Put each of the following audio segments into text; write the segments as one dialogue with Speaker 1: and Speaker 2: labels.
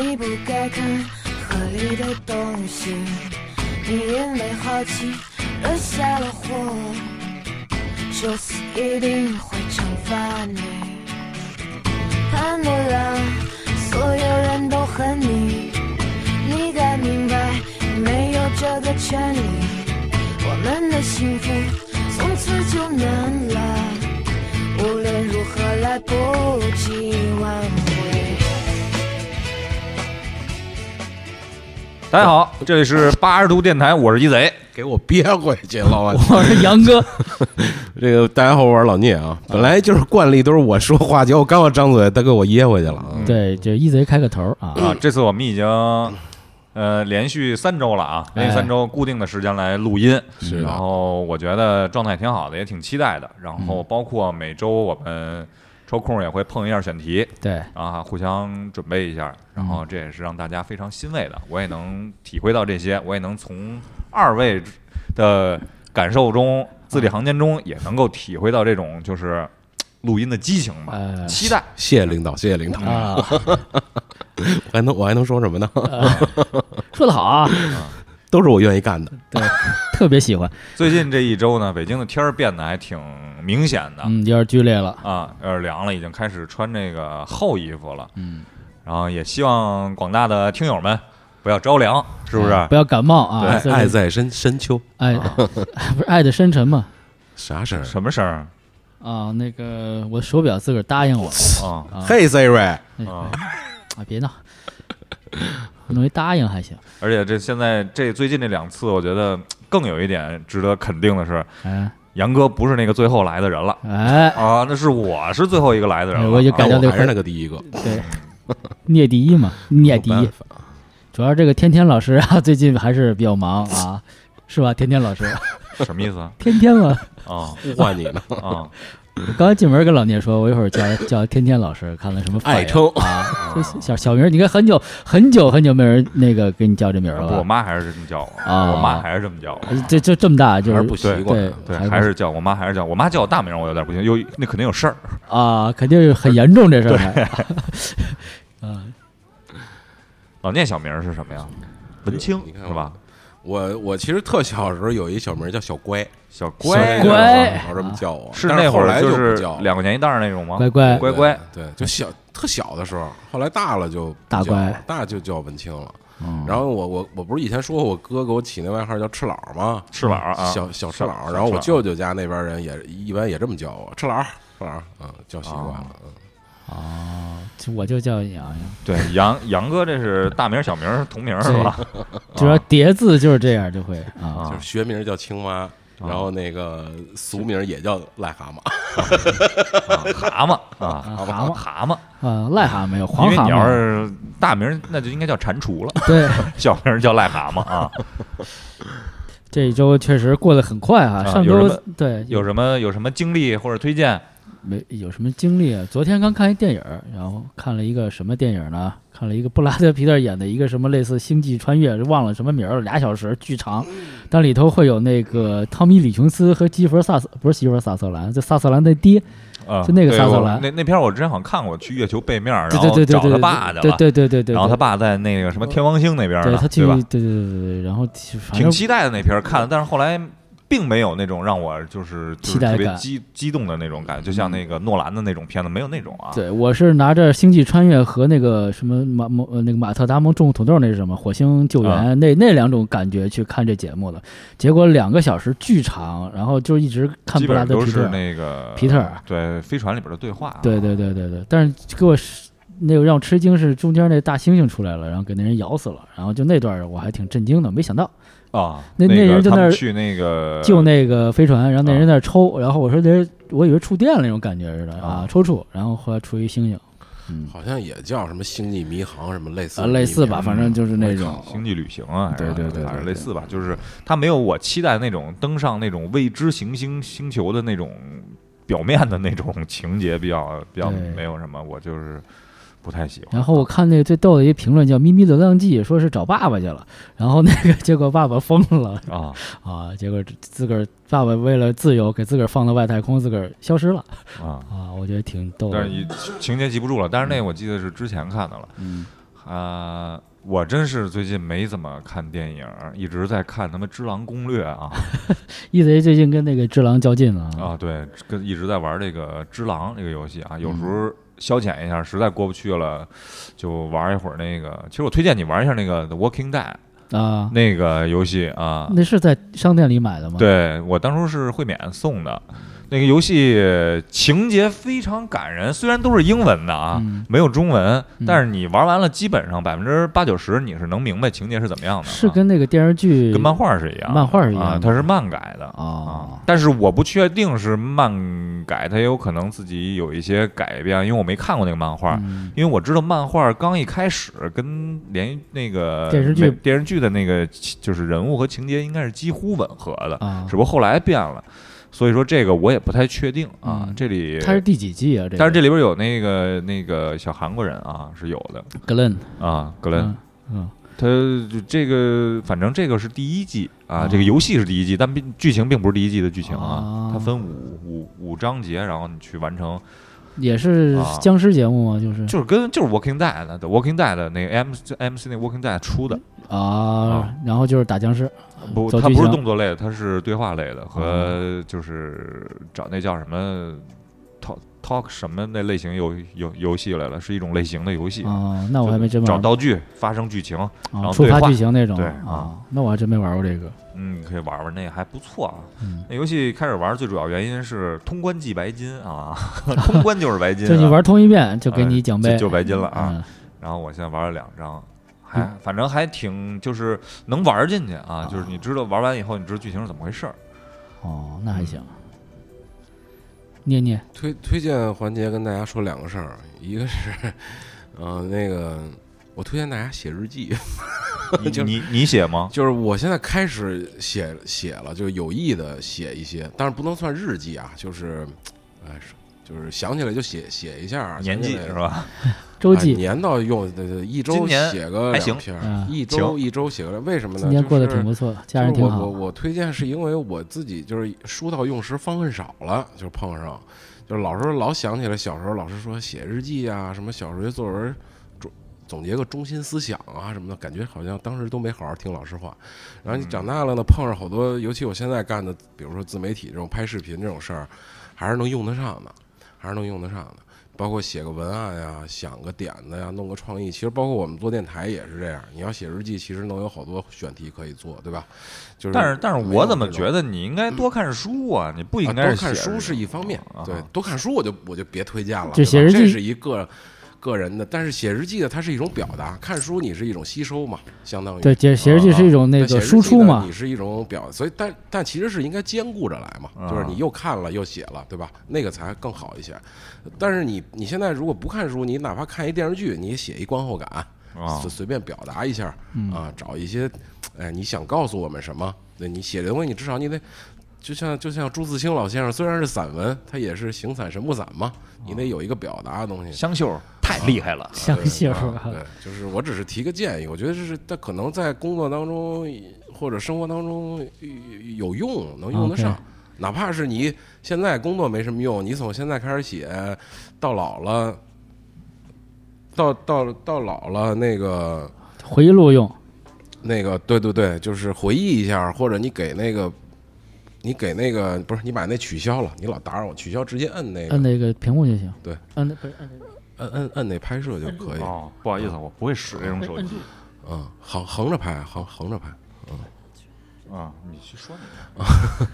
Speaker 1: 在看河里的东西，你因为好奇惹下了祸，这次一定会惩罚你。潘多拉，所有人都恨你，你该明白没有这个权利，我们的幸福从此就难了，无论如何来不及挽回。
Speaker 2: 大家好，这里是八十度电台，我是一贼。
Speaker 3: 给我憋回去， 老万。
Speaker 4: 我是杨哥，
Speaker 3: 这个大家好，我是老聂啊。本来就是惯例，都是我说话，结 果刚要张嘴，他给我噎回去了啊。
Speaker 4: 对，这一贼开个头啊，
Speaker 2: 啊，这次我们已经呃连续三周了啊，连续三周固定的时间来录音，
Speaker 3: 哎是的
Speaker 2: 然后我觉得状态挺好的，也挺期待的。然后
Speaker 3: 嗯
Speaker 2: 包括每周我们抽空也会碰一下选题
Speaker 4: 对，
Speaker 2: 啊，互相准备一下。然后
Speaker 3: 嗯
Speaker 2: 这也是让大家非常欣慰的，我也能体会到这些，我也能从二位的感受中、字里行间中也能够体会到这种就是录音的激情吧，
Speaker 3: 哎
Speaker 4: 呃
Speaker 2: 期待。
Speaker 3: 谢谢领导，谢谢领导。
Speaker 4: 啊，
Speaker 3: 我还能我还能说什么呢？
Speaker 4: 说的好啊，
Speaker 3: 都是我愿意干的。
Speaker 4: 对，特别喜欢，
Speaker 2: 最近这一周呢，北京的天儿变得还挺明显的、
Speaker 4: 嗯，有点剧烈了，
Speaker 2: 啊，有点凉了，已经开始穿这个厚衣服了。
Speaker 4: 嗯，
Speaker 2: 然后也希望广大的听友们不要着凉，是不是？
Speaker 4: 哎不要感冒啊，
Speaker 3: 爱
Speaker 4: 这
Speaker 3: 爱在深深秋，
Speaker 4: 爱不是爱的深沉嘛？
Speaker 3: 啥事儿？
Speaker 2: 什么声儿
Speaker 4: 啊，那个我手表自个儿答应我了
Speaker 2: 啊？
Speaker 4: 啊
Speaker 3: 嘿，Siri，
Speaker 2: 啊！
Speaker 4: 啊，别闹，弄一答应还行，
Speaker 2: 而且这现在这最近这两次，我觉得更有一点值得肯定的是，
Speaker 4: 哎
Speaker 2: 杨哥不是那个最后来的人了
Speaker 4: 哎，
Speaker 2: 啊，那是我是最后一个来的人了。
Speaker 4: 我就
Speaker 2: 啊
Speaker 4: 感
Speaker 3: 但
Speaker 4: 觉
Speaker 3: 哎我还是那个第一个。
Speaker 4: 对，聂第一嘛，聂第
Speaker 3: 没有
Speaker 4: 一
Speaker 3: 办，法
Speaker 4: 主要这个天天老师啊，最近还是比较忙啊，是吧？天天老师，
Speaker 2: 什么意 思啊？
Speaker 4: 天天嘛。
Speaker 2: 啊
Speaker 3: 换你 呢？
Speaker 2: 啊！
Speaker 4: 我刚进门跟老聂说，我一会儿叫叫天天老师，看看什么反应
Speaker 3: 爱称
Speaker 4: 啊。这小小名儿，你看很久很久很久没人那个给你叫这名儿
Speaker 2: 不，我
Speaker 4: 了吧？
Speaker 2: 妈还是这么叫我，
Speaker 4: 啊
Speaker 2: 我妈还是这么叫我。
Speaker 4: 这这这么大就
Speaker 3: 还
Speaker 4: 是
Speaker 3: 是不习惯
Speaker 4: 对。
Speaker 2: 对，
Speaker 4: 还
Speaker 2: 还是叫我妈，还是叫我妈叫我大名，我有点不行，有那肯定有事儿。
Speaker 4: 啊，肯定是很严重这事儿还。嗯，
Speaker 2: 老聂小名是什么呀？文清
Speaker 3: 你看
Speaker 2: 是吧？
Speaker 3: 我我其实特小时候有一小名叫小乖，
Speaker 2: 小乖
Speaker 4: 小乖
Speaker 3: 老这么叫我。
Speaker 2: 是
Speaker 3: 但
Speaker 2: 那会
Speaker 3: 后
Speaker 2: 儿
Speaker 3: 来就
Speaker 2: 就是
Speaker 3: 不叫了
Speaker 2: 两块钱一袋儿那种吗？
Speaker 4: 乖乖
Speaker 2: 乖乖，
Speaker 3: 对，对，就小特小的时候，后来大了就不
Speaker 4: 大
Speaker 3: 叫了
Speaker 4: 乖嗯
Speaker 3: 大就叫文清了。然后我我我不是以前说过我哥给我起那外号叫赤佬吗？
Speaker 2: 翅膀啊，
Speaker 3: 小小赤
Speaker 2: 小
Speaker 3: 佬。
Speaker 2: 小
Speaker 3: 然后我
Speaker 2: 赤佬
Speaker 3: 舅舅家那边人也一般也这么叫我赤佬赤佬，嗯，叫习惯了。嗯
Speaker 4: 就我就叫啊杨洋，
Speaker 2: 对杨杨哥这是大名小名儿同名儿是吧？
Speaker 4: 主要叠字就是这样就会啊。
Speaker 2: 啊
Speaker 3: 就是学名叫青蛙，
Speaker 4: 哦
Speaker 3: 然后那个俗名也叫癞蛤蟆。
Speaker 2: 啊蛤蟆啊
Speaker 4: 蛤蟆
Speaker 2: 蛤蟆，
Speaker 4: 啊，癞蛤蟆没有，
Speaker 2: 因
Speaker 4: 黄
Speaker 2: 为
Speaker 4: 蛤
Speaker 2: 你要
Speaker 4: 蟆
Speaker 2: 是大名儿那就应该叫蟾蜍了，
Speaker 4: 对。
Speaker 2: 小名儿叫癞蛤蟆 啊。
Speaker 4: 这一周确实过得很快啊，
Speaker 2: 啊
Speaker 4: 上
Speaker 2: 有
Speaker 4: 周
Speaker 2: 什么
Speaker 4: 对
Speaker 2: 有什么有什么经历或者推荐？
Speaker 4: 没有什么经历啊？昨天刚看一电影儿，然后看了一个什么电影儿呢？看了一个布拉德皮特演的一个什么类似《星际穿越》，忘了什么名儿了，俩小时巨长，
Speaker 2: 嗯
Speaker 4: 但里头会有那个汤米·李琼斯和基弗·萨瑟，不是基弗·萨瑟兰，就萨瑟兰的爹，
Speaker 2: 啊，
Speaker 4: 就那个
Speaker 2: 对
Speaker 4: 萨瑟
Speaker 2: 我
Speaker 4: 兰
Speaker 2: 那那片儿我之前好像看过，去月球背面儿，
Speaker 4: 对
Speaker 2: 然
Speaker 4: 对
Speaker 2: 后
Speaker 4: 对对
Speaker 2: 找
Speaker 4: 对
Speaker 2: 他爸去
Speaker 4: 对
Speaker 2: 了，
Speaker 4: 对对对对，
Speaker 2: 然后他爸在那个什么天王星那边儿
Speaker 4: 对
Speaker 2: 呢
Speaker 4: 他，去
Speaker 2: 对吧？
Speaker 4: 对对对对，然后其实反
Speaker 2: 挺
Speaker 4: 正
Speaker 2: 期待的那片儿看的，但是后来并没有那种让我就是就是
Speaker 4: 期待
Speaker 2: 特别
Speaker 4: 感
Speaker 2: 激激动的那种感觉，就像那个诺兰的那种片子没有那种啊。
Speaker 4: 对我是拿着《星际穿越》和那个什么马马呃那个马特·达蒙种土豆那是什么火星救援、
Speaker 2: 啊
Speaker 4: 那那两种感觉去看这节目的，结果两个小时巨长，然后就一直看
Speaker 2: 基
Speaker 4: 布
Speaker 2: 本
Speaker 4: 拉
Speaker 2: 上
Speaker 4: 德
Speaker 2: 都
Speaker 4: 皮特
Speaker 2: 是
Speaker 4: 尔。
Speaker 2: 那个
Speaker 4: 皮特尔
Speaker 2: 对飞船里边的对话啊。
Speaker 4: 对对对对对，但是给我是那个让我吃惊是中间那大猩猩出来了，然后给那人咬死了，然后就那段儿我还挺震惊的，没想到
Speaker 2: 啊，
Speaker 4: 那那
Speaker 2: 个
Speaker 4: 人就
Speaker 2: 他
Speaker 4: 那
Speaker 2: 们
Speaker 4: 儿
Speaker 2: 去那个
Speaker 4: 救那个飞船，然后那人在那儿抽，然后我说那人我以为触电了那种感觉似的啊
Speaker 2: 啊，
Speaker 4: 抽搐，然后后来出一猩猩，嗯
Speaker 3: 好像也叫什么星际迷航什么类似
Speaker 4: 啊
Speaker 3: 的
Speaker 4: 类似吧，
Speaker 3: 地名
Speaker 4: 反正就是那种
Speaker 2: 星际旅行啊，还是
Speaker 4: 对对对对
Speaker 2: 反正
Speaker 4: 对
Speaker 2: 类似吧，就是他没有我期待那种登上那种未知行星星球的那种表面的那种 情节，比较比较
Speaker 4: 对
Speaker 2: 没有什么，我就是不太喜欢。
Speaker 4: 然后我看那个最逗的一评论叫“咪咪流浪记”，说是找爸爸去了，然后那个结果爸爸疯了
Speaker 2: 啊，
Speaker 4: 啊，结果自个儿爸爸为了自由给自个儿放到外太空，自个儿消失了
Speaker 2: 啊，嗯
Speaker 4: 啊，我觉得挺逗
Speaker 2: 但
Speaker 4: 的
Speaker 2: 是。你情节记不住了。但是那我记得是之前看的了
Speaker 4: 嗯
Speaker 2: 啊、我真是最近没怎么看电影，一直在看他们《只狼攻略》 啊
Speaker 4: e z 最近跟那个只狼较劲了啊，
Speaker 2: 啊，对，跟一直在玩这个《只狼》这个游戏啊，有时候消遣一下，实在过不去了，就玩一会儿那个。其实我推荐你玩一下那个《The Walking Dead》
Speaker 4: 啊，
Speaker 2: 那个游戏啊，
Speaker 4: 那是在商店里买的吗？，
Speaker 2: 对我当初是会免送的。那个游戏情节非常感人，虽然都是英文的啊，
Speaker 4: 嗯
Speaker 2: 没有中文，
Speaker 4: 嗯
Speaker 2: 但是你玩完了，基本上百分之八九十你是能明白情节是怎么样的啊。
Speaker 4: 是跟那个电视剧
Speaker 2: 跟漫画是一样的，
Speaker 4: 漫画是一样
Speaker 2: 啊
Speaker 4: 的，
Speaker 2: 它是漫改的
Speaker 4: 哦
Speaker 2: 啊。但是我不确定是漫改，它也有可能自己有一些改变，因为我没看过那个漫画。
Speaker 4: 嗯
Speaker 2: 因为我知道漫画刚一开始跟连那个
Speaker 4: 电视剧
Speaker 2: 美电视剧的那个就是人物和情节应该是几乎吻合的，
Speaker 4: 啊，
Speaker 2: 只不过后来变了，所以说这个我也不太确定啊。
Speaker 4: 嗯
Speaker 2: 这里，
Speaker 4: 它是第几季啊？这
Speaker 2: 但是这
Speaker 4: 这
Speaker 2: 里边有那个那个小韩国人啊是有的
Speaker 4: Glen
Speaker 2: 啊，格伦，
Speaker 4: 嗯
Speaker 2: 它就这个，反正这个是第一季啊，
Speaker 4: 啊
Speaker 2: 这个游戏是第一季，但并剧情并不是第一季的剧情啊
Speaker 4: 啊，
Speaker 2: 它分五五五章节，然后你去完成，
Speaker 4: 也是
Speaker 2: 啊
Speaker 4: 僵尸节目吗？就是
Speaker 2: 就是跟就是《Walking Dead》的《The Walking Dead》的那个 M M C 那《Walking Dead》出的，
Speaker 4: 啊，然后就是打僵尸
Speaker 2: 不，
Speaker 4: 走
Speaker 2: 它
Speaker 4: 剧
Speaker 2: 不是
Speaker 4: 情啊
Speaker 2: 动作类的，它是对话类的和就是找那叫什么 talk talk 什么那类型游游游戏来了，是一种类型的游戏，
Speaker 4: 啊，那我还没真
Speaker 2: 找
Speaker 4: 玩过，
Speaker 2: 道具发生剧情，然
Speaker 4: 啊
Speaker 2: 后
Speaker 4: 触
Speaker 2: 对
Speaker 4: 发
Speaker 2: 话
Speaker 4: 剧情那种
Speaker 2: 对
Speaker 4: 啊，那我还真没玩过这个，
Speaker 2: 嗯，可以玩玩，那个还不错啊。
Speaker 4: 嗯
Speaker 2: 那游戏开始玩最主要原因是通关即白金啊，通关就是白金、啊，
Speaker 4: 就你玩通一遍就
Speaker 2: 就
Speaker 3: 哎
Speaker 4: 给你奖杯
Speaker 2: 就，白金了啊。
Speaker 4: 嗯
Speaker 2: 然后我现在玩了两张，还反正还挺就是能玩进去啊，就是你知道玩完以后你知道剧情是怎么回事儿。
Speaker 4: 哦，那还
Speaker 3: 嗯
Speaker 4: 行。念念
Speaker 3: 推推荐环节跟大家说两个事儿，一个是， 嗯、那个我推荐大家写日记，
Speaker 2: 你
Speaker 3: 就
Speaker 2: 你你写吗？
Speaker 3: 就是我现在开始写写了，就是有意的写一些，但是不能算日记啊，就是，哎，是就是想起 来就写写一下，
Speaker 2: 年纪
Speaker 3: 想起
Speaker 2: 是
Speaker 3: 来
Speaker 2: 吧？
Speaker 4: 周
Speaker 3: 哎
Speaker 4: 记，
Speaker 3: 年倒用，对对，一
Speaker 2: 今
Speaker 3: 周
Speaker 2: 年
Speaker 3: 写个
Speaker 2: 还
Speaker 3: 两
Speaker 2: 行
Speaker 3: 篇儿，
Speaker 4: 嗯
Speaker 3: 一周一周写个两，为什么呢？
Speaker 4: 今年过得挺
Speaker 3: 就是
Speaker 4: 不错，家人挺
Speaker 3: 就是我
Speaker 4: 好。
Speaker 3: 我我推荐是因为我自己就是书到用时方恨少了，就是碰上，就是老时候老想起来小时候老师说写日记啊，什么小学作文总总结个中心思想啊什么的，感觉好像当时都没好好听老师话。然后你长大了呢，碰上好多，尤其我现在干的，比如说自媒体这种拍视频这种事儿，还是能用得上的，还是能用得上的。包括写个文案呀，想个点子呀，弄个创意，其实包括我们做电台也是这样。你要写日记，其实能有好多选题可以做，对吧？就是，
Speaker 2: 但是但是我怎么
Speaker 3: 得？
Speaker 2: 觉得你应该多看书啊？你不
Speaker 3: 啊
Speaker 2: 应该
Speaker 3: 多
Speaker 2: 是
Speaker 3: 看
Speaker 2: 写
Speaker 3: 书
Speaker 2: 日
Speaker 3: 是
Speaker 2: 记
Speaker 3: 一方面，
Speaker 2: 啊
Speaker 3: 对，多看书我就我就别推荐了，
Speaker 4: 就
Speaker 3: 对
Speaker 4: 写
Speaker 3: 吧
Speaker 4: 日
Speaker 3: 这
Speaker 4: 记
Speaker 3: 是一个个人的，但是写日记的它是一种表达，看书你是一种吸收嘛，相当于
Speaker 4: 对，写写日记
Speaker 3: 啊
Speaker 4: 是一种那
Speaker 3: 但写
Speaker 4: 个
Speaker 3: 日
Speaker 4: 输
Speaker 3: 记
Speaker 4: 出
Speaker 3: 呢
Speaker 4: 嘛
Speaker 3: 你，是一种表，所以但但其实是应该兼顾着来嘛，就是你又看了又写了，对吧？那个才更好一些。但是你你现在如果不看书，你哪怕看一电视剧，你也写一观后感，
Speaker 2: 啊
Speaker 3: 随随便表达一下
Speaker 4: 嗯
Speaker 3: 啊，找一些，哎，你想告诉我们什么？对你写的东西，你至少你得，就像就像朱自清老先生，虽然是散文，他也是形散神不散嘛，你得有一个表达的东西。
Speaker 2: 香秀太厉害了，
Speaker 4: 相信
Speaker 3: 啊
Speaker 4: 我。
Speaker 3: 对，就是我只是提个建议，我觉得这是在可能在工作当中或者生活当中呃有用，能用得上
Speaker 4: OK。
Speaker 3: 哪怕是你现在工作没什么用，你从现在开始写，到老了，到到到老了那个
Speaker 4: 回忆录用，
Speaker 3: 那个，对对对，就是回忆一下，或者你给那个，你给那个不是你把那取消了，你老打扰我，取消直接摁那个，
Speaker 4: 摁那个屏幕就行。
Speaker 3: 对，
Speaker 4: 摁那不是摁那个
Speaker 3: 摁摁摁那拍摄就可以，
Speaker 4: 嗯
Speaker 2: 哦，不好意思，我不会使这种手机
Speaker 3: 嗯，横横着拍，横横着拍。
Speaker 2: 啊。你去说你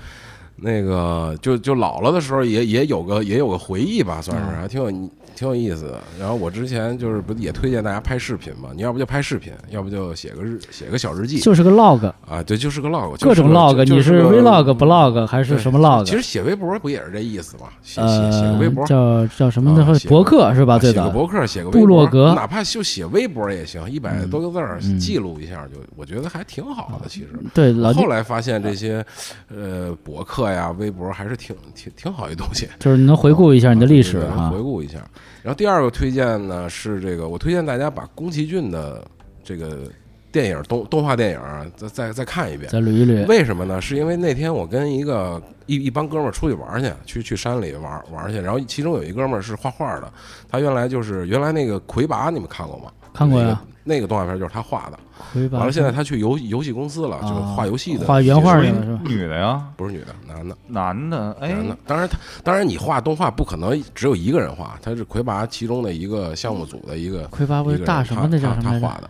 Speaker 3: 那个就就老了的时候也也有个也有个回忆吧，算
Speaker 4: 嗯
Speaker 3: 是还挺有挺有意思的。然后我之前就是不也推荐大家拍视频嘛，你要不就拍视频，要不就写个日写个小日记
Speaker 4: 就是个 log，
Speaker 3: 啊，对，就是个 log，
Speaker 4: 各种 log，你
Speaker 3: 是
Speaker 4: 是
Speaker 3: 个嗯
Speaker 4: vlog、blog 还是
Speaker 3: 对
Speaker 4: 什么 log？
Speaker 3: 其实写微博不也是这意思吗？写写写个
Speaker 4: 呃
Speaker 3: 微博，
Speaker 4: 叫叫什么？那
Speaker 3: 啊
Speaker 4: 会
Speaker 3: 写
Speaker 4: 博客是吧？
Speaker 3: 啊
Speaker 4: 最
Speaker 3: 写个
Speaker 4: 早
Speaker 3: 博客，写个微
Speaker 4: 部落
Speaker 3: 博
Speaker 4: 格
Speaker 3: 哪怕就写微博也行，一百多个字儿
Speaker 4: 嗯
Speaker 3: 记录一下，就我觉得还挺好的。其实
Speaker 4: 对老
Speaker 3: 后来发现这些，呃，博客呀、微博还是挺挺挺好一东西。
Speaker 4: 就是你能回顾一下你的历史
Speaker 3: 对对对
Speaker 4: 啊
Speaker 3: 回。顾一下。然后第二个推荐呢是这个，我推荐大家把宫崎骏的这个电影动动画电影啊再再再看一遍。
Speaker 4: 再捋一捋，
Speaker 3: 为什么呢？是因为那天我跟一个一一帮哥们儿出去玩儿去，去去山里玩儿玩儿去，然后其中有一哥们儿是画画的，他原来就是原来那个魁拔，你们看过吗？
Speaker 4: 看过呀，
Speaker 3: 那个那个动画片就是他画的。
Speaker 4: 魁拔
Speaker 3: 完了，现在他去游游戏公司了，就是
Speaker 4: 啊
Speaker 3: 画游戏的，
Speaker 4: 画原画
Speaker 2: 不
Speaker 4: 儿
Speaker 2: 是
Speaker 4: 去了是吧？
Speaker 2: 女的呀，
Speaker 3: 不是女的，男的，
Speaker 2: 男的，哎，
Speaker 3: 男的。当然他，当然你画动画不可能只有一个人画，他是魁拔其中的一个项目组的一个
Speaker 4: 魁拔不
Speaker 3: 一
Speaker 4: 是
Speaker 3: 个
Speaker 4: 大
Speaker 3: 人
Speaker 4: 什
Speaker 3: 他
Speaker 4: 么那叫
Speaker 3: 他
Speaker 4: 什么
Speaker 3: 他
Speaker 4: 来着？
Speaker 3: 画的。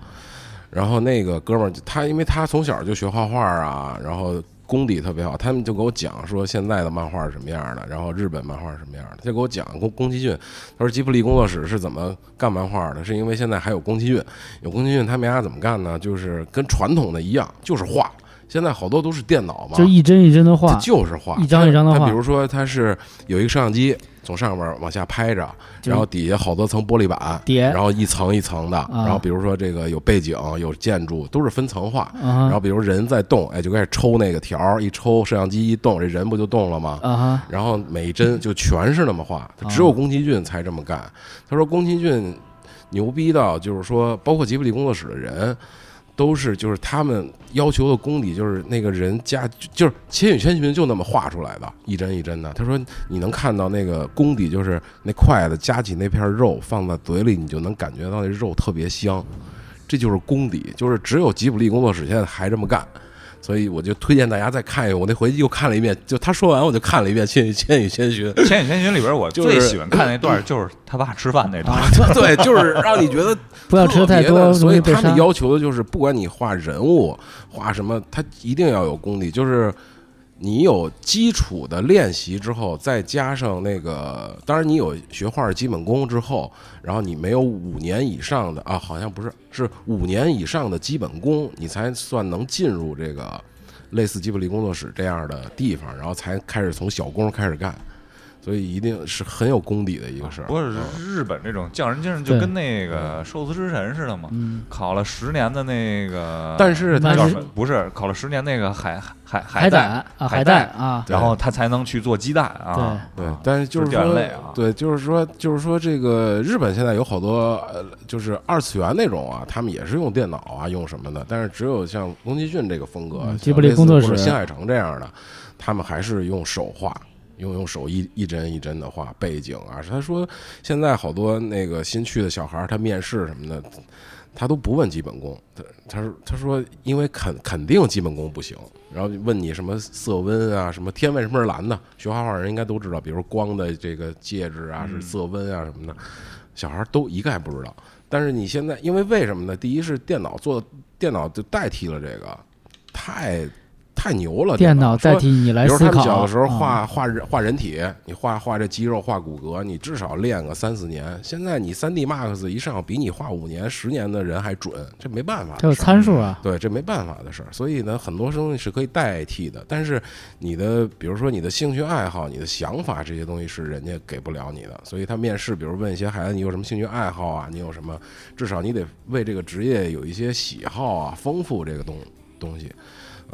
Speaker 3: 然后那个哥们儿就，他因为他从小就学画画啊，然后功底特别好，他们就给我讲说现在的漫画是什么样的，然后日本漫画是什么样的，他就给我讲宫宫崎骏，他说吉卜力工作室是怎么干漫画的，是因为现在还有宫崎骏，有宫崎骏他们家怎么干呢？就是跟传统的一样，就是画，现在好多都是电脑嘛，
Speaker 4: 就一帧一帧的
Speaker 3: 它
Speaker 4: 画，
Speaker 3: 就是画，
Speaker 4: 一张一张地
Speaker 3: 它它
Speaker 4: 画
Speaker 3: 比如说，它是有一个摄像机从上面往下拍着，
Speaker 4: 就是
Speaker 3: 然后底下好多层玻璃板
Speaker 4: 叠啊
Speaker 3: 然后一层一层的。然后比如说这个有背景、有建筑，都是分层画。
Speaker 4: 啊
Speaker 3: 然后
Speaker 4: 哈
Speaker 3: 比如人在动，哎，就开始抽那个条儿，一抽摄像机一动，这人不就动了吗？
Speaker 4: 啊哈，
Speaker 3: 然后每一帧就全是那么画，他只有宫崎骏才这么干。他说宫崎骏牛逼到，就是说，包括吉卜力工作室的人，都是就是他们要求的功底，就是那个人家就是《千与千寻》就那么画出来的，一帧一帧的。他说你能看到那个功底，就是那筷子夹起那片肉放在嘴里，你就能感觉到那肉特别香，这就是功底，就是只有吉卜力工作室现在还这么干。所以我就推荐大家再看一遍，我那回去又看了一遍，就他说完我就看了一遍《千与千与千寻》，
Speaker 2: 《千与千寻》里边我
Speaker 3: 就是
Speaker 2: 最喜欢看那段儿就是他爸吃饭那段儿，
Speaker 3: 对，就是让你觉得
Speaker 4: 不要吃得太
Speaker 3: 特别
Speaker 4: 多，
Speaker 3: 的所
Speaker 4: 容
Speaker 3: 以
Speaker 4: 易被
Speaker 3: 他
Speaker 4: 杀
Speaker 3: 们。要求的就是，不管你画人物、画什么，他一定要有功底，就是。你有基础的练习之后，再加上那个，当然你有学画的基本功之后，然后你没有五年以上的啊，好像不是，是五年以上的基本功，你才算能进入这个类似吉卜力工作室这样的地方，然后才开始从小工开始干，所以一定是很有功底的一个事儿。
Speaker 2: 不是嗯日本这种匠人精神就
Speaker 4: 对
Speaker 2: 跟那个寿司之神似的嘛，
Speaker 4: 嗯，
Speaker 2: 考了十年的那个，
Speaker 3: 但是
Speaker 4: 那
Speaker 3: 他
Speaker 2: 叫
Speaker 4: 是
Speaker 2: 什么不是考了十年那个海海海
Speaker 4: 海
Speaker 2: 带，
Speaker 4: 胆啊，
Speaker 2: 海
Speaker 4: 海
Speaker 2: 带
Speaker 4: 带啊，
Speaker 3: 对
Speaker 2: 然后他才能去做鸡蛋啊，
Speaker 3: 对
Speaker 2: 啊，
Speaker 3: 但是就
Speaker 2: 就
Speaker 3: 是
Speaker 2: 有点
Speaker 3: 说
Speaker 2: 累啊，
Speaker 3: 对，就是说，就是说，这个日本现在有好多呃，就是二次元那种啊，他们也是用电脑啊，用什么的，但是只有像宫崎骏这个风格，
Speaker 4: 嗯
Speaker 3: 像
Speaker 4: 吉卜力
Speaker 3: 类似
Speaker 4: 工作
Speaker 3: 或者
Speaker 4: 室
Speaker 3: 新海诚这样的，他们还是用手画。用用手一一帧一帧的画背景啊，他说现在好多那个新去的小孩儿，他面试什么的，他都不问基本功，他他说他说因为肯肯定基本功不行，然后问你什么色温啊，什么天为什么是蓝的，学画画人应该都知道，比如光的这个介质啊是色温啊什么的，小孩都一概不知道。但是你现在因为为什么呢？第一是电脑做电脑就代替了这个，太太牛了，
Speaker 4: 电脑代
Speaker 3: 说
Speaker 4: 替你来
Speaker 3: 比如
Speaker 4: 思
Speaker 3: 他们
Speaker 4: 考。
Speaker 3: 小的时候画、
Speaker 4: 啊
Speaker 3: 画人画人体，你画画这肌肉、画骨骼，你至少练个三四年。现在你三 D Max 一上，比你画五年、十年的人还准，这没办法
Speaker 4: 它
Speaker 3: 的
Speaker 4: 有
Speaker 3: 事儿。
Speaker 4: 参数啊，
Speaker 3: 对，这没办法的事儿。所以呢，很多东西是可以代替的，但是你的，比如说你的兴趣爱好、你的想法这些东西是人家给不了你的。所以他面试，比如问一些孩子，你有什么兴趣爱好啊？你有什么？至少你得为这个职业有一些喜好啊，丰富这个东东西。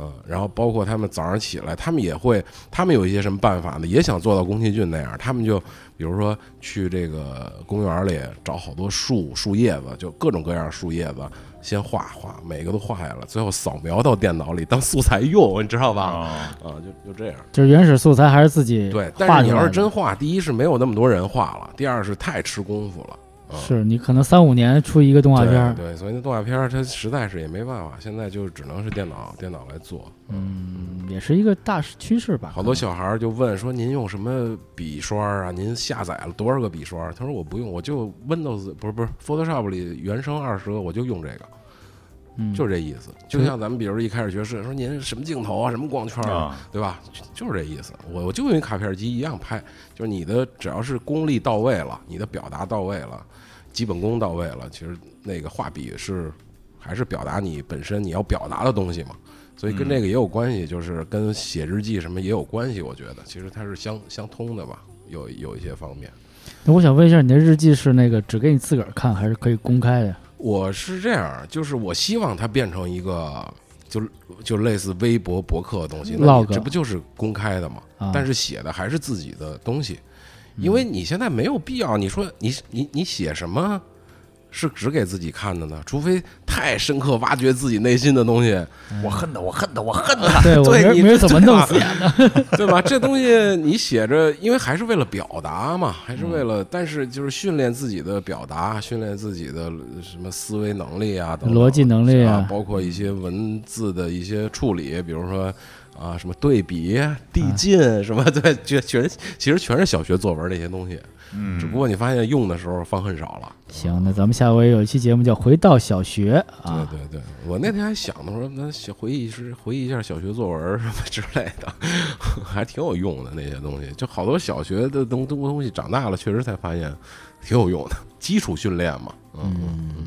Speaker 3: 嗯，然后包括他们早上起来，他们也会，他们有一些什么办法呢？也想做到宫崎骏那样，他们就比如说去这个公园里找好多树树叶子，就各种各样的树叶子，先画画，每个都画下来，最后扫描到电脑里当素材用，你知道吧？
Speaker 2: 啊，
Speaker 3: 啊，就就这样。
Speaker 4: 就是原始素材还是自己
Speaker 3: 对，但
Speaker 4: 画
Speaker 3: 是
Speaker 4: 出
Speaker 3: 你要
Speaker 4: 来
Speaker 3: 是
Speaker 4: 的。
Speaker 3: 真画，第一是没有那么多人画了，第二是太吃功夫了。嗯
Speaker 4: 是你可能三五年出一个动画片儿，
Speaker 3: 对对，所以那动画片儿它实在是也没办法，现在就只能是电脑电脑来做。
Speaker 4: 嗯，也是一个大势趋势吧。
Speaker 3: 好多小孩儿就问说：“您用什么笔刷啊？您下载了多少个笔刷？”他说：“我不用，我就 Windows 不是不是 Photoshop 里原生二十个，我就用这个，
Speaker 4: 嗯
Speaker 3: 就是这意思。就像咱们比如一开始学摄影说您什么镜头啊，什么光圈
Speaker 2: 啊，
Speaker 3: 对吧？就就是这意思。我我就用一卡片机一样拍，就是你的只要是功力到位了，你的表达到位了，基本功到位了，其实那个画笔是还是表达你本身你要表达的东西嘛。所以
Speaker 4: 嗯
Speaker 3: 跟这个也有关系，就是跟写日记什么也有关系。我觉得其实它是相相通的吧，有有一些方面。
Speaker 4: 那我想问一下，你的日记是那个只给你自个儿看，还是可以公开的？
Speaker 3: 我是这样，就是我希望它变成一个。就就类似微博博客的东西，那你
Speaker 4: Log
Speaker 3: 这不就是公开的吗？
Speaker 4: 啊，嗯
Speaker 3: 但是写的还是自己的东西，因为你现在没有必要，你说你你你写什么是只给自己看的呢？除非太深刻挖掘自己内心的东西，
Speaker 4: 嗯
Speaker 2: 我恨他，我恨他，我恨他。
Speaker 4: 对我没人
Speaker 3: 你
Speaker 4: 没人怎么弄死
Speaker 3: 对吧？ 对吧？这东西你写着，因为还是为了表达嘛，还是为
Speaker 4: 嗯
Speaker 3: 了，但是就是训练自己的表达，训练自己的什么思维能力啊，等等
Speaker 4: 逻辑能力啊
Speaker 3: 啊，包括一些文字的一些处理，比如说。啊，什么对比、
Speaker 4: 嗯
Speaker 3: 递进，什么 对，全全其实全是小学作文那些东西，
Speaker 2: 嗯
Speaker 3: 只不过你发现用的时候放很少了。
Speaker 4: 行，那咱们下回有一期节目叫《回到小学》
Speaker 3: 对
Speaker 4: 啊，
Speaker 3: 对对，我那天还想的，我说咱小回忆是回忆一下小学作文儿什么之类的， 还挺有用的那些东西。就好多小学的东东东西，长大了确实才发现挺有用的，基础训练嘛。嗯嗯。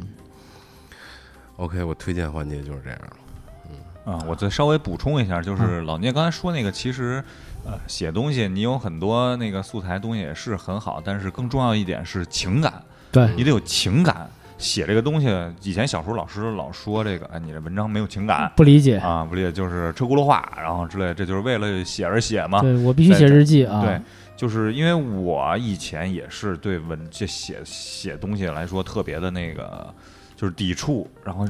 Speaker 3: OK，我推荐环节就是这样了。
Speaker 2: 啊，我再稍微补充一下，
Speaker 4: 嗯
Speaker 2: 就是老聂刚才说那个，其实，呃，写东西你有很多那个素材东西也是很好，但是更重要一点是情感，
Speaker 4: 对，
Speaker 2: 你得有情感。写这个东西，以前小时候老师老说这个，哎，你这文章没有情感
Speaker 4: 不理解，
Speaker 2: 啊，不理解就是车轱辘话，然后之类，这就是为了写而写嘛。
Speaker 4: 对我必须写日记啊，
Speaker 2: 对，就是因为我以前也是对文这写写东西来说特别的那个就是抵触，然后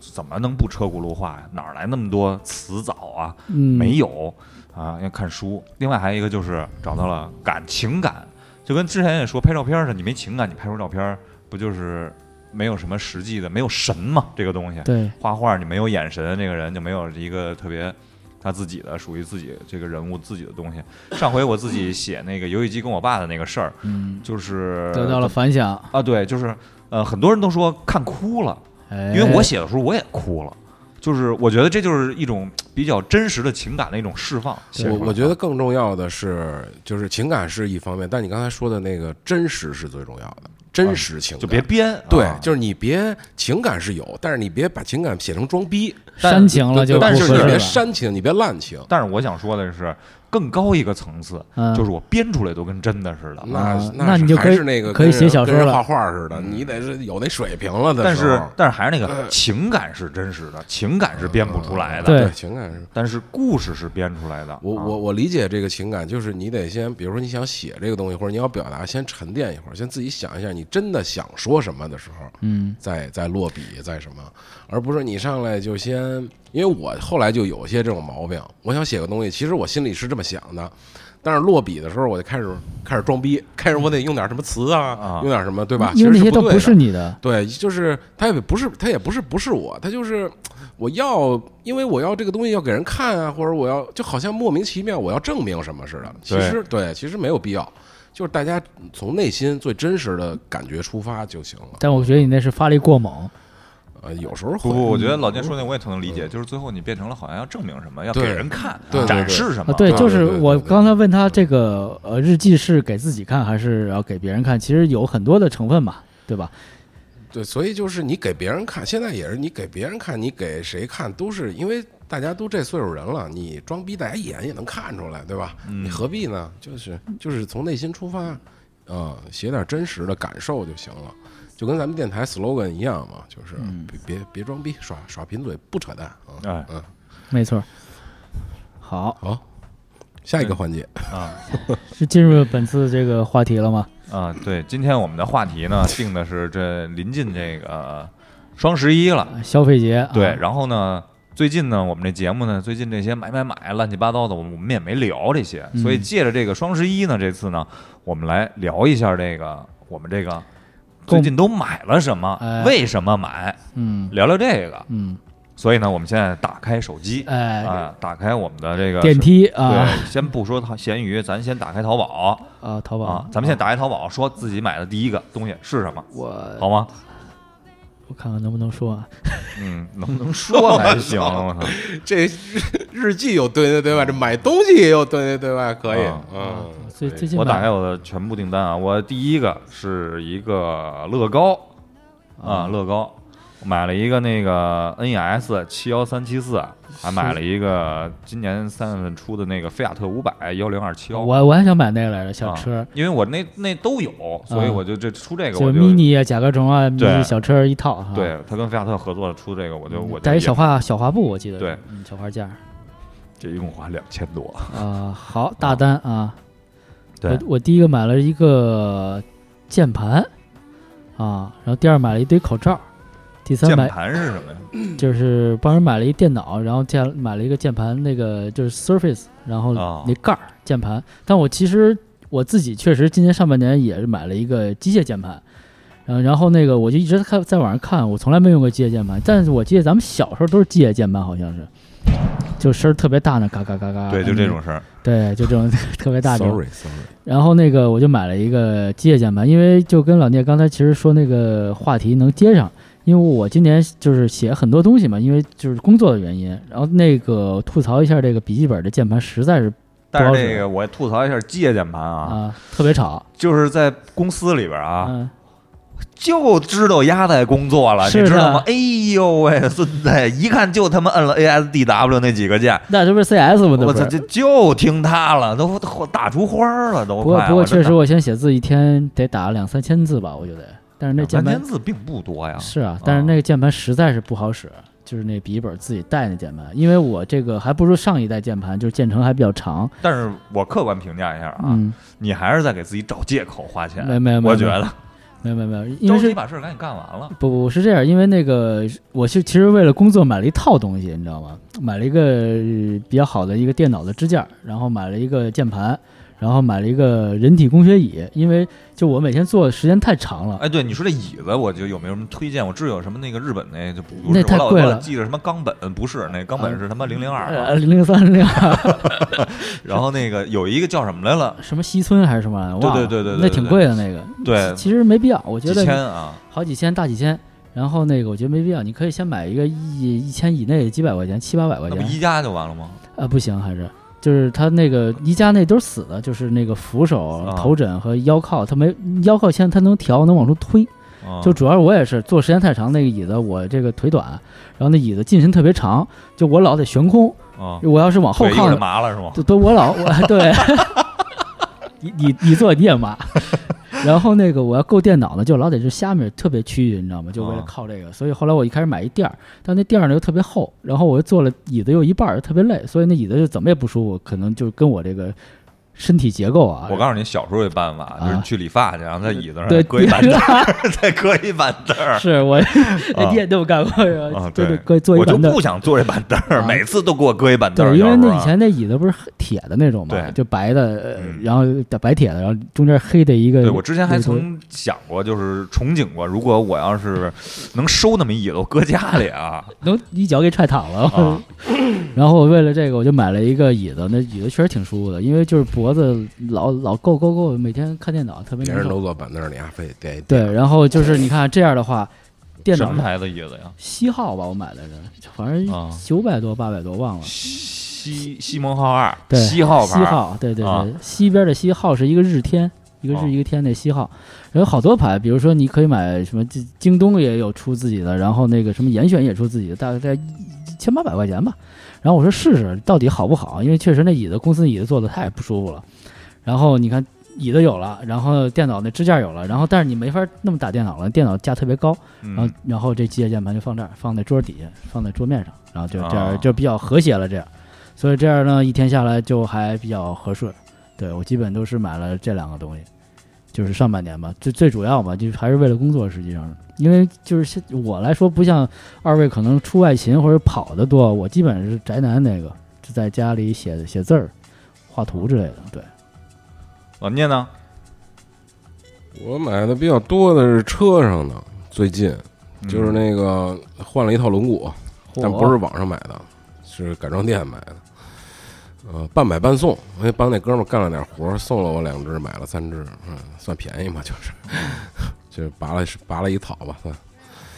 Speaker 2: 怎么能不车轱辘话呀？哪儿来那么多词藻啊？
Speaker 4: 嗯，
Speaker 2: 没有啊，要看书。另外还有一个就是找到了感情感，就跟之前也说拍照片似的，你没情感，你拍出照片不就是没有什么实际的，没有神嘛？这个东西，
Speaker 4: 对，
Speaker 2: 画画你没有眼神，这个人就没有一个特别他自己的属于自己这个人物自己的东西。上回我自己写那个游戏机跟我爸的那个事儿，
Speaker 4: 嗯，
Speaker 2: 就是
Speaker 4: 得到了反响，
Speaker 2: 啊，对，就是呃，很多人都说看哭了，
Speaker 4: 哎，
Speaker 2: 因为我写的时候我也哭了。就是我觉得这就是一种比较真实的情感的一种释放。写
Speaker 3: 我
Speaker 2: 出来
Speaker 3: 我觉得更重要的是，就是情感是一方面，但你刚才说的那个真实是最重要的，真实情感。
Speaker 2: 啊就别编，
Speaker 3: 对
Speaker 2: 啊，
Speaker 3: 就是你别情感是有，但是你别把情感写成装逼，
Speaker 4: 煽情了就不
Speaker 2: 但
Speaker 4: 合
Speaker 3: 是
Speaker 4: 适
Speaker 3: 你别
Speaker 4: 了，
Speaker 3: 煽情，你别滥情。
Speaker 2: 但是我想说的是，更高一个层次，
Speaker 4: 嗯，
Speaker 2: 就是我编出来都跟真的似的。
Speaker 3: 那
Speaker 4: 啊那
Speaker 3: 那是
Speaker 4: 你就
Speaker 3: 还
Speaker 4: 可以
Speaker 3: 是那个
Speaker 4: 可以
Speaker 3: 跟
Speaker 4: 写
Speaker 3: 人
Speaker 4: 小
Speaker 3: 跟
Speaker 4: 说
Speaker 3: 人
Speaker 4: 了嗯
Speaker 3: 画画似的，你得是有那水平了的
Speaker 2: 但
Speaker 3: 时
Speaker 2: 是
Speaker 3: 候。呃
Speaker 2: 但是还是那个情感是真实的，情感是编不出来的。
Speaker 4: 对
Speaker 3: 情感是。
Speaker 2: 但是故事是编出来的。
Speaker 3: 我
Speaker 2: 啊
Speaker 3: 我我理解这个情感，就是你得先，比如说你想写这个东西，或者你要表达，先沉淀一会儿，先自己想一下，你真的想说什么的时候，
Speaker 4: 嗯，
Speaker 3: 再再落笔，再什么，而不是你上来就先，因为我后来就有些这种毛病，我想写个东西，其实我心里是这么想的，但是落笔的时候我就开始开始装逼，开始我得用点什么词
Speaker 2: 啊
Speaker 3: 啊，用点什么，对吧？
Speaker 4: 因为
Speaker 3: 其实
Speaker 4: 那些
Speaker 3: 是
Speaker 4: 都
Speaker 3: 对
Speaker 4: 不
Speaker 3: 的
Speaker 4: 是你的，
Speaker 3: 对，就是他也不是，他也不是不是我，他就是我要，因为我要这个东西要给人看啊，或者我要就好像莫名其妙我要证明什么似的。其
Speaker 2: 对
Speaker 3: 实对，其实没有必要，就是大家从内心最真实的感觉出发就行了。
Speaker 4: 但我觉得你那是发力过猛，
Speaker 3: 呃，有时候
Speaker 2: 不
Speaker 3: 会，
Speaker 2: 不，我觉得老聂说那我也特能理解，就是最后你变成了好像要证明什么，要给
Speaker 3: 嗯对
Speaker 2: 人看，
Speaker 3: 对对
Speaker 2: 展
Speaker 3: 对
Speaker 2: 示什
Speaker 4: 啊，
Speaker 2: 么。
Speaker 4: 对，
Speaker 3: 对
Speaker 4: 就
Speaker 3: 对
Speaker 4: 是
Speaker 3: 对
Speaker 4: 我
Speaker 3: 对对
Speaker 4: 刚才问他这个呃日记是给自己看还是要给别人看，其实有很多的成分嘛，对吧？
Speaker 3: 对，所以就是你给别人看，现在也是你给别人看，你给谁看都是因为大家都这岁数人了，你装逼大家一眼也能看出来，对吧？你何必呢？就是就是从内心出发，啊、写点真实的感受就行了。就跟咱们电台 slogan 一样嘛，就是别别别装逼，耍耍贫嘴不扯淡啊！
Speaker 2: 哎
Speaker 3: 嗯，
Speaker 4: 没错。好，
Speaker 3: 好，下一个环节，
Speaker 2: 啊
Speaker 4: 是进入本次这个话题了吗？
Speaker 2: 啊，对，今天我们的话题 呢定的是这临近这个双十一了，
Speaker 4: 消费节，
Speaker 2: 对，
Speaker 4: 啊、
Speaker 2: 然后呢，最近呢，我们这节目呢，最近这些买买买乱七八糟的，我们我们也没聊这些，所以
Speaker 4: 嗯
Speaker 2: 借着这个双十一呢，这次呢，我们来聊一下这个我们这个
Speaker 4: 购
Speaker 2: 最近都买了什么，
Speaker 4: 哎
Speaker 2: 为什么买，
Speaker 4: 嗯
Speaker 2: 聊聊这个。
Speaker 4: 嗯，
Speaker 2: 所以呢，我们现在打开手机。
Speaker 4: 哎、
Speaker 2: 啊，打开我们的这个
Speaker 4: 电梯啊
Speaker 2: 对，先不说淘闲鱼，咱先打开淘宝
Speaker 4: 啊，淘宝，
Speaker 2: 啊，咱们先打开淘宝，说自己买的第一个东西是什么，
Speaker 4: 我
Speaker 2: 好吗？
Speaker 4: 我看看能不能说啊，
Speaker 2: 嗯，能不能说才 行？我操，
Speaker 3: 这日日记有对对对外，这买东西也有对对对外，可以
Speaker 2: 嗯，
Speaker 3: 嗯，
Speaker 4: 最
Speaker 3: 可以
Speaker 4: 啊最近
Speaker 2: 我打
Speaker 4: 买
Speaker 2: 开我的全部订单啊，我第一个是一个乐高啊，乐高，我买了一个那个 NES 七幺三七四，还买了一个今年三月份出的那个菲亚特五百幺零二七幺。
Speaker 4: 我我还想买那个来着，小
Speaker 2: 啊
Speaker 4: 车。
Speaker 2: 因为我那那都有，所以我就这出这个
Speaker 4: 就
Speaker 2: 我
Speaker 4: 是
Speaker 2: 啊就啊
Speaker 4: mini 啊，甲壳虫啊，迷
Speaker 2: 对
Speaker 4: 你小车一套哈。
Speaker 2: 对他跟菲亚特合作出这个，我就我就
Speaker 4: 带一
Speaker 2: 也
Speaker 4: 小花小花布，我记得是
Speaker 2: 对
Speaker 4: 嗯小花架
Speaker 2: 这一共花两千多，
Speaker 4: 啊。好，大单啊，
Speaker 2: 对
Speaker 4: 我我第一个买了一个键盘，啊，然后第二买了一堆口罩，第三
Speaker 2: 键
Speaker 4: 买
Speaker 2: 盘是什么呀？
Speaker 4: 就是帮人买了一电脑，然后键买了一个键盘，那个就是 Surface，然后
Speaker 2: 哦
Speaker 4: 那盖儿键盘。但我其实我自己确实今年上半年也是买了一个机械键盘，然后然后那个我就一直看在网上看，我从来没用过机械键盘，但是我记得咱们小时候都是机械键盘，好像是，就声儿特别大呢，嘎嘎嘎嘎。
Speaker 2: 对，就这种，事儿。
Speaker 4: 对，就这种 特别啊大这种。
Speaker 3: sorry sorry，
Speaker 4: 然后那个我就买了一个机械键盘，因为就跟老聂刚才其实说那个话题能接上，因为我今年就是写很多东西嘛，因为就是工作的原因，然后那个吐槽一下这个笔记本的键盘实在是
Speaker 2: 但
Speaker 4: 不
Speaker 2: 是
Speaker 4: 好使
Speaker 2: 这个我吐槽一下机械键盘啊，
Speaker 4: 啊特别吵
Speaker 2: 就是在公司里边啊，
Speaker 4: 嗯，
Speaker 2: 就知道丫在工作了，
Speaker 4: 是
Speaker 2: 你
Speaker 4: 的
Speaker 2: 知道吗？哎呦喂，孙子，一看就他妈摁了 A S D W 那几个键，
Speaker 4: 那这不是 CS 吗？那
Speaker 2: 我
Speaker 4: 不
Speaker 2: 操，这
Speaker 4: 是。
Speaker 2: 就听他了，都都打出花儿了，都
Speaker 4: 不
Speaker 2: 快。
Speaker 4: 过不过
Speaker 2: 我真
Speaker 4: 确
Speaker 2: 的
Speaker 4: 实，我先写字一天得打两三千字吧，我觉得。但是那键
Speaker 2: 两
Speaker 4: 盘
Speaker 2: 千字哦并不多呀。
Speaker 4: 是啊，但是那个键盘实在是不好使，就是那笔记本自己带那键盘，因为我这个还不如上一代键盘，就是键程还比较长。
Speaker 2: 但是我客观评价一下啊，
Speaker 4: 嗯，
Speaker 2: 你还是在给自己找借口花钱。
Speaker 4: 没没没
Speaker 2: 我觉得
Speaker 4: 没有没有没有，因
Speaker 2: 着
Speaker 4: 为是
Speaker 2: 急把事儿赶紧干完了。
Speaker 4: 不不，是这样，因为那个我是其实为了工作买了一套东西，你知道吗？买了一个呃比较好的一个电脑的支架，然后买了一个键盘，然后买了一个人体工学椅，因为就我每天坐的时间太长了。
Speaker 2: 哎，对，你说这椅子，我就有没有什么推荐？我知道有什么那个日本那就不
Speaker 4: 那
Speaker 2: 是
Speaker 4: 太
Speaker 2: 我老
Speaker 4: 贵
Speaker 2: 我老
Speaker 4: 了
Speaker 2: 记着什么冈本不是那冈本是他妈零零
Speaker 4: 呃，
Speaker 2: 二，
Speaker 4: 零零三零二，
Speaker 2: 然后那个有一个叫什么来了？
Speaker 4: 什么西村还是什么 玩意儿？忘
Speaker 2: 对
Speaker 4: 了
Speaker 2: 对对对对
Speaker 4: 那挺贵的那个。
Speaker 2: 对
Speaker 4: 其，其实没必要，我觉
Speaker 2: 几
Speaker 4: 得
Speaker 2: 千啊，
Speaker 4: 好几千大几千。然后那个我觉得没必要，你可以先买一个一一千以内的几百块钱，七八百块
Speaker 2: 那
Speaker 4: 钱。
Speaker 2: 不宜家就完了吗？
Speaker 4: 啊，不行，还是就是他那个宜家那都是死的，就是那个扶手、
Speaker 2: 啊
Speaker 4: 头枕和腰靠，他没腰靠现在他能调，能往出推。
Speaker 2: 啊
Speaker 4: 就主要是我也是坐时间太长，那个椅子我这个腿短，然后那椅子进深特别长，就我老得悬空。
Speaker 2: 啊，
Speaker 4: 我要是往后
Speaker 2: 腿一会
Speaker 4: 靠
Speaker 2: 儿
Speaker 4: 呢
Speaker 2: 就，麻了是 吗？
Speaker 4: 都都我老我对，你你你坐你也麻。 然后那个我要够电脑呢，就老得是下面特别屈，你知道吗？就为了
Speaker 2: 啊
Speaker 4: 靠这个，所以后来我一开始买一垫儿，但那垫儿呢又特别厚，然后我又坐了椅子又一半儿，特别累，所以那椅子就怎么也不舒服，可能就跟我这个身体结构啊，
Speaker 2: 我告诉你，小时候有办法，就是
Speaker 4: 啊
Speaker 2: 去理发去，然后在椅子上
Speaker 4: 对
Speaker 2: 搁一板凳 儿，再搁一板凳儿。
Speaker 4: 是我你也这么干过是吧
Speaker 2: 啊？
Speaker 4: 就
Speaker 2: 对
Speaker 4: 是搁坐一
Speaker 2: 我就
Speaker 4: 板凳
Speaker 2: 不。想坐这板凳儿，
Speaker 4: 啊
Speaker 2: 每次都给我搁一板凳儿。
Speaker 4: 对，因为
Speaker 2: 小时候
Speaker 4: 那
Speaker 2: 啊
Speaker 4: 以前那椅子不是黑铁的那种嘛，
Speaker 2: 对
Speaker 4: 就白的，呃
Speaker 2: 嗯
Speaker 4: 然后白铁的，然后中间黑的一个。
Speaker 2: 对我之前还
Speaker 4: 那个东西
Speaker 2: 曾想过，就是憧憬过，如果我要是能收那么一椅子，我搁家里 啊
Speaker 4: 能一脚给踹躺了。
Speaker 2: 啊
Speaker 4: 然后我为了这个，我就买了一个椅子，那椅子确实挺舒服的，因为就是脖子老老够够够，每天看电脑特别
Speaker 3: 别
Speaker 4: 难
Speaker 3: 人
Speaker 4: 受。
Speaker 3: 都坐板凳儿，你还啊非得垫一垫。
Speaker 4: 对，然后就是你看这样的话，电
Speaker 2: 什
Speaker 4: 脑
Speaker 2: 么牌子椅子呀？
Speaker 4: 西号吧，我买来的，反正
Speaker 2: 啊
Speaker 4: 九百多八百多忘了。
Speaker 2: 西西蒙号二，
Speaker 4: 对，
Speaker 2: 西号牌
Speaker 4: 西
Speaker 2: 儿，
Speaker 4: 号，对对对，
Speaker 2: 啊
Speaker 4: 西边的西号是一个日天，一个
Speaker 2: 哦
Speaker 4: 日一个天那西号，然后好多牌，比如说你可以买什么，京京东也有出自己的，然后那个什么严选也出自己的，大概一千八百块钱吧。然后我说试试到底好不好，因为确实那椅子公司椅子坐的太不舒服了。然后你看椅子有了，然后电脑那支架有了，然后但是你没法那么打电脑了，电脑架特别高，然后
Speaker 2: 嗯，
Speaker 4: 然后这机械键盘就放这儿，放在桌底下，放在桌面上，然后就这样、
Speaker 2: 啊
Speaker 4: 就比较和谐了，这样，所以这样呢，一天下来就还比较和顺。对我基本都是买了这两个东西，就是上半年吧，最最主要吧，就是还是为了工作，实际上是，因为就是现我来说，不像二位可能出外勤或者跑的多，我基本是宅男那个，就在家里写写字儿、画图之类的。对，
Speaker 2: 老聂哦呢？
Speaker 3: 我买的比较多的是车上的，最近
Speaker 2: 嗯
Speaker 3: 就是那个换了一套轮毂，嗯但不是网上买的，是改装店买的。呃，半买半送，因为帮那哥们儿干了点活儿，送了我两只，买了三只，嗯，算便宜嘛，就是， 就是拔了拔了一草吧，算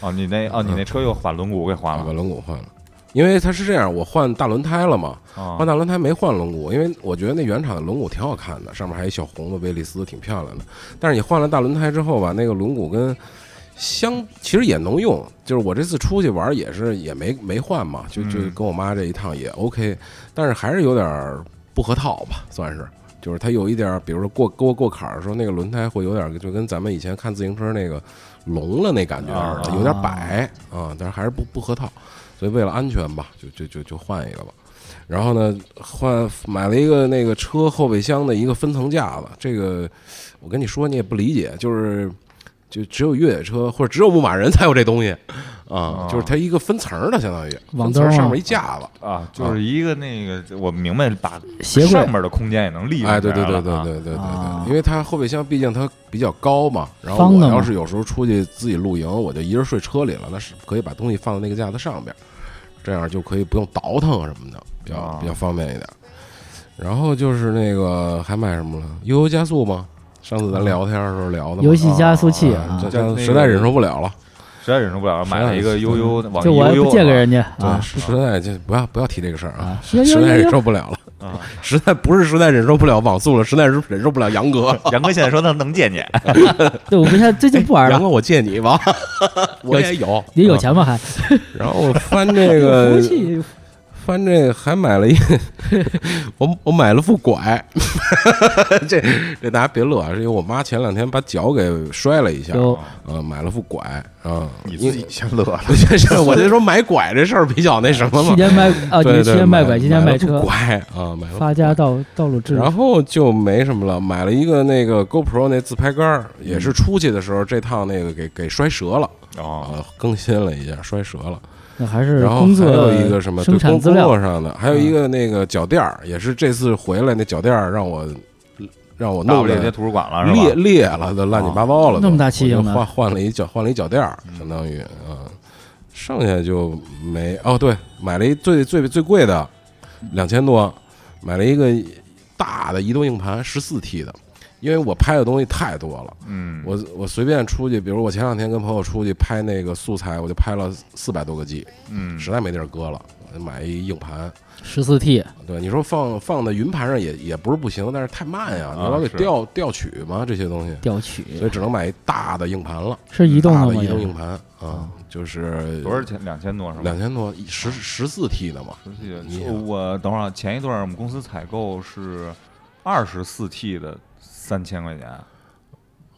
Speaker 2: 哦，你那哦，你那车又把轮毂给换
Speaker 3: 把
Speaker 2: 了
Speaker 3: 轮毂换了。因为它是这样，我换大轮胎了嘛，
Speaker 2: 啊
Speaker 3: 换大轮胎没换轮毂，因为我觉得那原厂的轮毂挺好看的，上面还有一小红的威利斯，挺漂亮的。但是你换了大轮胎之后吧，那个轮毂跟相其实也能用，就是我这次出去玩也是也没没换嘛，就就
Speaker 2: 嗯
Speaker 3: 跟我妈这一趟也 OK，但是还是有点儿不合套吧，算是。就是它有一点儿，比如说过过过坎儿的时候，那个轮胎会有点儿，就跟咱们以前看自行车那个聋了那感觉似的，有点儿摆啊、但是还是不不合套，所以为了安全吧，就就就就换一个吧。然后呢，换买了一个那个车后备箱的一个分层架子，这个我跟你说你也不理解，就是。就只有越野车或者只有牧马人才有这东西啊，就是它一个分层儿的，相当于
Speaker 4: 网
Speaker 3: 分层儿
Speaker 4: 兜儿
Speaker 3: 上
Speaker 4: 啊
Speaker 3: 面一架子。
Speaker 2: 啊，就是一个那个，我明白，把
Speaker 4: 鞋柜
Speaker 2: 上面的空间也能利用。
Speaker 3: 哎，对对对对对，对对
Speaker 4: 啊
Speaker 3: 对，因为它后备箱毕竟它比较高嘛，然后
Speaker 4: 方
Speaker 3: 我
Speaker 4: 的
Speaker 3: 要
Speaker 4: 嘛
Speaker 3: 是有时候出去自己露营，我就一人睡车里了，那是可以把东西放在那个架子上边儿，这样就可以不用倒腾什么的，比较
Speaker 2: 啊
Speaker 3: 比较方便一点。然后就是那个还买什么了？悠游加速吗？上次咱聊天的时候聊的嘛
Speaker 4: 游戏加速器
Speaker 3: 啊
Speaker 4: 啊，
Speaker 3: 这
Speaker 2: 啊就那
Speaker 3: 这
Speaker 2: 个
Speaker 3: 实在忍受不了了，
Speaker 2: 实在忍受不了，买了一个悠悠网易
Speaker 4: 就嗯我也
Speaker 2: 悠悠
Speaker 4: 不借给人家
Speaker 3: 对，
Speaker 4: 啊
Speaker 3: 实在就不要不要提这个事儿啊
Speaker 4: 啊，，有
Speaker 3: 实在
Speaker 4: 有
Speaker 3: 忍
Speaker 4: 有
Speaker 3: 受不了了，
Speaker 2: 啊
Speaker 3: 实在不是实在忍受不了网速了，实在是忍受不了 杨哥。
Speaker 2: 杨哥现在说他能借你，
Speaker 4: 对，我们现在最 近不玩
Speaker 3: 然
Speaker 4: 了，
Speaker 3: 后我借你吧， 我也有，啊
Speaker 4: 你啊有。钱吗？还
Speaker 3: 然后我翻这
Speaker 4: 有服
Speaker 3: 个
Speaker 4: 务，器
Speaker 3: 翻这个还买了一，我我买了副拐， 这这大家别乐啊，是因为我妈前两天把脚给摔了一下，
Speaker 4: 有
Speaker 3: 呃，买了副拐啊。
Speaker 2: 你自己先乐了。
Speaker 3: 这是我 就说买拐这事儿比较那什么
Speaker 4: 去
Speaker 3: 嘛，
Speaker 4: 年 卖啊，
Speaker 3: 对
Speaker 4: 你
Speaker 3: 对
Speaker 4: 去年卖
Speaker 3: 买
Speaker 4: 拐，今年卖
Speaker 3: 买了
Speaker 4: 车
Speaker 3: 副，拐啊，买了副
Speaker 4: 发家道道路制
Speaker 3: 然后就没什么了，买了一个那个 GoPro 那自拍杆儿，也是出去的时候这趟那个给给摔折了
Speaker 2: 哦，
Speaker 3: 啊，更新了一下，摔折了。
Speaker 4: 那还是
Speaker 3: 然后
Speaker 4: 工
Speaker 3: 还
Speaker 4: 作
Speaker 3: 有一个什么
Speaker 4: 生
Speaker 3: 对
Speaker 4: 产
Speaker 3: 工
Speaker 4: 资
Speaker 3: 工
Speaker 4: 料嗯
Speaker 3: 作上的，还有一个那个脚垫儿，也是这次回来那脚垫儿让我让我
Speaker 2: 大不
Speaker 3: 弄
Speaker 2: 列颠
Speaker 3: 的
Speaker 2: 图书馆了
Speaker 3: 裂
Speaker 2: 是吧？
Speaker 3: 裂了的乱七八糟了都，
Speaker 4: 哦那么大气啊性
Speaker 3: 我就
Speaker 4: 呢
Speaker 3: 换换了一脚换了一脚垫儿，相当于嗯，剩下就没哦对，买了一最最最贵的两千多，买了一个大的移动硬盘十四 T 的，因为我拍的东西太多了。
Speaker 2: 嗯，
Speaker 3: 我我随便出去，比如我前两天跟朋友出去拍那个素材，我就拍了四百多个 G，
Speaker 2: 嗯
Speaker 3: 实在没地儿搁了，我就买一硬盘。
Speaker 4: 十四 T
Speaker 3: 对，你说放放在云盘上也也不是不行，但是太慢呀，
Speaker 2: 啊
Speaker 3: 你老得
Speaker 2: 是
Speaker 3: 调调取嘛这些东西，
Speaker 4: 调取
Speaker 3: 所以只能买一大的硬盘了，
Speaker 4: 是移动
Speaker 3: 大
Speaker 4: 的
Speaker 3: 的
Speaker 4: 吗？
Speaker 3: 移
Speaker 4: 也
Speaker 3: 动
Speaker 4: 是
Speaker 3: 硬盘啊，就是
Speaker 2: 多少钱？嗯两千多是吧？
Speaker 3: 两千多，一十十四 T 的嘛，
Speaker 2: 不是
Speaker 3: 你
Speaker 2: 就我等会儿啊，前一段我们公司采购是二十四 T 的三千块钱，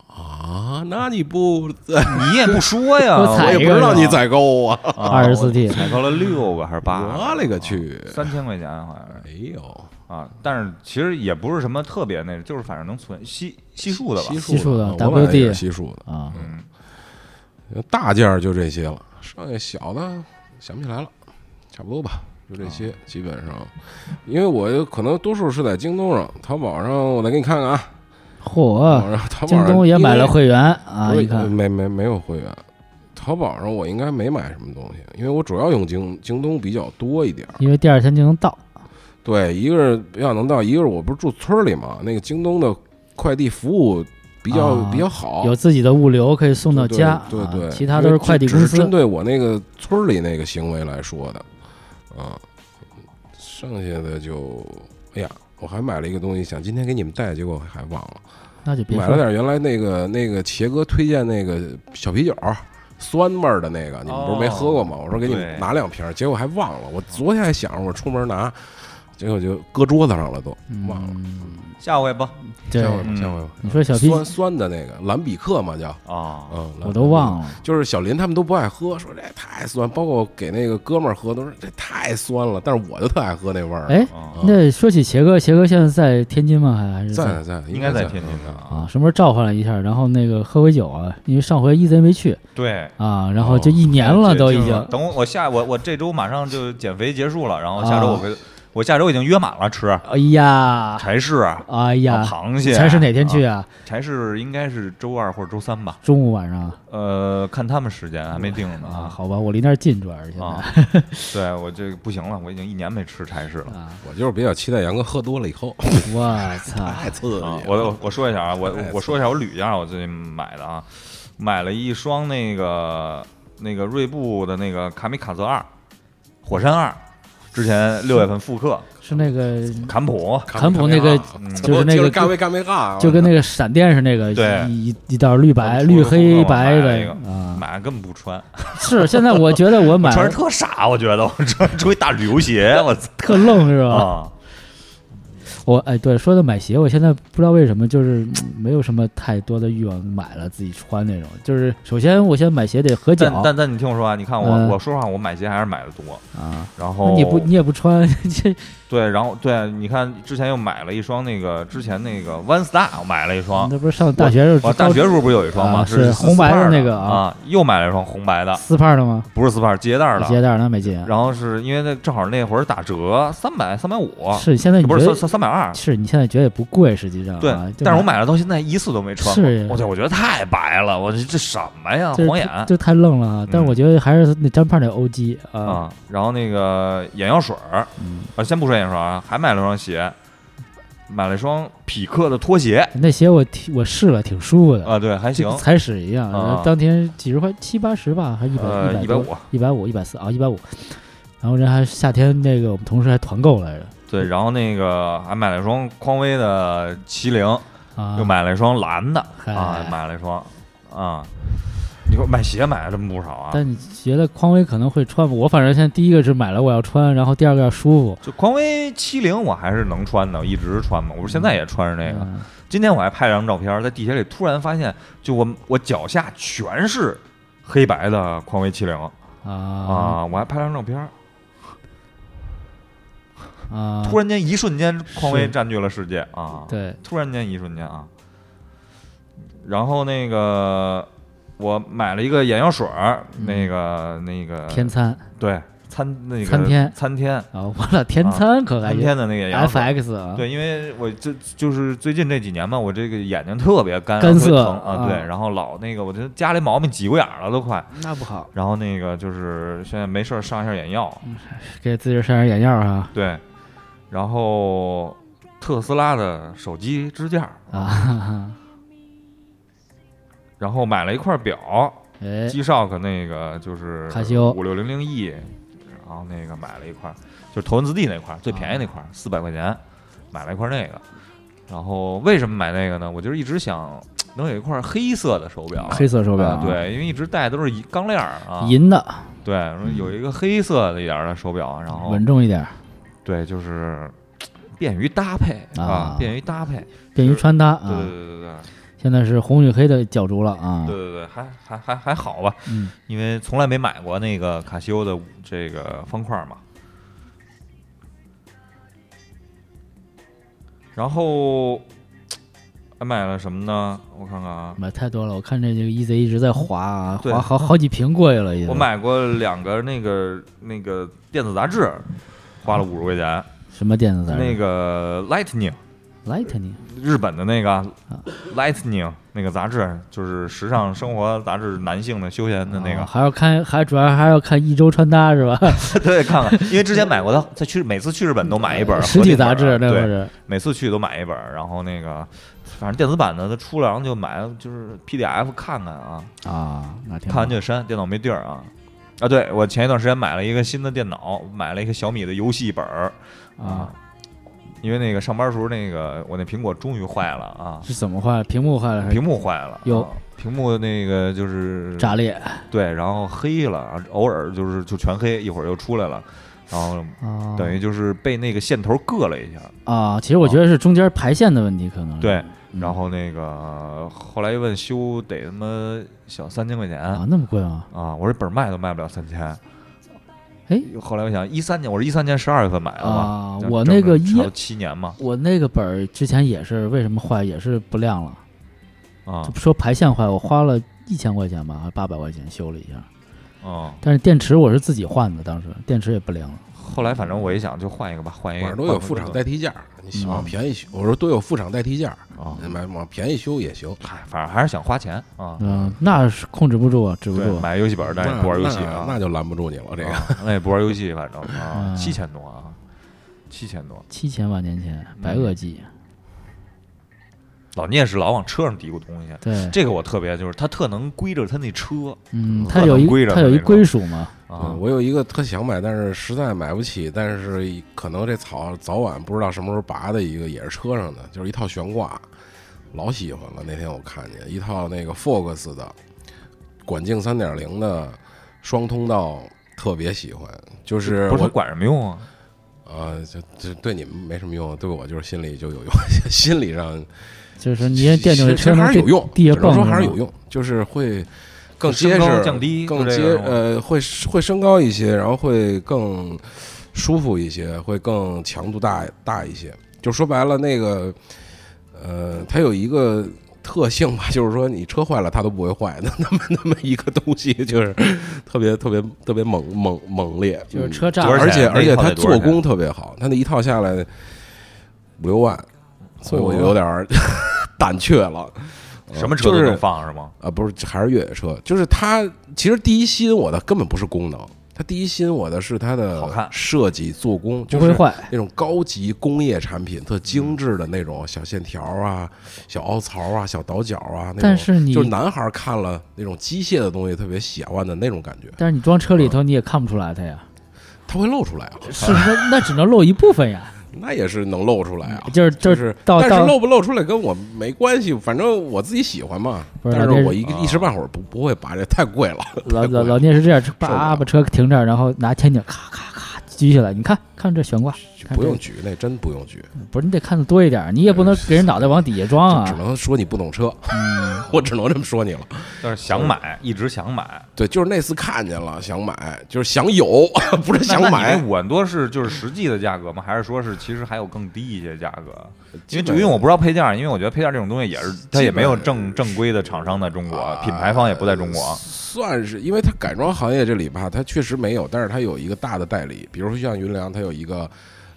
Speaker 3: 啊，那你不，
Speaker 2: 你也不说呀，
Speaker 4: 我
Speaker 3: 我
Speaker 4: 采
Speaker 3: 也
Speaker 2: 也
Speaker 3: 不知道你采购啊，
Speaker 2: 啊
Speaker 4: 24 T
Speaker 2: 我采购了六个还是
Speaker 4: 啊
Speaker 2: 八个？
Speaker 3: 我勒个去
Speaker 2: 三千块钱好像是
Speaker 3: 哎呦，
Speaker 2: 啊，但是其实也不是什么特别那，就是反正能存稀稀数的吧
Speaker 3: 稀。
Speaker 4: 稀数的
Speaker 3: 啊我买的
Speaker 4: WD
Speaker 3: 也是稀数的，
Speaker 4: 啊，
Speaker 2: 嗯，
Speaker 3: 大件儿就这些了，剩下小的想不起来了，差不多吧，就这
Speaker 4: 啊
Speaker 3: 些，基本上。因为我有可能多数是在京东上、淘宝上，我再给你看看啊。
Speaker 4: 嚯，
Speaker 3: 然后淘宝
Speaker 4: 啊京
Speaker 3: 上
Speaker 4: 东也买了
Speaker 3: 因为嗯
Speaker 4: 会员啊，
Speaker 3: 不是
Speaker 4: 一看
Speaker 3: 没没没有会员。淘宝上我应该没买什么东西，啊因为我主要用京京东比较多一点儿。
Speaker 4: 因为第二天就能到，
Speaker 3: 对，一个是比较能到，一个是我不是住村儿里嘛，那个京东的快递服务比较、
Speaker 4: 啊
Speaker 3: 比较好，
Speaker 4: 有自己的物流可以送到
Speaker 3: 对
Speaker 4: 家，
Speaker 3: 对对
Speaker 4: 啊
Speaker 3: 对，
Speaker 4: 其他都是快递
Speaker 3: 因为
Speaker 4: 公
Speaker 3: 只只是针
Speaker 4: 司。
Speaker 3: 对我那个村儿里那个行为来说的，啊，剩下的就，哎呀，我还买了一个东西，想今天给你们带，结果还忘了，
Speaker 4: 那就别
Speaker 3: 买
Speaker 4: 说
Speaker 3: 了
Speaker 4: 了
Speaker 3: 点原来那个那个茄哥推荐那个小啤酒。酸味儿的那个，你们不是没喝过吗？我说给你们
Speaker 2: 对
Speaker 3: 拿两瓶儿，结果还忘了。我昨天还想着我出门拿，结果就搁桌子上了都，忘了。
Speaker 4: 嗯，
Speaker 2: 下回吧
Speaker 4: 对
Speaker 3: 下，回吧，
Speaker 2: 嗯
Speaker 3: 下回吧。
Speaker 4: 你说小啤
Speaker 3: 酸酸的那个蓝比克嘛叫，
Speaker 2: 啊，
Speaker 3: 嗯，
Speaker 4: 我都
Speaker 3: 了。
Speaker 4: 忘了，
Speaker 3: 就是小林他们都不爱喝，说这太酸，包括我给那个哥们儿喝，都说这太酸了。但是我就特爱喝那味儿。
Speaker 4: 哎，
Speaker 2: 啊，
Speaker 4: 那说起茄哥，茄哥现在在天津吗？还还
Speaker 3: 嗯
Speaker 4: 是
Speaker 3: 在在
Speaker 2: 应
Speaker 3: 啊
Speaker 2: 该
Speaker 3: 该
Speaker 2: 在天津的啊，
Speaker 4: 啊？什么时候召唤了一下？然后那个喝回酒啊，因为上回一贼没去
Speaker 2: 对。
Speaker 4: 啊，然
Speaker 2: 哦
Speaker 4: 后就一年了都已经。
Speaker 2: 等我我下我我这周马上就减肥结束了，然后
Speaker 4: 啊
Speaker 2: 下周我回，我下周已经约满了吃啊
Speaker 4: 哎呀，
Speaker 2: 柴市、
Speaker 4: 哎呀，
Speaker 2: 螃蟹。
Speaker 4: 才是哪天去
Speaker 2: 啊？
Speaker 4: 啊？
Speaker 2: 柴市应该是周二或者周三吧，
Speaker 4: 中午晚上
Speaker 2: 呃，看他们时间还没定呢
Speaker 4: 啊？。好吧，我离那儿近，主要是现
Speaker 2: 啊
Speaker 4: 在，
Speaker 2: 对我这个不行了，我已经一年没吃柴市了。
Speaker 4: 啊，
Speaker 3: 我就是比较期待杨哥喝多了以后，
Speaker 4: 嗯我操！
Speaker 3: 太刺激
Speaker 2: 啊
Speaker 3: 了，。
Speaker 2: 我我我说一下啊，我
Speaker 3: 哎
Speaker 2: 我说一下，我捋一下我最近买的啊，买了一双那个那个锐步的那个卡米卡泽二，火山二，之前六月份复刻
Speaker 4: 是 那个
Speaker 2: 坎普，
Speaker 4: 坎普那个
Speaker 2: 嗯，
Speaker 4: 就是那个
Speaker 3: 干杯干杯啊哈，
Speaker 4: 就跟那个闪电是那个
Speaker 2: 对
Speaker 4: 一一一道绿白
Speaker 2: 我
Speaker 4: 绿黑
Speaker 2: 买
Speaker 4: 白
Speaker 2: 了一
Speaker 4: 的
Speaker 2: 个
Speaker 4: 啊，
Speaker 2: 买了根本不穿，
Speaker 4: 是现在我觉得我买
Speaker 2: 穿着
Speaker 4: 了
Speaker 2: 特傻，我觉得我穿出一大旅游鞋，我操
Speaker 4: 啊特愣是吧？
Speaker 2: 啊！
Speaker 4: 我哎，对，说到买鞋，我现在不知道为什么就是嗯没有什么太多的欲望买了自己穿那种。就是首先，我先买鞋得合脚
Speaker 2: 但但但你听我说啊，你看我、
Speaker 4: 嗯
Speaker 2: 我说实话，我买鞋还是买的多，
Speaker 4: 啊，
Speaker 2: 然
Speaker 4: 那
Speaker 2: 后
Speaker 4: 你不你也不穿 这
Speaker 2: 对，然后对，啊你看之前又买了一双那个之前那个 One Star 我买了一双，
Speaker 4: 那不是上大学时候
Speaker 2: 哦我大
Speaker 4: 高
Speaker 2: 学时候不是有一双吗？
Speaker 4: 啊是
Speaker 2: 是
Speaker 4: 红白的
Speaker 2: 的
Speaker 4: 那个啊
Speaker 2: 啊，又买了一双红白的，
Speaker 4: 丝帕的吗？
Speaker 2: 不是丝帕，是系鞋带儿
Speaker 4: 鞋
Speaker 2: 的。
Speaker 4: 带儿那没劲啊。
Speaker 2: 然后是因为那正好那会儿打折，三百三百五，
Speaker 4: 是现在你
Speaker 2: 不
Speaker 4: 觉
Speaker 2: 是
Speaker 4: 得
Speaker 2: 三三三百二，
Speaker 4: 是你现在觉得也不贵，实际上啊
Speaker 2: 对
Speaker 4: 就，
Speaker 2: 但是我买了到现在一次都没穿
Speaker 4: 是
Speaker 2: 过。我去，我觉得太白了，我这这什么呀，
Speaker 4: 就是
Speaker 2: 晃眼嗯
Speaker 4: 就太愣了啊！但是我觉得还是那张胖那 OG 啊，
Speaker 2: 啊。然后那个眼药水儿，
Speaker 4: 嗯
Speaker 2: 啊，先不说眼药水儿啊，还买了双鞋，买了一双匹克的拖鞋
Speaker 4: 那鞋我挺我试了，挺舒服的，
Speaker 2: 啊，对，还行
Speaker 4: 就，踩屎一
Speaker 2: 啊
Speaker 4: 样。然后当天几十块，七八十吧，还一百
Speaker 2: 呃，一
Speaker 4: 一
Speaker 2: 百
Speaker 4: 百
Speaker 2: 五，，
Speaker 4: 一百五一百四啊，一百五。然后人还夏天那个我们同事还团购来着
Speaker 2: 对，然后那个还买了一双匡威的麒麟，
Speaker 4: 啊，
Speaker 2: 又买了一双蓝的
Speaker 4: 嗨
Speaker 2: 啊，买了一双啊。你说买鞋买了这么不少啊？
Speaker 4: 但你觉得匡威可能会穿吗？我反正现在第一个是买了我要穿，然后第二个要舒服。
Speaker 2: 就匡威七零我还是能穿的，我一直穿嘛。我不是现在也穿着那个。
Speaker 4: 嗯
Speaker 2: 今天我还拍了张照片，在地铁里突然发现，就我我脚下全是黑白的匡威七零
Speaker 4: 啊
Speaker 2: 啊！我还拍了张照片，
Speaker 4: 啊！
Speaker 2: 突然间一瞬间，匡威
Speaker 4: 是
Speaker 2: 占据了世界啊！
Speaker 4: 对，
Speaker 2: 突然间一瞬间啊。然后那个我买了一个眼药水儿，那个那个
Speaker 4: 嗯天餐
Speaker 2: 对餐那个
Speaker 4: 参天
Speaker 2: 参天
Speaker 4: 啊，我俩天
Speaker 2: 啊
Speaker 4: 餐可还
Speaker 2: 参
Speaker 4: 有
Speaker 2: 天的那个眼药水儿。
Speaker 4: FX 啊，
Speaker 2: 对，因为我这就是最近这几年嘛，我这个眼睛特别干，
Speaker 4: 干
Speaker 2: 特别
Speaker 4: 涩
Speaker 2: 疼啊，
Speaker 4: 啊
Speaker 2: 对，然后老那个，我这家里毛病挤过眼儿了都快，
Speaker 4: 那不好，
Speaker 2: 然后那个就是现在没事儿上一下眼药，
Speaker 4: 嗯给自己上点眼药啊
Speaker 2: 对，然后特斯拉的手机支架，
Speaker 4: 啊！ 哈哈
Speaker 2: 然后买了一块表
Speaker 4: 哎，
Speaker 2: g s h o c k 那个就是
Speaker 4: 卡西欧
Speaker 2: 五六零零 E，然后那个买了一块，就是头文字 D 那块最便宜那块四百块钱，买了一块那个。然后为什么买那个呢？我就是一直想能有一块黑色的手表，
Speaker 4: 黑色手表
Speaker 2: 啊
Speaker 4: 啊，
Speaker 2: 对，因为一直戴都是银钢链儿啊，
Speaker 4: 银的，
Speaker 2: 对，然后有一个黑色的一点儿的手表，然后
Speaker 4: 稳重一点，
Speaker 2: 对，就是便于搭配
Speaker 4: 啊
Speaker 2: 便于搭配。
Speaker 4: 便于
Speaker 2: 是
Speaker 4: 穿搭
Speaker 2: 对对
Speaker 4: 啊。
Speaker 2: 对对对
Speaker 4: 现在是红与黑的角逐了啊
Speaker 2: 对，对对，还还还还好吧，
Speaker 4: 嗯，
Speaker 2: 因为从来没买过那个卡西欧的这个方块嘛。然后还买了什么呢？我看看啊，
Speaker 4: 买太多了，我看这这个 EZ 一直在滑啊，
Speaker 2: 对
Speaker 4: 滑好好几瓶过去了已经。
Speaker 2: 我买过两个那个那个电子杂志，花了五十块钱。
Speaker 4: 什么电子杂志？
Speaker 2: 那个 Lightning。
Speaker 4: Lightning
Speaker 2: 日本的那
Speaker 4: 啊
Speaker 2: 个 Lightning 那个杂志，就是时尚生活杂志，男性的休闲的那
Speaker 4: 啊
Speaker 2: 个，
Speaker 4: 还要看，还主要还要看一周穿搭是吧？
Speaker 2: 对，看看， 因为之前买过，他他去每次去日本都买一本
Speaker 4: 实体杂志
Speaker 2: 合订
Speaker 4: 那
Speaker 2: 本
Speaker 4: 不
Speaker 2: 儿啊对，
Speaker 4: 是
Speaker 2: 每次去都买一本儿，然后那个反正电子版的它出了，然后就买，就是 PDF 看看啊，
Speaker 4: 啊，那挺
Speaker 2: 看
Speaker 4: 好
Speaker 2: 完就删，电脑没地儿啊。啊，对我前一段时间买了一个新的电脑，买了一个小米的游戏本儿
Speaker 4: 啊。，
Speaker 2: 因为那个上班时候那个我那苹果终于坏了啊，
Speaker 4: 是怎么坏？屏幕坏了还是
Speaker 2: 屏幕坏了，
Speaker 4: 哎有
Speaker 2: 啊屏幕那个就是
Speaker 4: 炸裂
Speaker 2: 对，然后黑了，偶尔就是就全黑，一会儿又出来了，然后
Speaker 4: 啊？
Speaker 2: 等于就是被那个线头硌了一下，
Speaker 4: 啊，其实我觉得是中间排线的问题，可能是
Speaker 2: 对，
Speaker 4: 嗯
Speaker 2: 然后那个后来一问修得他妈小三千块钱
Speaker 4: 啊，那么贵吗？
Speaker 2: 啊，我这本儿卖都卖不了三千，
Speaker 4: 哎，
Speaker 2: 后来我想一三年，我是一三年十二月份买的嘛，
Speaker 4: 啊，
Speaker 2: 然后
Speaker 4: 我
Speaker 2: 整
Speaker 4: 那个
Speaker 2: 整
Speaker 4: 一
Speaker 2: 差不多七年嘛，
Speaker 4: 我那个本儿之前也是为什么坏，也是不亮了，
Speaker 2: 啊
Speaker 4: 就说排线坏，我花了一千块钱吧，还八百块钱修了一下，
Speaker 2: 啊，
Speaker 4: 但是电池我是自己换的，当时电池也不亮了。
Speaker 2: 后来反正我一想就换一个吧，换一
Speaker 3: 反
Speaker 2: 个
Speaker 3: 正都有
Speaker 2: 换
Speaker 3: 副
Speaker 2: 个
Speaker 3: 厂
Speaker 2: 这
Speaker 3: 代替件儿，你想往
Speaker 4: 嗯
Speaker 3: 便宜修，我说都有副厂代替件儿，
Speaker 2: 个啊，
Speaker 3: 你买往便宜修也行。
Speaker 2: 嗨，哎反正还是想花钱啊，
Speaker 4: 嗯，那是控制不住啊，止不
Speaker 2: 对，
Speaker 4: 住。
Speaker 2: 买游戏本儿，但是
Speaker 3: 那
Speaker 2: 不玩游戏
Speaker 3: 那
Speaker 2: 啊，
Speaker 3: 那就拦不住你了。这个
Speaker 2: 啊那也不玩游戏，反正啊
Speaker 4: 啊，
Speaker 2: 七千多啊，七千多。
Speaker 4: 七千万年前，
Speaker 3: 嗯
Speaker 4: 白垩纪，
Speaker 2: 老聂是老往车上嘀咕东西，
Speaker 4: 对，
Speaker 2: 这个我特别就是他特能归着他那车
Speaker 4: 嗯，
Speaker 2: 特
Speaker 4: 它有
Speaker 2: 能
Speaker 4: 一
Speaker 2: 归着的
Speaker 4: 它有一
Speaker 2: 那种
Speaker 4: 归属嘛，
Speaker 2: 啊
Speaker 3: 嗯，我有一个特想买，但是实在买不起，但是可能这草早晚不知道什么时候拔的一个，也是车上的，就是一套悬挂，老喜欢了。那天我看见一套那个 Focus 的管径三点零的双通道，特别喜欢，就是
Speaker 2: 不是他
Speaker 3: 我
Speaker 2: 管什么用啊？
Speaker 3: 呃，这这对你们没什么用，对我就是心里就有用， 心理上
Speaker 4: 就是说你也
Speaker 3: 其
Speaker 4: 惦记着
Speaker 3: 实
Speaker 4: 车能
Speaker 3: 还是有用，
Speaker 4: 地下
Speaker 3: 只能
Speaker 4: 蹦，
Speaker 3: 说还是有。用，就是会更
Speaker 2: 升
Speaker 3: 结
Speaker 2: 高
Speaker 3: 实，
Speaker 2: 降低
Speaker 3: 更
Speaker 2: 之类
Speaker 3: 结
Speaker 2: 的是吗
Speaker 3: 呃，会会升高一些，然后会更舒服一些，会更强度大大一些。就说白了，那个呃，它有一个特性吧，就是说你车坏了它都不会坏的， 那么那么一个东西，就是特别特别特别猛猛猛烈，
Speaker 4: 就是
Speaker 3: 嗯
Speaker 4: 车炸
Speaker 2: 多少
Speaker 4: 了，
Speaker 3: 而且
Speaker 2: 钱
Speaker 3: 而且
Speaker 2: 那一套
Speaker 3: 它
Speaker 2: 得多少
Speaker 3: 做
Speaker 2: 钱
Speaker 3: 工特别好，它那一套下来五六万，所以我就有点儿 胆怯了。呃
Speaker 2: 什么车
Speaker 3: 就
Speaker 2: 都
Speaker 3: 是
Speaker 2: 能放是吗？
Speaker 3: 啊，不是，还是越野车，就是它其实第一吸引我的根本不是功能，它第一吸引我的是它的
Speaker 2: 好看
Speaker 3: 设计做工，
Speaker 4: 不
Speaker 3: 就
Speaker 4: 会
Speaker 3: 是
Speaker 4: 坏。
Speaker 3: 那种高级工业产品，特精致的那种小线条啊、小凹槽啊、小倒角啊，那
Speaker 4: 但
Speaker 3: 种
Speaker 4: 是你
Speaker 3: 就是男孩看了那种机械的东西特别喜欢的那种感觉，
Speaker 4: 但是你装车里头你也看不出来它呀，
Speaker 3: 它会露出来啊，
Speaker 4: 是那那只能露一部分呀，
Speaker 3: 那也是能露出来啊。
Speaker 4: 就是
Speaker 3: 就
Speaker 4: 就是
Speaker 3: 是，
Speaker 4: 到
Speaker 3: 但是
Speaker 4: 到
Speaker 3: 露不露出来跟我没关系，反正我自己喜欢嘛。
Speaker 4: 不是哦
Speaker 3: 但
Speaker 4: 老
Speaker 3: 是
Speaker 4: 聂
Speaker 3: 我一
Speaker 2: 啊
Speaker 3: 一时半会儿不不会把这太贵了。
Speaker 4: 老
Speaker 3: 太贵
Speaker 4: 老
Speaker 3: 了
Speaker 4: 老聂是这样，
Speaker 3: 受不
Speaker 4: 叭
Speaker 3: 了
Speaker 4: 把车停这儿，然后拿天井咔咔咔举起来，你看看这悬挂，看
Speaker 3: 不
Speaker 4: 这
Speaker 3: 用举，那真不用举，
Speaker 4: 不是你得看的多一点，你也不能给人脑袋往底下装
Speaker 3: 只
Speaker 4: 啊。
Speaker 3: 能说你不懂车，
Speaker 4: 嗯，
Speaker 3: 我只能这么说你了。
Speaker 2: 但是想买，一直想买，
Speaker 3: 对，就是那次看见了，想买，就是想有， 不是想
Speaker 2: 那那你
Speaker 3: 买
Speaker 2: 那。五万多是就是实际的价格吗？还是说是其实还有更低一些价格？因为
Speaker 3: 基本
Speaker 2: 就因为我不知道配件，因为我觉得配件这种东西也是它也没有
Speaker 3: 呃
Speaker 2: 正正规的厂商在中国，
Speaker 3: 啊
Speaker 2: 品牌方也不在中国。
Speaker 3: 算是，因为它改装行业这里吧，它确实没有，但是它有一个大的代理，比如说像云良，它有一个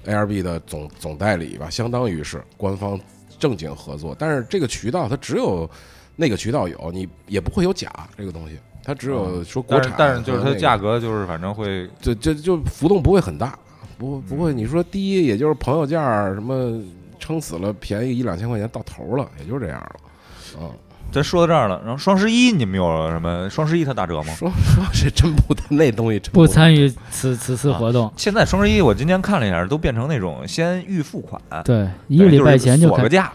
Speaker 3: ARB 的总总代理吧，相当于是官方正经合作，但是这个渠道它只有那个渠道有，你也不会有假这个东西，它只有说国
Speaker 2: 但是啊
Speaker 3: 产和那个、
Speaker 2: 但是就是它的价格就是反正会
Speaker 3: 就就就浮动不会很大，不不
Speaker 2: 嗯
Speaker 3: 会。你说第一，也就是朋友价儿什么撑死了便宜一两千块钱到头了，也就这样了。嗯，
Speaker 2: 咱说到这儿了，然后双十一你们有什么？双十一它打折吗？
Speaker 3: 说 说这真不啊那东西真
Speaker 4: 不参与此此次活动，
Speaker 2: 现在双十一我今天看了一下，都变成那种先预付款，
Speaker 4: 对，一个礼拜前
Speaker 2: 就
Speaker 4: 就是
Speaker 2: 锁
Speaker 4: 开
Speaker 2: 个价，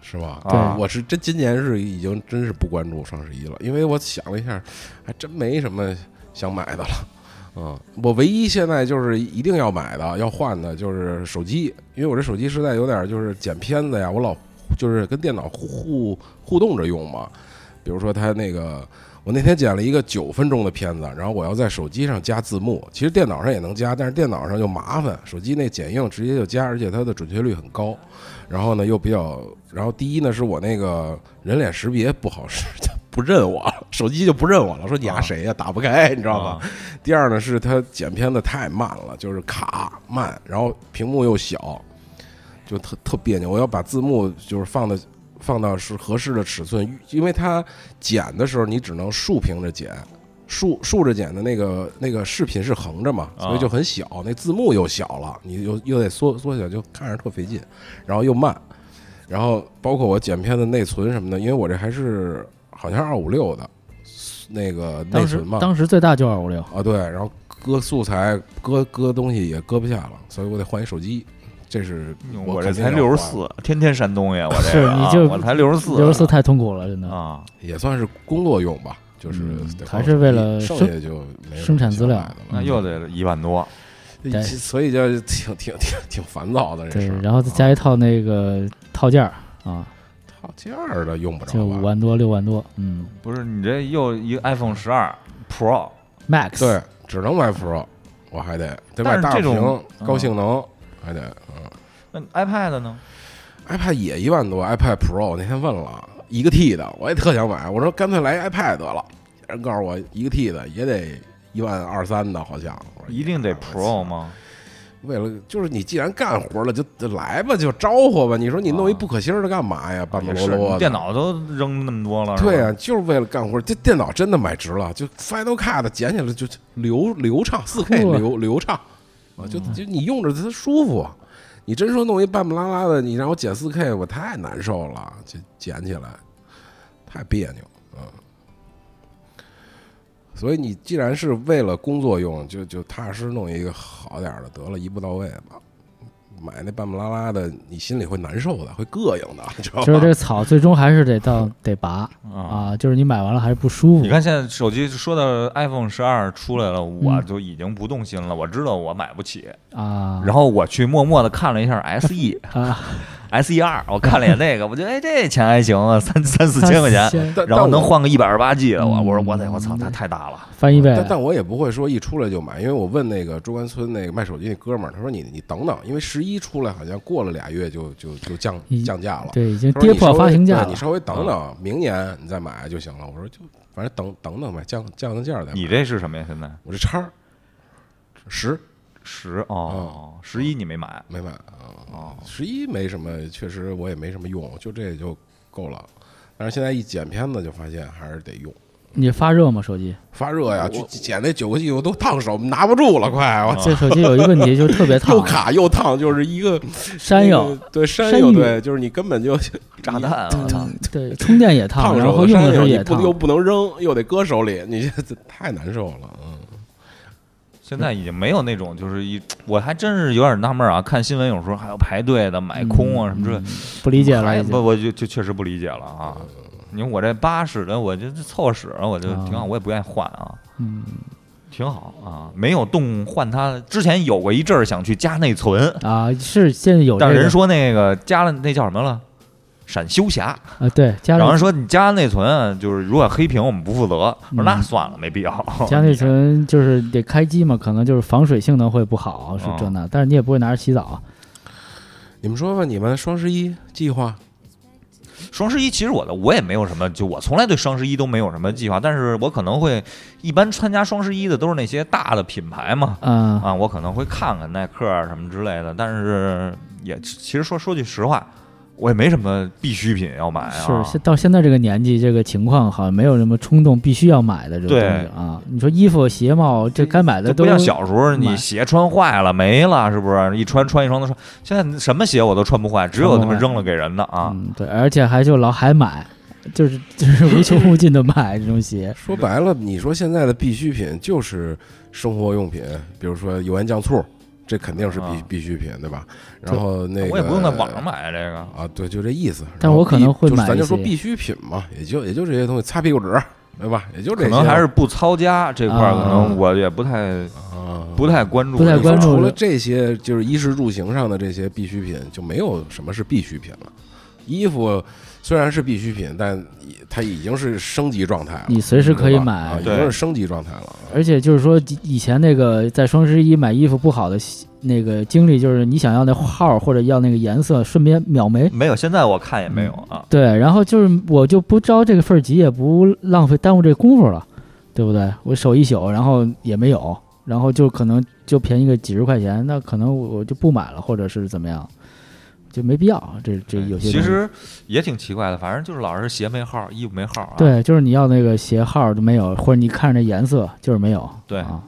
Speaker 3: 是吧？
Speaker 4: 对
Speaker 2: 啊
Speaker 3: 我是真今年是已经真是不关注双十一了，因为我想了一下，还真没什么想买的了。嗯，我唯一现在就是一定要买的、要换的就是手机，因为我这手机实在有点就是剪片子呀，我老就是跟电脑互互互动着用嘛。比如说它那个，我那天剪了一个九分钟的片子，然后我要在手机上加字幕，其实电脑上也能加，但是电脑上就麻烦，手机那剪映直接就加，而且它的准确率很高。然后呢又比较，然后第一呢是我那个人脸识别不好使，它不认我，手机就不认我了，说你丫
Speaker 2: 啊
Speaker 3: 谁呀、打不开，你知
Speaker 2: 知
Speaker 3: 道吧？？第二呢是它剪片子太慢了，就是卡慢，然后屏幕又小，就特特别扭。我要把字幕就是放的放到是合适的尺寸，因为它剪的时候你只能竖屏着剪。竖竖着剪的那个那个视频是横着嘛，
Speaker 2: 啊
Speaker 3: 所以就很小，那字幕又小了，你又又得缩缩小，就看着特费劲，然后又慢，然后包括我剪片的内存什么的，因为我这还是好像二五六的那个内
Speaker 4: 当时
Speaker 3: 存嘛，
Speaker 4: 当时最大就二五六，
Speaker 3: 啊，对，然后割素材、割割东西也割不下了，所以我得换一手机。这是
Speaker 2: 我这
Speaker 3: 肯定
Speaker 2: 才
Speaker 3: 要
Speaker 2: 六十
Speaker 3: 换，
Speaker 2: 四，天天山东呀，我这
Speaker 4: 是
Speaker 2: 个啊
Speaker 4: 你就
Speaker 2: 我才六十四，
Speaker 4: 六十四太痛苦了，真的。
Speaker 2: 啊，
Speaker 3: 也算是工作用吧，就是
Speaker 4: 嗯
Speaker 3: 得换
Speaker 4: 还
Speaker 3: 手
Speaker 4: 是
Speaker 3: 机
Speaker 4: 为了
Speaker 3: 剩
Speaker 4: 生
Speaker 3: 下就没有
Speaker 4: 生产
Speaker 3: 想
Speaker 4: 资料
Speaker 3: 买的了
Speaker 2: 那又得一万多，
Speaker 4: 对
Speaker 3: 所以就挺挺挺挺烦躁的这
Speaker 4: 对
Speaker 3: 事儿。，
Speaker 4: 然后再加一套那个套件儿啊，
Speaker 3: 套件儿的用不着
Speaker 4: 就
Speaker 3: 吧
Speaker 4: 五万多六万多，嗯
Speaker 2: 不是你这又一个 iPhone 十二 Pro，
Speaker 4: ，Max
Speaker 3: 对，只能买 Pro，我还得得
Speaker 2: 但
Speaker 3: 买
Speaker 2: 是
Speaker 3: 大
Speaker 2: 这种
Speaker 3: 屏、高
Speaker 2: 嗯
Speaker 3: 性能，还得嗯。
Speaker 2: 那 iPad 呢？
Speaker 3: iPad 也一万多，iPad Pro 我那天问了一个 T 的，我也特想买，我说干脆来 iPad 得了。人告诉我一个 T 的也得一万二三的，好像我说
Speaker 2: 一定得
Speaker 3: 哎我
Speaker 2: Pro 吗？
Speaker 3: 为了就是你既然干活了，就就来吧，就招呼吧。你说你弄一
Speaker 2: 啊
Speaker 3: 不可心儿的干嘛呀？半不
Speaker 2: 也
Speaker 3: 啰
Speaker 2: 是，
Speaker 3: 啰的。
Speaker 2: 电脑都扔那么多了，是吧
Speaker 3: 对啊，，就是为了干活。这电脑真的买值了，就 Final Cut 剪起来就就流流畅，四 K
Speaker 4: 酷啊
Speaker 3: 流流畅啊，
Speaker 2: 嗯
Speaker 3: 就就你用着它舒服啊。你真说弄一半不拉拉的，你让我剪四 K，我太难受了，这剪起来太别扭，嗯。所以你既然是为了工作用，就就踏实弄一个好点儿的得了，一步到位吧。买那半半拉拉的，你心里会难受的，会膈应的，你知道
Speaker 4: 就是这
Speaker 3: 吧？
Speaker 4: 草最终还是 得到得拔
Speaker 2: 啊。
Speaker 4: 啊，就是你买完了还是不舒
Speaker 2: 你
Speaker 4: 服。
Speaker 2: 看现在手机说到 iPhone 十二出来了，我
Speaker 4: 嗯
Speaker 2: 就已经不动心了。我知道我买不起，
Speaker 4: 啊，
Speaker 2: 然后我去默默的看了一下 SE
Speaker 4: 啊，
Speaker 2: SE E 二，我看了眼那个，我觉得哎这钱还行啊， 三三四千块钱，
Speaker 4: 先
Speaker 3: 但
Speaker 2: 然后
Speaker 3: 但
Speaker 2: 能
Speaker 3: 我
Speaker 2: 换个一百二十八 G 的，我
Speaker 4: 嗯
Speaker 2: 我说我得我操，它太大了。
Speaker 4: 翻一倍
Speaker 3: 但但我也不会说一出来就买，因为我问那个中关村那个卖手机那哥们儿，他说你你等等，因为十一出来好像过了俩月就就就降
Speaker 4: 嗯
Speaker 3: 降价了，
Speaker 4: 对，已经
Speaker 3: 他说
Speaker 4: 跌
Speaker 3: 你稍
Speaker 4: 破
Speaker 3: 微
Speaker 4: 发行价
Speaker 3: 对
Speaker 4: 了嗯
Speaker 3: 你。稍微等等，明年你再买就行了。我说就反正等等等呗，降降降价再买。
Speaker 2: 你这是什么呀？现在
Speaker 3: 我这叉儿十
Speaker 2: 十哦，十一你没买
Speaker 3: 没买啊，
Speaker 2: 哦，
Speaker 3: 十一没什么，确实我也没什么用，就这也就够了。但是现在一剪片子就发现还是得用。
Speaker 4: 你发热吗？手机？
Speaker 3: 发热呀，去剪那九个 G 我都烫手，拿不住了，快！我
Speaker 4: 这手机有一个问题，就是特别烫
Speaker 3: 啊 又，卡又烫，就是一个
Speaker 4: 山
Speaker 3: 那
Speaker 4: 药嗯
Speaker 3: 个对山
Speaker 4: 山
Speaker 3: 友
Speaker 4: 芋
Speaker 3: 对，就是你根本就
Speaker 2: 炸弹，啊我操！
Speaker 4: 对，充电也烫，
Speaker 3: 烫
Speaker 4: 然
Speaker 3: 手
Speaker 4: 后
Speaker 3: 的
Speaker 4: 用
Speaker 3: 山
Speaker 4: 的时
Speaker 3: 友，
Speaker 4: 候
Speaker 3: 你
Speaker 4: 也
Speaker 3: 不
Speaker 4: 烫。
Speaker 3: 又不能扔，又得搁手里，你这太难受了。嗯，
Speaker 2: 现在已经没有那种就是一，我还真是有点纳闷啊，看新闻有时候还要排队的买空啊什么之类
Speaker 4: 嗯，不理解了
Speaker 2: 还
Speaker 4: 已
Speaker 2: 不
Speaker 4: 经。
Speaker 2: 我就就确实不理解了啊。你说我这八十的，我就凑合使了，我就挺好，
Speaker 4: 啊
Speaker 2: 我也不愿意换啊，
Speaker 4: 嗯，
Speaker 2: 挺好啊，没有动换它。之前有过一阵儿想去加内存，
Speaker 4: 啊，是现在有这
Speaker 2: 但
Speaker 4: 个
Speaker 2: 是人说那个加了那叫什么了？闪修侠，
Speaker 4: 啊，对，加
Speaker 2: 然后
Speaker 4: 内
Speaker 2: 人说你加内存啊就是如果黑屏我们不负责，我说
Speaker 4: 嗯
Speaker 2: 那算了，没必要。
Speaker 4: 加内存就是得开机嘛，可能就是防水性能会不好，是
Speaker 2: 哦
Speaker 4: 这那，但是你也不会拿着洗澡。
Speaker 3: 你们说吧，你们双十一计划
Speaker 2: 双十一其实我的我也没有什么，就我从来对双十一都没有什么计划，但是我可能会一般参加双十一的都是那些大的品牌嘛，
Speaker 4: 嗯，
Speaker 2: 啊，我可能会看看耐克啊什么之类的，但是也其实说说句实话，我也没什么必需品要买啊。
Speaker 4: 是现到现在这个年纪，这个情况好像没有什么冲动必须要买的这个东西
Speaker 2: 对
Speaker 4: 啊。你说衣服、鞋帽，这该买的
Speaker 2: 就
Speaker 4: 都
Speaker 2: 不像小时候你
Speaker 4: 买
Speaker 2: 鞋穿坏了没了，是不是？一穿穿一双都穿，现在什么鞋我都穿不坏，只有他
Speaker 4: 穿不
Speaker 2: 们
Speaker 4: 坏
Speaker 2: 扔了给人的啊。
Speaker 4: 嗯，对，而且还就老还买，就是就是无穷无尽的买这种鞋。
Speaker 3: 说白了，你说现在的必需品就是生活用品，比如说油盐酱醋，这肯定是必
Speaker 2: 啊
Speaker 3: 必需品，对吧？然后那个
Speaker 2: 我也不用在网上买这个，
Speaker 3: 啊，对，就这意思。
Speaker 4: 但
Speaker 3: 然后
Speaker 4: 我可
Speaker 3: 必
Speaker 4: 能会
Speaker 3: 就是
Speaker 4: 买
Speaker 3: 咱
Speaker 4: 一
Speaker 3: 就说
Speaker 4: 些
Speaker 3: 必需品嘛，也就也就这些东西，擦屁股纸，对吧？也就这
Speaker 2: 可
Speaker 3: 些。
Speaker 2: 能还是不操家这块儿，可
Speaker 4: 啊
Speaker 2: 能我也不太
Speaker 3: 啊，
Speaker 2: 不太关注，
Speaker 4: 不太关注
Speaker 3: 除了这些，就是衣食住行上的这些必需品，就没有什么是必需品了。衣服虽然是必需品，但已它已经是升级状态了。
Speaker 4: 你随时可以
Speaker 3: 对吧
Speaker 4: 买
Speaker 3: 啊已
Speaker 2: 对
Speaker 3: 经是升级状态了。
Speaker 4: 而且就是说，以前那个在双十一买衣服不好的那个经历，就是你想要那号儿或者要那个颜色，瞬间秒 没。
Speaker 2: 没有，现在我看也没有啊。
Speaker 4: 对，然后就是我就不着这个份儿急，也不浪费耽误这功夫了，对不对？我守一宿，然后也没有，然后就可能就便宜个几十块钱，那可能我就不买了，或者是怎么样，就没必要。这这有些
Speaker 2: 其
Speaker 4: 东西
Speaker 2: 实也挺奇怪的，反正就是老是鞋没号，衣服没号啊。
Speaker 4: 对，就是你要那个鞋号儿就没有，或者你看着那颜色就是没有。
Speaker 2: 对
Speaker 4: 啊，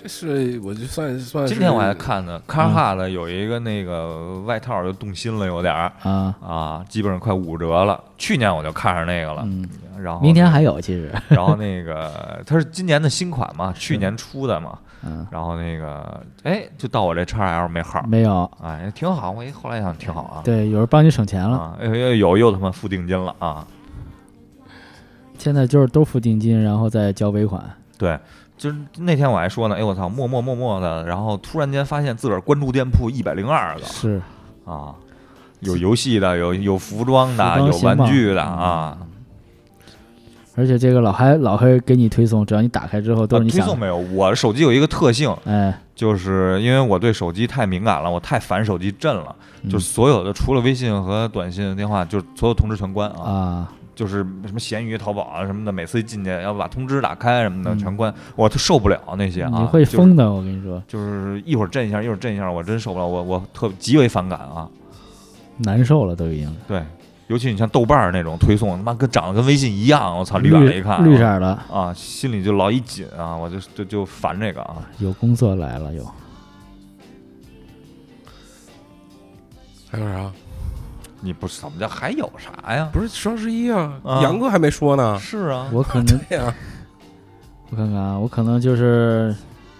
Speaker 3: 这是我就算算呃是
Speaker 2: 今天我还看呢，卡
Speaker 4: 嗯
Speaker 2: 哈的有一个那个外套就动心了，有点儿
Speaker 4: 啊
Speaker 2: 啊，基本上快五折了。去年我就看上那个了，
Speaker 4: 嗯，
Speaker 2: 然后
Speaker 4: 明天还有其实，
Speaker 2: 然后那个它是今年的新款嘛，去年出的嘛，
Speaker 4: 嗯，
Speaker 2: 然后那个哎就到我这 XL 没号，
Speaker 4: 没有。
Speaker 2: 哎挺好，我一后来想挺好啊。
Speaker 4: 嗯对，有人帮你省钱了。
Speaker 2: 啊，哎呦呦有又他妈付定金了啊！
Speaker 4: 现在就是都付定金，然后再交尾款。
Speaker 2: 对，就是那天我还说呢，哎我操，默默默默的，然后突然间发现自个儿关注店铺一百零二个
Speaker 4: 是，
Speaker 2: 啊，有游戏的，有有服装的，
Speaker 4: 服装嗯
Speaker 2: 有
Speaker 4: 行
Speaker 2: 玩
Speaker 4: 吧
Speaker 2: 具的啊，
Speaker 4: 而且这个老还老黑给你推送，只要你打开之后都
Speaker 2: 啊
Speaker 4: 是你
Speaker 2: 推
Speaker 4: 想。
Speaker 2: 送没有？我手机有一个特性，
Speaker 4: 哎，
Speaker 2: 就是因为我对手机太敏感了，我太烦手机震了，
Speaker 4: 嗯
Speaker 2: 就是所有的除了微信和短信、电话，就是所有通知全关啊，
Speaker 4: 啊，
Speaker 2: 就是什么闲鱼、淘宝啊什么的，每次一进去要把通知打开什么的
Speaker 4: 嗯
Speaker 2: 全关，我都受不了那些啊，
Speaker 4: 你会
Speaker 2: 就是
Speaker 4: 疯的，我跟你说，
Speaker 2: 就是一会儿震一下，一会儿震一下，我真受不了，我我特极为反感啊。
Speaker 4: 难受了都已经。
Speaker 2: 对，尤其你像豆瓣儿那种推送，他妈跟长得跟微信一样，我操，
Speaker 4: 绿
Speaker 2: 离远了一看啊
Speaker 4: 绿色儿的，
Speaker 2: 啊，心里就老一紧啊，我就就就烦这个啊。
Speaker 4: 有工作来 了，有
Speaker 3: 还有啥？
Speaker 2: 你不是怎么叫还有啥呀？
Speaker 3: 不是双十一啊，
Speaker 2: 啊
Speaker 3: 杨哥还没说呢。
Speaker 2: 是啊，
Speaker 4: 我可能
Speaker 3: 对呀，
Speaker 4: 我看看啊，我可能就是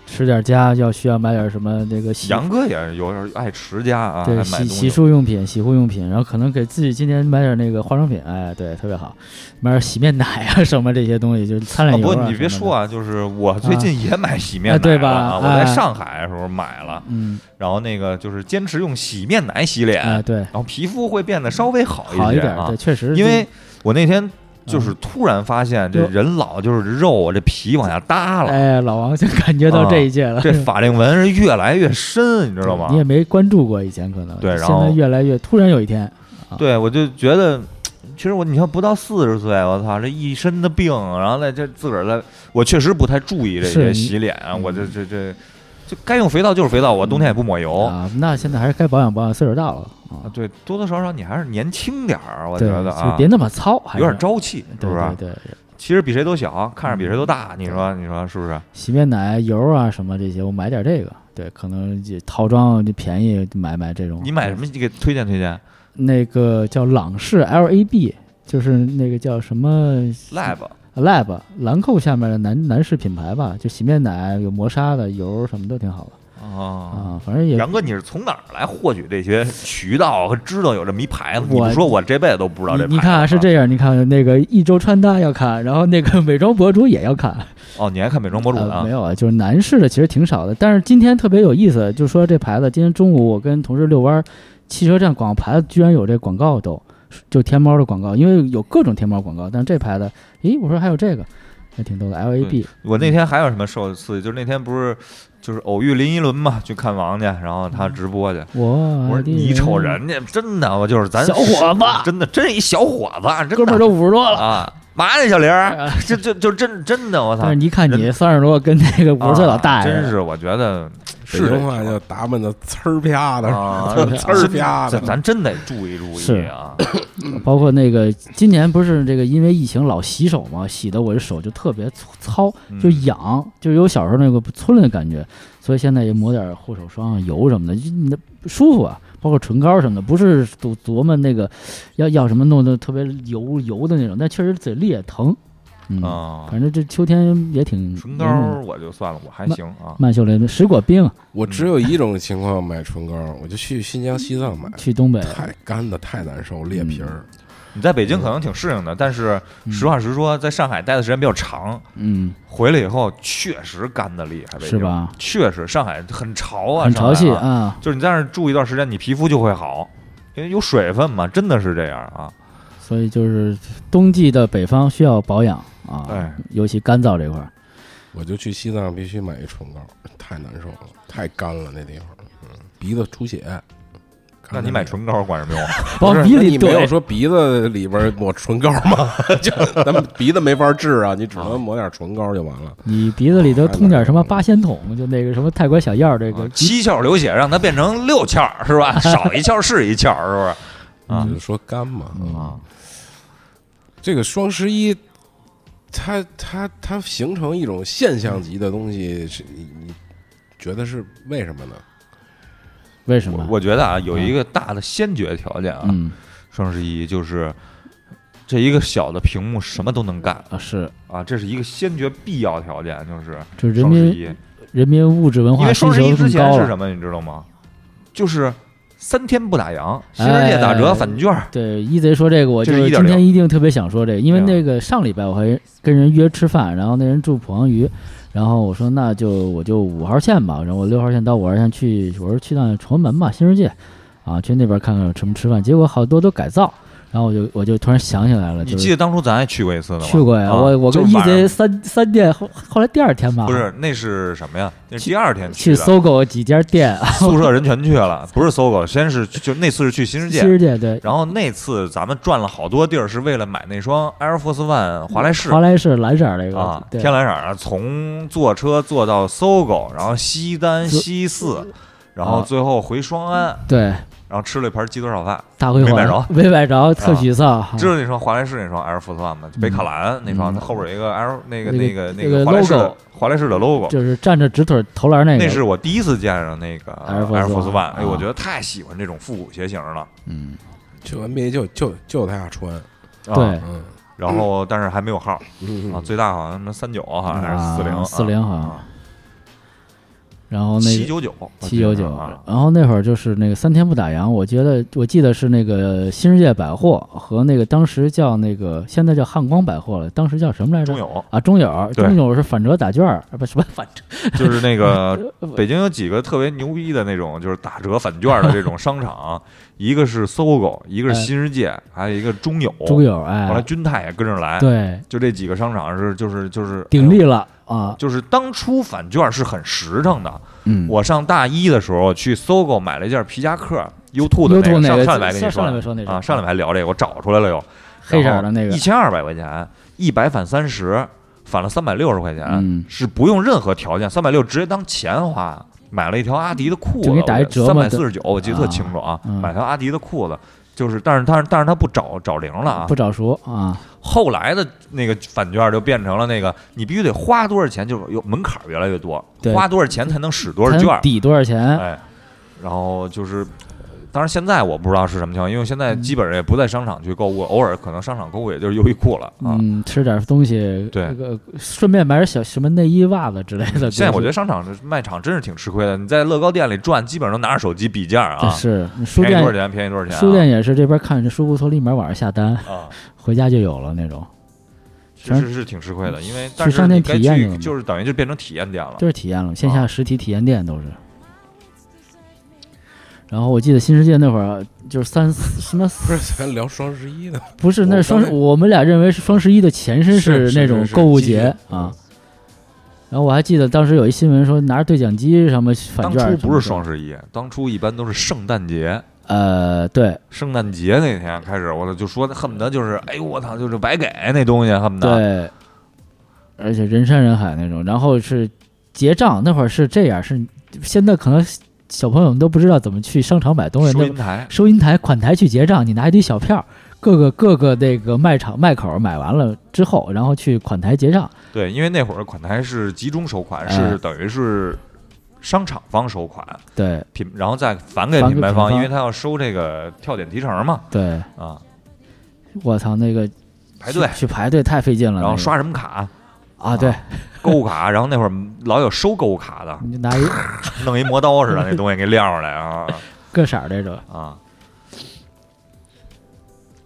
Speaker 4: 持点家，要需要买点什么那个洗
Speaker 2: 杨哥也是有点爱持家啊，还
Speaker 4: 对
Speaker 2: 买
Speaker 4: 洗
Speaker 2: 东西。
Speaker 4: 洗漱用品、洗护用品，然后可能给自己今年买点那个化妆品，哎，对，特别好，买点洗面奶啊什么这些东西，就是擦
Speaker 2: 啊
Speaker 4: 脸
Speaker 2: 不
Speaker 4: 油、
Speaker 2: 过
Speaker 4: 啊
Speaker 2: 你别
Speaker 4: 什么
Speaker 2: 说
Speaker 4: 的，
Speaker 2: 啊，就是我最近也买洗面奶
Speaker 4: 啊对吧
Speaker 2: 了啊我在
Speaker 4: 哎
Speaker 2: 上海的时候买了，
Speaker 4: 嗯，
Speaker 2: 然后那个就是坚持用洗面奶洗脸，
Speaker 4: 哎，对，
Speaker 2: 然后皮肤会变得稍微好
Speaker 4: 好
Speaker 2: 些
Speaker 4: 点儿，
Speaker 2: 啊
Speaker 4: 对，。确实是，嗯
Speaker 2: 因为我那天就是突然发现，这
Speaker 4: 就
Speaker 2: 人老就是肉啊，这皮往下耷了，
Speaker 4: 哎，老王就感觉到这一届了，
Speaker 2: 啊这法令纹是越来越深，你知道吗
Speaker 4: 你？也没关注过以前可能，
Speaker 2: 对然
Speaker 4: 现
Speaker 2: 后
Speaker 4: 在越来越突然有一天，
Speaker 2: 对，我就觉得，其实我你看不到四十岁，我操，这一身的病，然后呢，这自个儿在，我确实不太注意这
Speaker 4: 是
Speaker 2: 些
Speaker 4: 你
Speaker 2: 洗脸，啊
Speaker 4: 嗯
Speaker 2: 我这这这，就该用肥皂就是肥皂，我冬天也不抹油。
Speaker 4: 啊，那现在还是该保养保养，岁数大了
Speaker 2: 啊，，
Speaker 4: 啊
Speaker 2: 对，多多少少你还是年轻点儿，我觉
Speaker 4: 对，
Speaker 2: 得
Speaker 4: 就
Speaker 2: 啊
Speaker 4: 别，那么糙，还
Speaker 2: 有点
Speaker 4: 是，
Speaker 2: 朝气，是
Speaker 4: 对
Speaker 2: 不是
Speaker 4: 对？嗯对，对
Speaker 2: 其实比谁都小，看着比谁都大，你说你说是不是？
Speaker 4: 洗面奶油啊什么这些，我买点这个。对，可能也套装就便宜，买买这种。
Speaker 2: 你买什么？你给推荐推荐
Speaker 4: 那个叫朗仕 LAB，就是那个叫什么
Speaker 2: ，Lab
Speaker 4: Lab 兰蔻下面的男男士品牌吧，就洗面奶有磨砂的油什么都挺好的
Speaker 2: 啊。
Speaker 4: 啊，反正也
Speaker 2: 杨哥，你是从哪儿来获取这些渠道和知道有这么一牌子？你不
Speaker 4: 我
Speaker 2: 说，我这辈子都不知道这牌
Speaker 4: 你
Speaker 2: 子。
Speaker 4: 你看啊是这样，你看那个一周穿搭要看，然后那个美妆博主也要看，
Speaker 2: 哦，你还看美妆博主
Speaker 4: 呃，
Speaker 2: 呢？
Speaker 4: 没有啊，就是男士的其实挺少的，但是今天特别有意思，就是说这牌子，今天中午我跟同事遛弯儿，汽车站广告牌子居然有这广告都，就天猫的广告，因为有各种天猫广告，但是这牌子，咦，我说还有这个，还挺多的，LAB，
Speaker 2: 我那天还有什么受刺激？就是那天不是就是偶遇林依轮嘛，去看王去，然后他直播去。我
Speaker 4: 我
Speaker 2: 说
Speaker 4: 的
Speaker 2: 你瞅人家，真的，我就是咱
Speaker 4: 嗯小伙子
Speaker 2: 真的真是一小伙子，真的
Speaker 4: 哥们儿都五十多了，
Speaker 2: 啊，嘛呢，小玲儿，
Speaker 4: 啊
Speaker 2: 这这就真真的，我操
Speaker 4: 但是！你看你三十多跟那个五十岁老大爷，
Speaker 2: 啊
Speaker 4: 啊
Speaker 2: 真是我觉得
Speaker 3: 北京话叫打扮的呲儿啪的，
Speaker 2: 啊，
Speaker 3: 呲儿啪
Speaker 2: 咱
Speaker 3: 的。
Speaker 2: 咱真得注意注
Speaker 4: 是
Speaker 2: 意啊！
Speaker 4: 包括那个今年不是这个因为疫情老洗手嘛，洗的我这手就特别粗糙，就
Speaker 2: 嗯
Speaker 4: 痒，就有小时候那个皴了的感觉，所以现在也抹点护手霜啊、油什么的，就你的舒服啊。包括唇膏什么的，不是琢琢磨那个要要什么弄得特别油油的那种，但确实嘴裂疼。嗯，
Speaker 2: 啊，
Speaker 4: 反正这秋天也挺
Speaker 2: 唇膏
Speaker 4: 也挺
Speaker 2: 我就算了，我还
Speaker 4: 那
Speaker 2: 行啊。
Speaker 4: 曼秀雷敦、石果冰
Speaker 3: 我只有一种情况买唇膏，我就去新疆、西藏买，
Speaker 4: 去东北，
Speaker 2: 哎
Speaker 3: 太干的太难受，裂皮儿。
Speaker 2: 你在北京可能挺适应的，但是
Speaker 4: 嗯
Speaker 2: 实话实说，在上海待的时间比较长，
Speaker 4: 嗯，
Speaker 2: 回来以后确实干的厉害，北
Speaker 4: 是
Speaker 2: 京
Speaker 4: 吧？
Speaker 2: 确实，上海很潮啊，
Speaker 4: 很
Speaker 2: 上
Speaker 4: 潮气
Speaker 2: 海啊，
Speaker 4: 啊。
Speaker 2: 就是你在那儿住一段时间，你皮肤就会好，因为有水分嘛，真的是这样啊。
Speaker 4: 所以就是冬季的北方需要保养啊
Speaker 2: 对，
Speaker 4: 尤其干燥这块儿。
Speaker 3: 我就去西藏必须买一唇膏，太难受了，太干了那地方，嗯，鼻子出血。干
Speaker 2: 那
Speaker 3: 得
Speaker 2: 你买
Speaker 3: 厉害
Speaker 2: 唇膏管什么用？啊
Speaker 4: 往
Speaker 3: 不是
Speaker 4: 鼻
Speaker 3: 那
Speaker 4: 里
Speaker 3: 你没有
Speaker 4: 怼，
Speaker 3: 说鼻子里边抹唇膏 吗？就咱们鼻子没法治啊，你只能抹点唇膏就完了。
Speaker 4: 你鼻子里
Speaker 2: 哦
Speaker 4: 头通点什么八仙筒，就那个什么泰国小药这个
Speaker 2: 啊七窍流血，让它变成六窍是 吧？少一窍是一窍，是不是？啊
Speaker 3: 就是说干嘛？
Speaker 4: 嗯
Speaker 2: 啊，
Speaker 3: 这个双十一，它它它形成一种现象级的东西，是你你觉得是为什么呢？
Speaker 4: 为什
Speaker 2: 我
Speaker 4: 么？
Speaker 2: 我觉得啊，有一个大的先决条件啊，
Speaker 4: 嗯
Speaker 2: 双十一就是这一个小的屏幕什么都能干
Speaker 4: 啊是，
Speaker 2: 啊，这是一个先决必要条件，就是
Speaker 4: 就是人
Speaker 2: 双十
Speaker 4: 民
Speaker 2: 一。
Speaker 4: 人民物质文
Speaker 2: 因
Speaker 4: 化
Speaker 2: 为
Speaker 4: 需
Speaker 2: 双十一
Speaker 4: 求
Speaker 2: 之
Speaker 4: 更
Speaker 2: 前
Speaker 4: 高
Speaker 2: 是
Speaker 4: 了。
Speaker 2: 什么，你知道吗？就是三天不打烊，新世界打折
Speaker 4: 哎
Speaker 2: 返券儿
Speaker 4: 对，一贼说这个，我
Speaker 2: 这
Speaker 4: 就是是
Speaker 2: 1.0
Speaker 4: 今天一定特别想说这个，因为
Speaker 2: 对啊
Speaker 4: 那个上礼拜我还跟人约吃饭，然后那人住普航鱼，然后我说那就我就五号线吧，然后我六号线到五号线去，我说去趟崇文门吧，新世界，啊，去那边看看有什么吃饭，结果好多都改造，然后我就我就突然想起来了，
Speaker 2: 你
Speaker 4: 就
Speaker 2: 记得
Speaker 4: 是
Speaker 2: 当初咱还去过一次呢吗？
Speaker 4: 去过呀，
Speaker 2: 啊
Speaker 4: 我我
Speaker 2: 就
Speaker 4: 跟
Speaker 2: 是
Speaker 4: 一
Speaker 2: 晚上
Speaker 4: 贼三三店后后来第二天吧，
Speaker 2: 不是，那是什么呀？那是第二天
Speaker 4: 去
Speaker 2: 的，
Speaker 4: 搜狗几家店，
Speaker 2: 宿舍人全去了，不是搜狗，先是就那次是去新世界，
Speaker 4: 新世界对，
Speaker 2: 然后那次咱们转了好多地儿，是为了买那双 Air Force One 华莱士
Speaker 4: 华莱士蓝色儿那
Speaker 2: 啊
Speaker 4: 个，，对
Speaker 2: 天，蓝色儿，从坐车坐到搜狗，然后西单、
Speaker 4: 坐
Speaker 2: 西四，然后
Speaker 4: 啊嗯
Speaker 2: 最后回双安，
Speaker 4: 对，
Speaker 2: 然后吃了一盘鸡腿炒饭。
Speaker 4: 大灰
Speaker 2: 没
Speaker 4: 环
Speaker 2: 买着
Speaker 4: 没买着，特沮丧，啊
Speaker 2: 知道那双华莱士那双 Air Force One 吗？就北卡蓝那双，
Speaker 4: 嗯
Speaker 2: 它后边有一个 Air 那个
Speaker 4: 那
Speaker 2: 个
Speaker 4: 个
Speaker 2: 那个
Speaker 4: 那个
Speaker 2: 华莱士的
Speaker 4: logo
Speaker 2: 华莱士的 logo。
Speaker 4: 就是站着直腿投篮那个，
Speaker 2: 那是我第一次见着那个
Speaker 4: Air Force
Speaker 2: Air Force
Speaker 4: One，
Speaker 2: One，哎，
Speaker 4: 啊
Speaker 2: 我觉得太喜欢这种复古鞋型了。
Speaker 4: 嗯，
Speaker 3: 去 NBA 就就就他俩穿，
Speaker 2: 啊
Speaker 4: 对，
Speaker 3: 嗯
Speaker 2: 然后但是还没有号
Speaker 3: 嗯
Speaker 2: 啊啊，最大好像什么三九好像还是
Speaker 4: 啊
Speaker 2: 四零
Speaker 4: 40好像
Speaker 2: 啊
Speaker 4: 然后那
Speaker 2: 七
Speaker 4: 个
Speaker 2: 九九，
Speaker 4: 七九九
Speaker 2: 啊，
Speaker 4: 然后那会儿就是那个三天不打烊，我觉得我记得是那个新世界百货和那个当时叫那个现在叫汉光百货了，当时叫什么来着
Speaker 2: 中？友
Speaker 4: 啊，中友，
Speaker 2: 对
Speaker 4: 中友是反折打券儿，啊不什么反折，
Speaker 2: 就是那个北京有几个特别牛逼的那种，就是打折返券的这种商 场，一个是搜狗，一个是新世界，还有一个中友。
Speaker 4: 哎中友
Speaker 2: 哦后来
Speaker 4: 哎，
Speaker 2: 君泰也跟着来，
Speaker 4: 对，
Speaker 2: 就这几个商场是就是就是
Speaker 4: 鼎
Speaker 2: 哎
Speaker 4: 立
Speaker 2: 呦
Speaker 4: 了啊，
Speaker 2: 就是当初返券是很实诚的。
Speaker 4: 嗯，
Speaker 2: 我上大一的时候去搜狗买了一件皮夹克，U t 的那
Speaker 4: U
Speaker 2: 个，
Speaker 4: two 那
Speaker 2: 上
Speaker 4: 个
Speaker 2: 上礼拜跟你
Speaker 4: 上上
Speaker 2: 说
Speaker 4: 礼
Speaker 2: 的
Speaker 4: 拜说那
Speaker 2: 啊，
Speaker 4: 是
Speaker 2: 上礼拜聊这个，我找出来了又，
Speaker 4: 黑色的那个
Speaker 2: 一，千二百块钱，一百返三十，返了三百六十块钱，
Speaker 4: 嗯
Speaker 2: 是不用任何条件，三百六直接当钱花。买了一条阿迪的裤子，
Speaker 4: 就给你打一折
Speaker 2: 三
Speaker 4: 嘛
Speaker 2: 百四十九，我记得特清楚啊，
Speaker 4: 啊嗯
Speaker 2: 买条阿迪的裤子。就是，但是，但是，但是他不找找零了啊
Speaker 4: 不！早熟啊，
Speaker 2: 后来的那个返券就变成了那个，你必须得花多少钱，就是有门槛儿越来越多，
Speaker 4: 对
Speaker 2: 花多少钱才能使多少
Speaker 4: 看
Speaker 2: 券儿，
Speaker 4: 抵多少钱？
Speaker 2: 哎，然后就是，当然现在我不知道是什么情况，因为现
Speaker 4: 嗯
Speaker 2: 在基本上也不在商场去购物，偶尔可能商场购物也就是优衣库了啊。
Speaker 4: 嗯，吃点东西，
Speaker 2: 对
Speaker 4: 这个顺便买点小什么内衣、袜子之类的。
Speaker 2: 现在我觉
Speaker 4: 得
Speaker 2: 得商场卖场真是挺吃亏的，你在乐高店里转，基本上都拿着手机比价啊，
Speaker 4: 是你书
Speaker 2: 便宜
Speaker 4: 店
Speaker 2: 多少钱，便宜多少钱、啊。
Speaker 4: 书店也是这边看着书不错，立马网上下单，
Speaker 2: 啊，
Speaker 4: 回家就有了那种，
Speaker 2: 确实是挺吃亏的，因为但是
Speaker 4: 商
Speaker 2: 你
Speaker 4: 店
Speaker 2: 该
Speaker 4: 体验
Speaker 2: 去
Speaker 4: 那种
Speaker 2: 就是等于就变成体验店了。
Speaker 4: 这是体验了，线下实体体验店都是。然后我记得新世界那会儿就是三四什么
Speaker 3: 不是咱聊双十一呢？
Speaker 4: 不是
Speaker 3: 我
Speaker 4: 那
Speaker 3: 刚
Speaker 4: 双
Speaker 3: 才
Speaker 4: 我们俩认为是双十一的前身
Speaker 3: 是是
Speaker 4: 那
Speaker 3: 是
Speaker 4: 种
Speaker 3: 是
Speaker 4: 购物
Speaker 3: 记
Speaker 4: 节
Speaker 3: 忆
Speaker 4: 啊。然后我还记得当时有一新闻说拿着对讲机什么返
Speaker 2: 当
Speaker 4: 券儿什么
Speaker 2: 初
Speaker 4: 的，
Speaker 2: 不是双十一，当初一般都是圣诞节。
Speaker 4: 呃对
Speaker 2: 圣诞节那天开始，我操，就说恨不得就是，哎呦我操，就是白给那东西，恨不得
Speaker 4: 对，而且人山人海那种。然后是结账那会儿是这样，是现在可能小朋友们都不知道怎么去商场买东西，
Speaker 2: 收
Speaker 4: 那
Speaker 2: 银台
Speaker 4: 收银台、款台去结账，你拿一堆小票，各个各个那个卖场卖口买完了之后，然后去款台结账。
Speaker 2: 对，因为那会儿款台是集中收款，
Speaker 4: 哎
Speaker 2: 是等于是商场方收款，
Speaker 4: 对
Speaker 2: 品然后再返给
Speaker 4: 返
Speaker 2: 品牌
Speaker 4: 给品牌
Speaker 2: 方，
Speaker 4: 方
Speaker 2: 因为他要收这个跳点提成嘛，
Speaker 4: 对，
Speaker 2: 啊，
Speaker 4: 我操，那个
Speaker 2: 排队
Speaker 4: 去，去排队太费劲了。
Speaker 2: 然后
Speaker 4: 那个
Speaker 2: 刷什么卡，
Speaker 4: 啊，对，
Speaker 2: 购物卡，然后那会儿老有收购物卡的，
Speaker 4: 你就拿一
Speaker 2: 弄一磨刀似的那东西给亮出来啊
Speaker 4: 各色儿这种，
Speaker 2: 啊。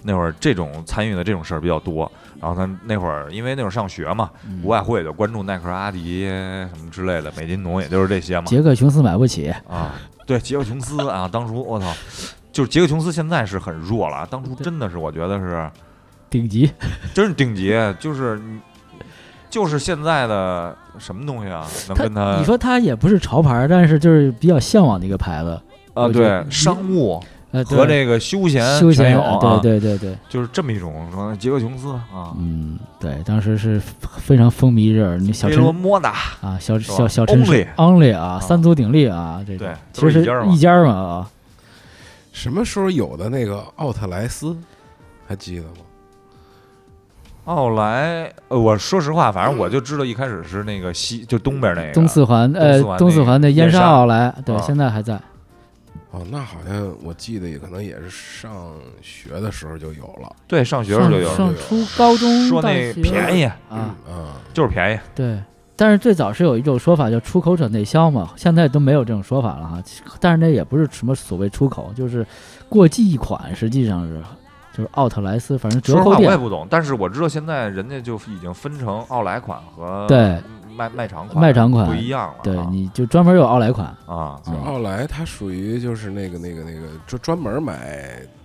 Speaker 2: 那会儿这种参与的这种事儿比较多，然后他那会儿因为那会儿上学
Speaker 4: 嗯
Speaker 2: 嘛，无外乎也就关注耐克、阿迪什么之类的，美津浓也就是这些嘛。
Speaker 4: 杰克琼斯买不起，
Speaker 2: 啊，对，杰克琼斯啊，当初我操，就是杰克琼斯现在是很弱了，当初真的是我觉得是
Speaker 4: 顶级
Speaker 2: 真是顶级，就是你就是现在的什么东西啊，能跟
Speaker 4: 他，你
Speaker 2: 他
Speaker 4: 说他也不是潮牌儿，但是就是比较向往的一个牌子。
Speaker 2: 啊，
Speaker 4: 我觉得
Speaker 2: 对，商务
Speaker 4: 呃，
Speaker 2: 和
Speaker 4: 对
Speaker 2: 这个休闲
Speaker 4: 休
Speaker 2: 全
Speaker 4: 闲
Speaker 2: 有
Speaker 4: 啊
Speaker 2: 啊，
Speaker 4: 对对对对，
Speaker 2: 就是这么一种说杰克琼斯啊，
Speaker 4: 嗯，对，当时是非常风靡一阵儿，那小
Speaker 2: 飞
Speaker 4: 陈
Speaker 2: 罗摩达，
Speaker 4: 啊，小
Speaker 2: 是吧
Speaker 4: 小小陈
Speaker 2: Only
Speaker 4: only 啊，
Speaker 2: 啊
Speaker 4: 三足鼎立啊，这种
Speaker 2: 对
Speaker 4: 其
Speaker 2: 都是一
Speaker 4: 实
Speaker 2: 家儿嘛
Speaker 4: 一家儿嘛啊，
Speaker 3: 什么时候有的那个奥特莱斯，还记得吗？
Speaker 2: 奥莱，呃，我说实话，反正我就知道一开始是那个西，就东边那个
Speaker 4: 东四环
Speaker 2: 东
Speaker 4: 呃
Speaker 2: 四环
Speaker 4: 东四
Speaker 2: 那个
Speaker 4: 环的
Speaker 2: 燕
Speaker 4: 燕
Speaker 2: 莎
Speaker 4: 莎奥莱，对
Speaker 2: 啊，
Speaker 4: 现在还在，
Speaker 3: 哦，那好像我记得也可能也是上学的时候就有了。
Speaker 2: 对，上学的时候就
Speaker 4: 上
Speaker 2: 有
Speaker 4: 上初高中
Speaker 2: 说
Speaker 4: 到
Speaker 2: 那
Speaker 4: 学
Speaker 2: 便宜
Speaker 4: 啊，
Speaker 3: 嗯，
Speaker 2: 就是便宜，
Speaker 4: 对。但是最早是有一种说法叫出口转内销嘛，现在都没有这种说法了哈。但是那也不是什么所谓出口，就是过季款，实际上是就是奥特莱斯，反正折
Speaker 2: 说实
Speaker 4: 扣
Speaker 2: 话我也
Speaker 4: 店
Speaker 2: 不懂，但是我知道现在人家就已经分成奥莱款和
Speaker 4: 对
Speaker 2: 卖卖场款
Speaker 4: 卖场款
Speaker 2: 不一样了啊，
Speaker 4: 对，你就专门有奥莱款，
Speaker 2: 啊，
Speaker 3: 就奥莱它属于就是那个那个那个，就专门买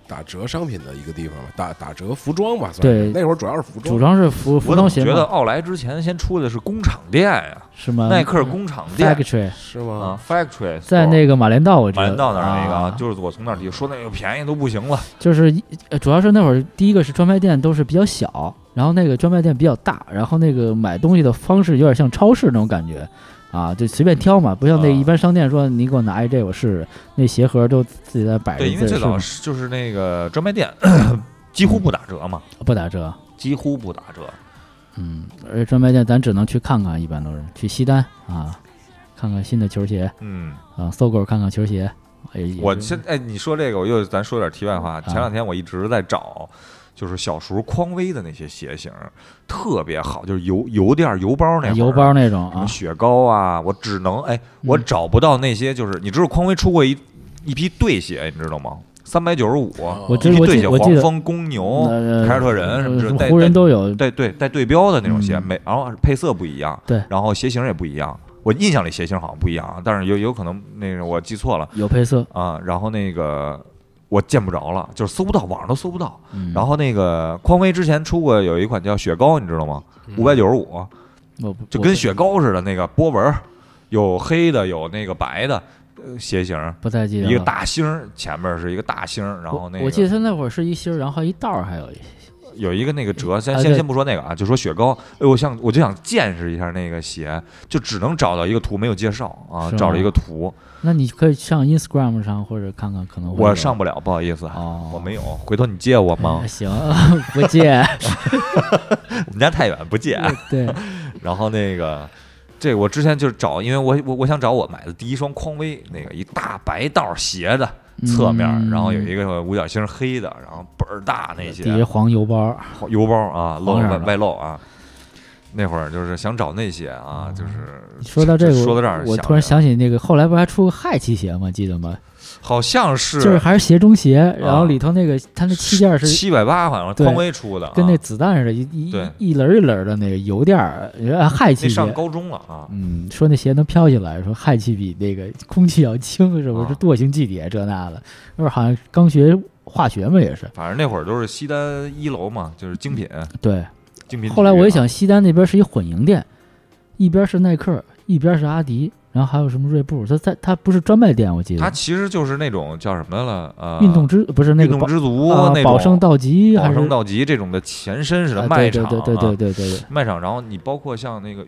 Speaker 3: 打折商品的一个地方吧，打打折服装吧，算是
Speaker 4: 对
Speaker 3: 那会儿主要是服装。
Speaker 4: 主装是服
Speaker 2: 我怎
Speaker 4: 服
Speaker 2: 么
Speaker 4: 装鞋
Speaker 2: 觉得
Speaker 4: 嘛，
Speaker 2: 奥莱之前先出的是工厂店呀，
Speaker 4: 是吗？
Speaker 2: 耐克工厂店
Speaker 4: Factory
Speaker 3: 是吗
Speaker 2: 啊？，Factory
Speaker 4: 在那个马连道，我知道
Speaker 2: 马连道那儿有一个
Speaker 4: 啊
Speaker 2: 啊，，就是我从那儿提说那个便宜都不行了，
Speaker 4: 就是一呃主要是那会儿第一个是专卖店都是比较小，然后那个专卖店比较大，然后那个买东西的方式有点像超市那种感觉。啊，就随便挑嘛，不像那
Speaker 2: 啊
Speaker 4: 一般商店说你给我拿一这我试试，那鞋盒都自己在摆着。
Speaker 2: 对，因为
Speaker 4: 自
Speaker 2: 最
Speaker 4: 己
Speaker 2: 早
Speaker 4: 试
Speaker 2: 是就是那个专卖店 几乎不打折嘛，
Speaker 4: 嘛不打折，
Speaker 2: 几乎不打折，
Speaker 4: 嗯，而且专卖店咱只能去看看，一般都是去西单啊，看看新的球鞋
Speaker 2: 嗯。
Speaker 4: 啊，搜狗看看球鞋。哎，也啊
Speaker 2: 我
Speaker 4: 就
Speaker 2: 现哎，你说这个，我又咱说点题外话。前两天我一直在找，就是小时候匡威的那些鞋型特别好，就是邮邮垫、邮包那会儿
Speaker 4: 邮啊包那种
Speaker 2: 什么
Speaker 4: 啊，
Speaker 2: 雪糕啊，我只能哎，我
Speaker 4: 嗯
Speaker 2: 找不到那些就是你知道匡威出过一一批对鞋，你知道吗？三百九十五，
Speaker 3: 我
Speaker 4: 我
Speaker 2: 一
Speaker 4: 知
Speaker 2: 批
Speaker 4: 我
Speaker 2: 对
Speaker 4: 记
Speaker 2: 鞋，
Speaker 4: 我记
Speaker 2: 黄
Speaker 4: 得
Speaker 2: 蜂、公牛、
Speaker 4: 呃
Speaker 2: 凯尔特人什么之类的
Speaker 4: 呃
Speaker 2: 带，
Speaker 4: 湖人
Speaker 2: 带
Speaker 4: 都有，
Speaker 2: 带对带对标的那种鞋，
Speaker 4: 嗯
Speaker 2: 每然后配色不一样，
Speaker 4: 对
Speaker 2: 然后鞋型也不一样。我印象里鞋型好像不一样啊，但是有有可能那个我记错了
Speaker 4: 有配色，
Speaker 2: 啊。然后那个我见不着了，就是搜不到，网上都搜不到。
Speaker 4: 嗯
Speaker 2: 然后那个匡威之前出过有一款叫雪糕，你知道吗？五百九十五，
Speaker 4: 嗯我不
Speaker 2: 就
Speaker 4: 嗯我
Speaker 2: 跟
Speaker 4: 不
Speaker 2: 雪糕似的，那个波纹儿，有黑的，有那个白的，呃，鞋型儿，
Speaker 4: 不太记得
Speaker 2: 一个
Speaker 4: 了
Speaker 2: 大星儿，前面是一个大星儿，然后那
Speaker 4: 啊我我记得
Speaker 2: 个
Speaker 4: 他那会儿是一星儿，然后一道儿还有一
Speaker 2: 有一个那个折，先
Speaker 4: 啊
Speaker 2: 先
Speaker 4: 对
Speaker 2: 先不说那个啊，就说雪糕，哎，我想我就想见识一下那个鞋，就只能找到一个图，没有介绍啊，
Speaker 4: 是吗
Speaker 2: 找了一个图，
Speaker 4: 那你可以上 Instagram 上或者看看，可能会
Speaker 2: 我
Speaker 4: 有
Speaker 2: 上不了，不好意思。啊
Speaker 4: 哦，
Speaker 2: 我没有，回头你借我吗
Speaker 4: 哎？行，不借，
Speaker 2: 我们家太远，不 借。啊
Speaker 4: 对，
Speaker 2: 然后那个，这我之前就是找，因为我我我想找我买的第一双匡威，那个一大白道鞋的，侧面，然后有一
Speaker 4: 个
Speaker 2: 个五角星黑的，然后倍儿大那
Speaker 4: 嗯呃底下
Speaker 2: 些
Speaker 4: 黄油包，
Speaker 2: 油包啊，露
Speaker 4: 黄色
Speaker 2: 外
Speaker 4: 的
Speaker 2: 外露啊。那会儿就是想找那些啊，就是
Speaker 4: 哦你说到这
Speaker 2: 这
Speaker 4: 个，
Speaker 2: 说到这儿
Speaker 4: 我
Speaker 2: 想
Speaker 4: 突然
Speaker 2: 起
Speaker 4: 想起那个，后来不是还出个氦气鞋吗？记得吗？
Speaker 2: 好像是啊
Speaker 4: 就是还是鞋中鞋，然后里头那个它那气垫是
Speaker 2: 七百八，好像
Speaker 4: 对
Speaker 2: 匡威出的啊，
Speaker 4: 跟那子弹似的，一一
Speaker 2: 对
Speaker 4: 一轮一轮的那个油垫儿，呃氦气
Speaker 2: 那上
Speaker 4: 鞋。
Speaker 2: 高中了啊，
Speaker 4: 嗯，说那鞋能飘起来，说氦气比那个空气要轻，是不
Speaker 2: 啊
Speaker 4: 是？惰性气体这那的，那会儿好像刚学化学嘛，也是。
Speaker 2: 反正那会儿都是西单一楼嘛，就是精品
Speaker 4: 对，
Speaker 2: 精品。
Speaker 4: 后来我一，想，西单那边是一混营店，一边是耐克，一边是阿迪，然后还有什么锐步，它它它不是专卖店，我记
Speaker 2: 它
Speaker 4: 得。
Speaker 2: 其实就是那种叫什么了呃，
Speaker 4: 运动之不是那
Speaker 2: 运
Speaker 4: 个
Speaker 2: 动
Speaker 4: 保
Speaker 2: 之足
Speaker 4: 啊
Speaker 2: 那种
Speaker 4: 保盛道吉还
Speaker 2: 保
Speaker 4: 是
Speaker 2: 盛道吉这种的前身似的
Speaker 4: 啊
Speaker 2: 卖
Speaker 4: 对
Speaker 2: 场啊，
Speaker 4: 对对对对对对对。
Speaker 2: 卖场，然后你包括像那个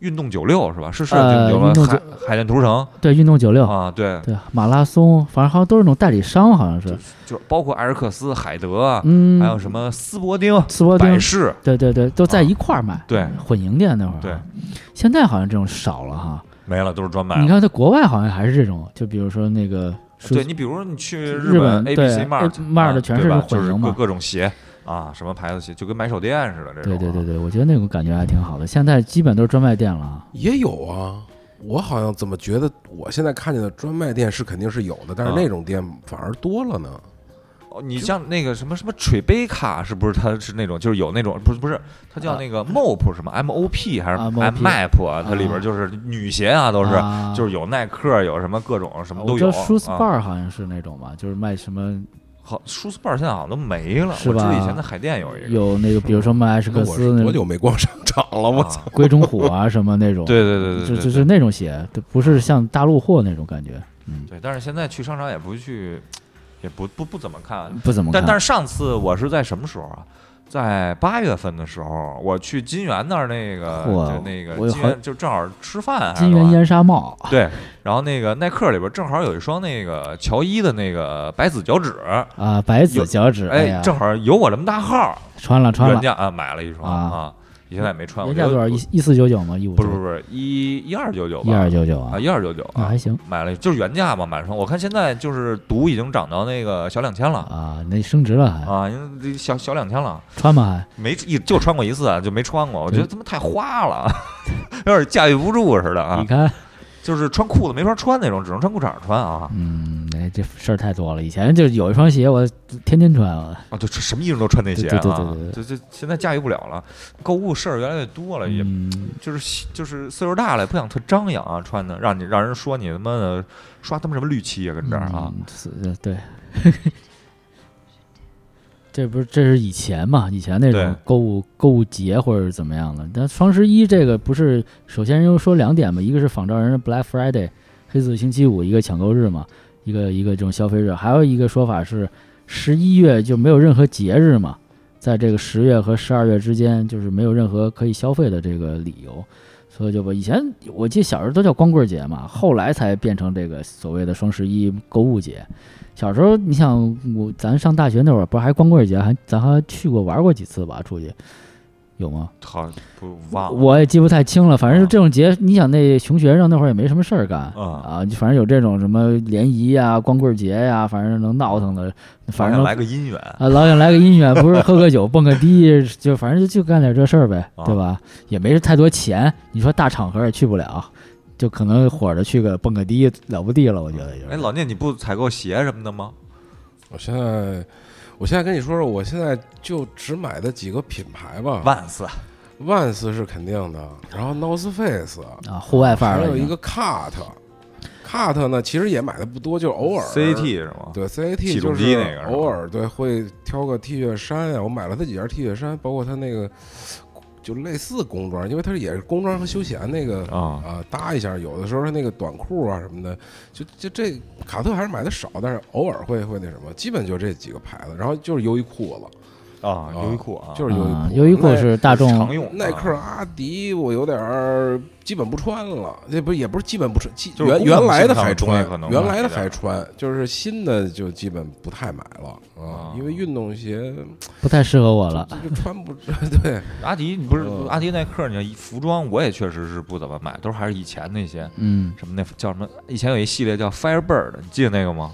Speaker 2: 运动九六是吧？是是
Speaker 4: 呃
Speaker 2: 九六
Speaker 4: 运动
Speaker 2: 海海淀图城
Speaker 4: 对运动九六，
Speaker 2: 啊，对，
Speaker 4: 对马拉松，反正好像都是那种代理商，好像是，
Speaker 2: 就是包括埃尔克斯、海德啊，
Speaker 4: 嗯，
Speaker 2: 还有什么斯伯丁、
Speaker 4: 斯伯
Speaker 2: 百
Speaker 4: 丁，嗯
Speaker 2: 事，
Speaker 4: 对对对，都在
Speaker 2: 啊
Speaker 4: 一块儿卖，
Speaker 2: 对
Speaker 4: 混营店那会儿，
Speaker 2: 对，
Speaker 4: 现在好像这种少了哈。
Speaker 2: 没了都是专卖
Speaker 4: 你
Speaker 2: 了。
Speaker 4: 看在国外好像还是这种，就比如说那个数
Speaker 2: 对你比如说你去
Speaker 4: 日
Speaker 2: 本
Speaker 4: 本
Speaker 2: A
Speaker 4: 对
Speaker 2: B C Mart
Speaker 4: 呃 Mart
Speaker 2: 啊
Speaker 4: 全是
Speaker 2: 对吧
Speaker 4: 混
Speaker 2: 就是
Speaker 4: 营
Speaker 2: 各
Speaker 4: 嘛
Speaker 2: 各种鞋啊，什么牌子鞋，就跟买手店似的这种
Speaker 4: 对
Speaker 2: 啊。
Speaker 4: 对对对，我觉得那种感觉还挺好的。现在基本都是专卖店了啊，
Speaker 3: 也有啊。我好像怎么觉得，我现在看见的专卖店是肯定是有的，但是
Speaker 2: 啊
Speaker 3: 那种店反而多了呢。
Speaker 2: 哦，你像那个什么什么水杯卡，是不是它是那种就是有那种不是不是，它叫
Speaker 4: 啊
Speaker 2: 那个 MOP 什么 MOP 还是
Speaker 4: 啊
Speaker 2: M
Speaker 4: MOP
Speaker 2: MAP 啊？它里边
Speaker 4: 啊
Speaker 2: 就是女鞋啊，都是
Speaker 4: 啊
Speaker 2: 就是有耐克，有什么各种什么都
Speaker 4: 我知
Speaker 2: 有。
Speaker 4: 道 Shoes
Speaker 2: 啊
Speaker 4: Bar 好像是那种吧，就是卖什么
Speaker 2: 好，舒斯贝尔现在好像都没了，
Speaker 4: 是
Speaker 2: 我知道
Speaker 4: 吧
Speaker 2: 以前在海淀有一个。
Speaker 4: 有那个，比如说 卖艾什
Speaker 3: 那
Speaker 4: 克
Speaker 3: 我
Speaker 4: 斯
Speaker 3: 是
Speaker 4: 那
Speaker 3: 多
Speaker 4: 种
Speaker 3: 久没逛商场了？我
Speaker 2: 啊
Speaker 3: 操！
Speaker 4: 龟中虎啊什么那 种，
Speaker 2: 对对对对
Speaker 4: 就
Speaker 2: 对
Speaker 4: 就
Speaker 2: 对
Speaker 4: 是那种鞋，就不是像大陆货那种感觉，
Speaker 2: 对，但是现在去商场也不去，也不不不怎么看。啊
Speaker 4: 不怎么
Speaker 2: 但
Speaker 4: 看。
Speaker 2: 但是上次我是在什么时候啊？在八月份的时候，我去金源那儿那个
Speaker 4: 嚯
Speaker 2: 就那个
Speaker 4: 我有
Speaker 2: 金
Speaker 4: 好
Speaker 2: 源就正好吃饭，啊
Speaker 4: 金源
Speaker 2: 还是吧
Speaker 4: 烟纱帽，
Speaker 2: 对，然后那个耐克里边正好有一双那个乔伊的那个白子脚趾，
Speaker 4: 啊，白
Speaker 2: 有
Speaker 4: 子脚趾，哎
Speaker 2: 哎，
Speaker 4: 呀，
Speaker 2: 正好有我这么大号，
Speaker 4: 穿了穿
Speaker 2: 原
Speaker 4: 了，
Speaker 2: 价啊买了一双
Speaker 4: 啊
Speaker 2: 啊，以前也没穿，我
Speaker 4: 原
Speaker 2: 觉
Speaker 4: 价
Speaker 2: 得
Speaker 4: 多少？
Speaker 2: 不
Speaker 4: 一一四九九吗？一五
Speaker 2: 不是不是不是一一二九九吧？
Speaker 4: 一二九九
Speaker 2: 啊，
Speaker 4: 啊，
Speaker 2: 一二九九
Speaker 4: 那
Speaker 2: 啊
Speaker 4: 还，行
Speaker 2: 买了就是原价嘛，买了双。我看现在就是毒已经涨到那个小两千了
Speaker 4: 啊，那升值了还
Speaker 2: 啊，因为这小小两千了，
Speaker 4: 穿吗？还
Speaker 2: 没一就穿过一次啊，就没穿过，我觉得
Speaker 4: 对
Speaker 2: 他妈太花了， 有点驾驭不住似的啊
Speaker 4: 你，看，
Speaker 2: 就是穿裤子没法穿那种，只能穿裤衩儿穿啊
Speaker 4: 嗯，哎，这事儿太多了。以前就有一双鞋，我天天穿啊。
Speaker 2: 啊，就什么衣裳都穿那鞋啊，
Speaker 4: 对对对对对
Speaker 2: 就就现在驾驭不了了，购物事儿越来越多了，也
Speaker 4: 嗯，
Speaker 2: 就是就是岁数大了，也不想特张扬啊，穿的让你让人说你他妈的刷他妈什么绿漆啊，跟这儿啊，
Speaker 4: 嗯是呃对。这不是这是以前嘛？以前那
Speaker 2: 对
Speaker 4: 种购物购物节或者是怎么样的？但双十一这个不是，首先又说两点嘛，一个是仿照人家 Black Friday 黑色星期五一个抢购日嘛，一个一个这种消费日，还有一个说法是十一月就没有任何节日嘛，在这个十月和十二月之间就是没有任何可以消费的这个理由，所以就把以前我记得小时候都叫光棍节嘛，后来才变成这个所谓的双十一购物节。小时候，你想我咱上大学那会儿，不是还光棍节，还咱还去过玩过几次吧？出去有吗？
Speaker 2: 好不忘了
Speaker 4: 我也记不太清了，反
Speaker 2: 啊
Speaker 4: 正就这种节，你想那穷学生那会儿也没什么事儿干
Speaker 2: 嗯
Speaker 4: 啊，就反正有这种什么联谊呀、光棍节呀，反正能闹腾的，
Speaker 2: 好
Speaker 4: 反
Speaker 2: 像
Speaker 4: 正能
Speaker 2: 来个姻缘，
Speaker 4: 啊，老想来个音乐，不是喝个酒、蹦个迪，就反正就就干点这事儿呗，
Speaker 2: 啊
Speaker 4: 对吧？也没太多钱，你说大场合也去不了，就可能火着去个蹦个迪了不地了，我觉得就
Speaker 2: 哎，
Speaker 4: 是。
Speaker 2: 老聂，你不采购鞋什么的吗？
Speaker 3: 我现在，我现在跟你说说，我现在就只买的几个品牌
Speaker 4: 啊
Speaker 3: 吧。
Speaker 2: 万斯，
Speaker 3: 万斯是肯定的，然后 North Face，
Speaker 4: 啊，户外范儿
Speaker 3: 还
Speaker 4: 了已
Speaker 3: 有
Speaker 4: 经，
Speaker 3: 一个 Cut，Cut 呢其实也买的不多，就偶尔
Speaker 2: CT 是吗？
Speaker 3: 对
Speaker 2: 起
Speaker 3: CAT
Speaker 2: 重
Speaker 3: 就
Speaker 2: 机那
Speaker 3: 是
Speaker 2: 个是吧
Speaker 3: 偶尔对会挑个 T 恤衫呀、我买了他几件 T 恤衫，包括他那个就类似工装，因为他也是工装和休闲那个
Speaker 2: 啊，
Speaker 3: 啊搭一下，有的时候他那个短裤啊什么的，就就这卡特还是买的少，但是偶尔会会那什么，基本就这几个牌子，然后就是优衣库了，
Speaker 2: 啊，
Speaker 3: 啊
Speaker 2: 优衣库啊，
Speaker 3: 就是优衣
Speaker 4: 啊
Speaker 3: 库，
Speaker 4: 优衣库
Speaker 3: 耐
Speaker 4: 是大众
Speaker 2: 常用
Speaker 3: 嗯耐克、
Speaker 2: 啊
Speaker 3: 阿迪，我有点儿基本不穿了，这不也不是基本不穿，基
Speaker 2: 就是
Speaker 3: 原
Speaker 2: 功能
Speaker 3: 原来
Speaker 2: 性
Speaker 3: 的
Speaker 2: 上
Speaker 3: 还
Speaker 2: 的东西
Speaker 3: 穿
Speaker 2: 可能，
Speaker 3: 原
Speaker 2: 吧
Speaker 3: 来的
Speaker 2: 有点
Speaker 3: 还
Speaker 2: 儿
Speaker 3: 穿，就是新的就基本不太买了
Speaker 2: 啊
Speaker 3: 啊，因为运动鞋
Speaker 4: 不太适合我了。
Speaker 3: 就就穿不 对，
Speaker 2: 阿迪，你不是
Speaker 3: 嗯
Speaker 2: 阿迪、耐克，你服装我也确实是不怎么买，都还是以前那些
Speaker 4: 嗯，
Speaker 2: 什么那叫什么？以前有一系列叫 Firebird，你记得那个吗？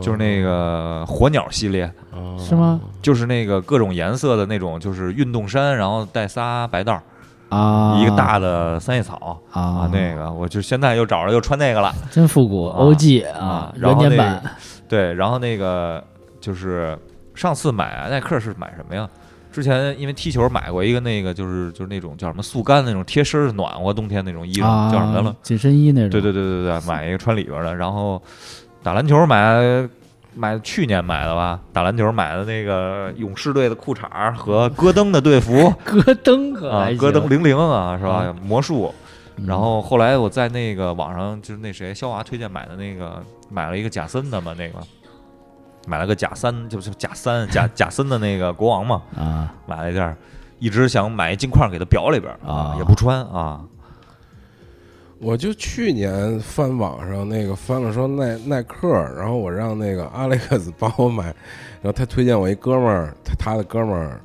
Speaker 2: 就是那个火鸟系列，
Speaker 3: 嗯
Speaker 2: 哦
Speaker 4: 是吗？
Speaker 2: 就是那个各种颜色的那种，就是运动衫，然后带仨白带儿，
Speaker 4: 啊，
Speaker 2: 一个大的三叶草
Speaker 4: 啊，
Speaker 2: 那个我就现在又找着又穿那个了。
Speaker 4: 真复古
Speaker 2: 啊
Speaker 4: ，OG
Speaker 2: 啊然
Speaker 4: 原
Speaker 2: 后
Speaker 4: 年
Speaker 2: 那
Speaker 4: 版
Speaker 2: 对，然后那个就是上次买耐克是买什么呀？之前因为踢球买过一个那个，就是就是那种叫什么速干那种贴身儿暖和冬天那种衣服，
Speaker 4: 啊，
Speaker 2: 叫什么来了？
Speaker 4: 紧身衣那种，
Speaker 2: 对对对对对，买一个穿里边儿的。然后打篮球买买去年买的吧，打篮球买的那个勇士队的裤衩儿和戈登的队服
Speaker 4: 戈登可
Speaker 2: 啊
Speaker 4: 还，行
Speaker 2: 戈登零零啊，是吧？魔术。
Speaker 4: 嗯
Speaker 2: 然后后来我在那个网上，就是那谁肖华推荐买的那个，买了一个贾森的嘛，那个买了个贾三，就是贾 三贾贾森的那个国王嘛，
Speaker 4: 啊，
Speaker 2: 买了一件儿，一直想买一金块儿给他裱里边儿
Speaker 4: 啊
Speaker 2: 也不穿啊
Speaker 3: 我就去年翻网上那个翻了说耐耐克，然后我让那个 Alex 帮我买，然后他推荐我一哥们儿，他他的哥们儿。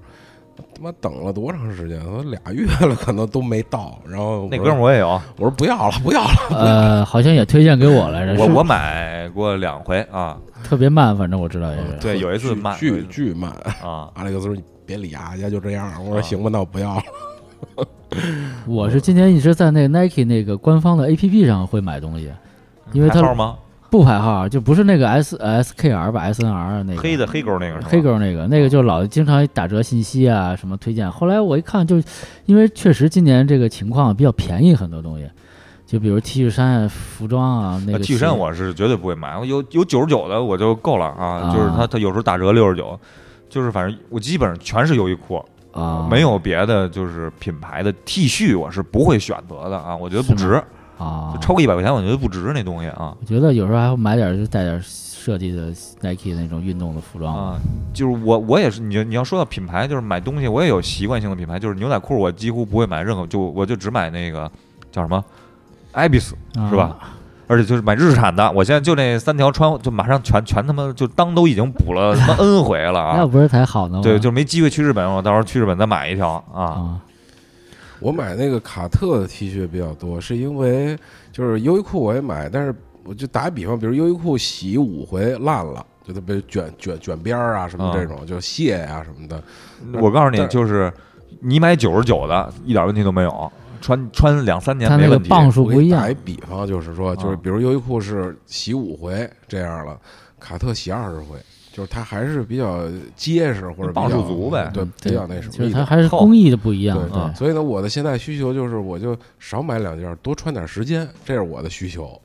Speaker 3: 他妈等了多长时间？我俩月了，可能都没到。然后 我
Speaker 2: 那
Speaker 3: 说
Speaker 2: 哥们儿我也有，
Speaker 3: 我说不要了，不要了。
Speaker 4: 呃，好像也推荐给我来着，
Speaker 2: 我
Speaker 4: 是
Speaker 2: 我买过两回啊
Speaker 4: 特别慢，反正我知道也是。
Speaker 2: 嗯对有一次
Speaker 3: 巨
Speaker 2: 慢有一
Speaker 3: 巨
Speaker 2: 次
Speaker 3: 巨慢。
Speaker 2: 啊，
Speaker 3: 阿雷克斯说：“你别理啊，人家就这样。”我
Speaker 2: 啊
Speaker 3: 说：“行吧，那我不要了。
Speaker 4: 我是今年一直在那 Nike 那个官方的 APP 上会买东西， 因为
Speaker 2: 嗯排
Speaker 4: 它
Speaker 2: 号吗？
Speaker 4: 不排号，就不是那个 S SKR 吧 SNR 那个
Speaker 2: 黑的黑狗那个是吧
Speaker 4: 黑狗那个，那个就老经常打折信息啊，什么推荐。后来我一看就，因为确实今年这个情况比较便宜，很多东西，就比如 T 恤衫啊、服装啊，那
Speaker 2: 啊
Speaker 4: 个
Speaker 2: T 恤衫我是绝对不会买，我有有九十九的我就够了啊，
Speaker 4: 啊
Speaker 2: 就是它它有时候打折六十九，就是反正我基本上全是优衣库，
Speaker 4: 啊
Speaker 2: 没有别的就是品牌的 T 恤我是不会选择的啊，我觉得不
Speaker 4: 是
Speaker 2: 值，
Speaker 4: 啊
Speaker 2: 就，超过一百块钱我觉得不值那东西啊
Speaker 4: 我觉得有时候还会买点儿就带点儿设计的 Nike 的那种运动的服装
Speaker 2: 啊，就是我我也是你你要说到品牌就是买东西我也有习惯性的品牌，就是牛仔裤我几乎不会买任何，就我就只买那个叫什么 i b i s
Speaker 4: 啊
Speaker 2: 是吧？而且就是买日产的，我现在就那三条穿，就马上全全他妈就当都已经补了 他妈 N 回了啊！
Speaker 4: 那不是才好呢吗？
Speaker 2: 对，就没机会去日本，我到时候去日本再买一条啊。
Speaker 4: 啊，”
Speaker 3: 我买那个卡特的 T 恤比较多，是因为就是优衣库我也买，但是我就打比方，比如优衣库洗五回烂了，就特别卷卷卷边儿啊什么这种，
Speaker 4: 嗯
Speaker 3: 就卸呀、什么的。
Speaker 2: 我告诉你，
Speaker 3: 但
Speaker 2: 就是你买九十九的，一点问题都没有，穿穿两三年
Speaker 4: 它
Speaker 2: 没
Speaker 4: 那个
Speaker 2: 问题。
Speaker 4: 磅数
Speaker 3: 我
Speaker 4: 不
Speaker 3: 给
Speaker 4: 一
Speaker 3: 你打
Speaker 4: 样
Speaker 3: 一比方，就是说，就
Speaker 2: 啊
Speaker 3: 是比如优衣库是洗五回这样了，卡特洗二十回，就是它还是比较结实或者比较
Speaker 2: 磅数足呗
Speaker 3: 对，比较那什么
Speaker 4: 嗯其实
Speaker 3: 一点。
Speaker 4: 它还是嗯
Speaker 2: 厚
Speaker 4: 工艺的不一样，
Speaker 3: 对
Speaker 4: 对，
Speaker 3: 所以呢，我的现在需求就是，我就少买两件，多穿点时间，这是我的需求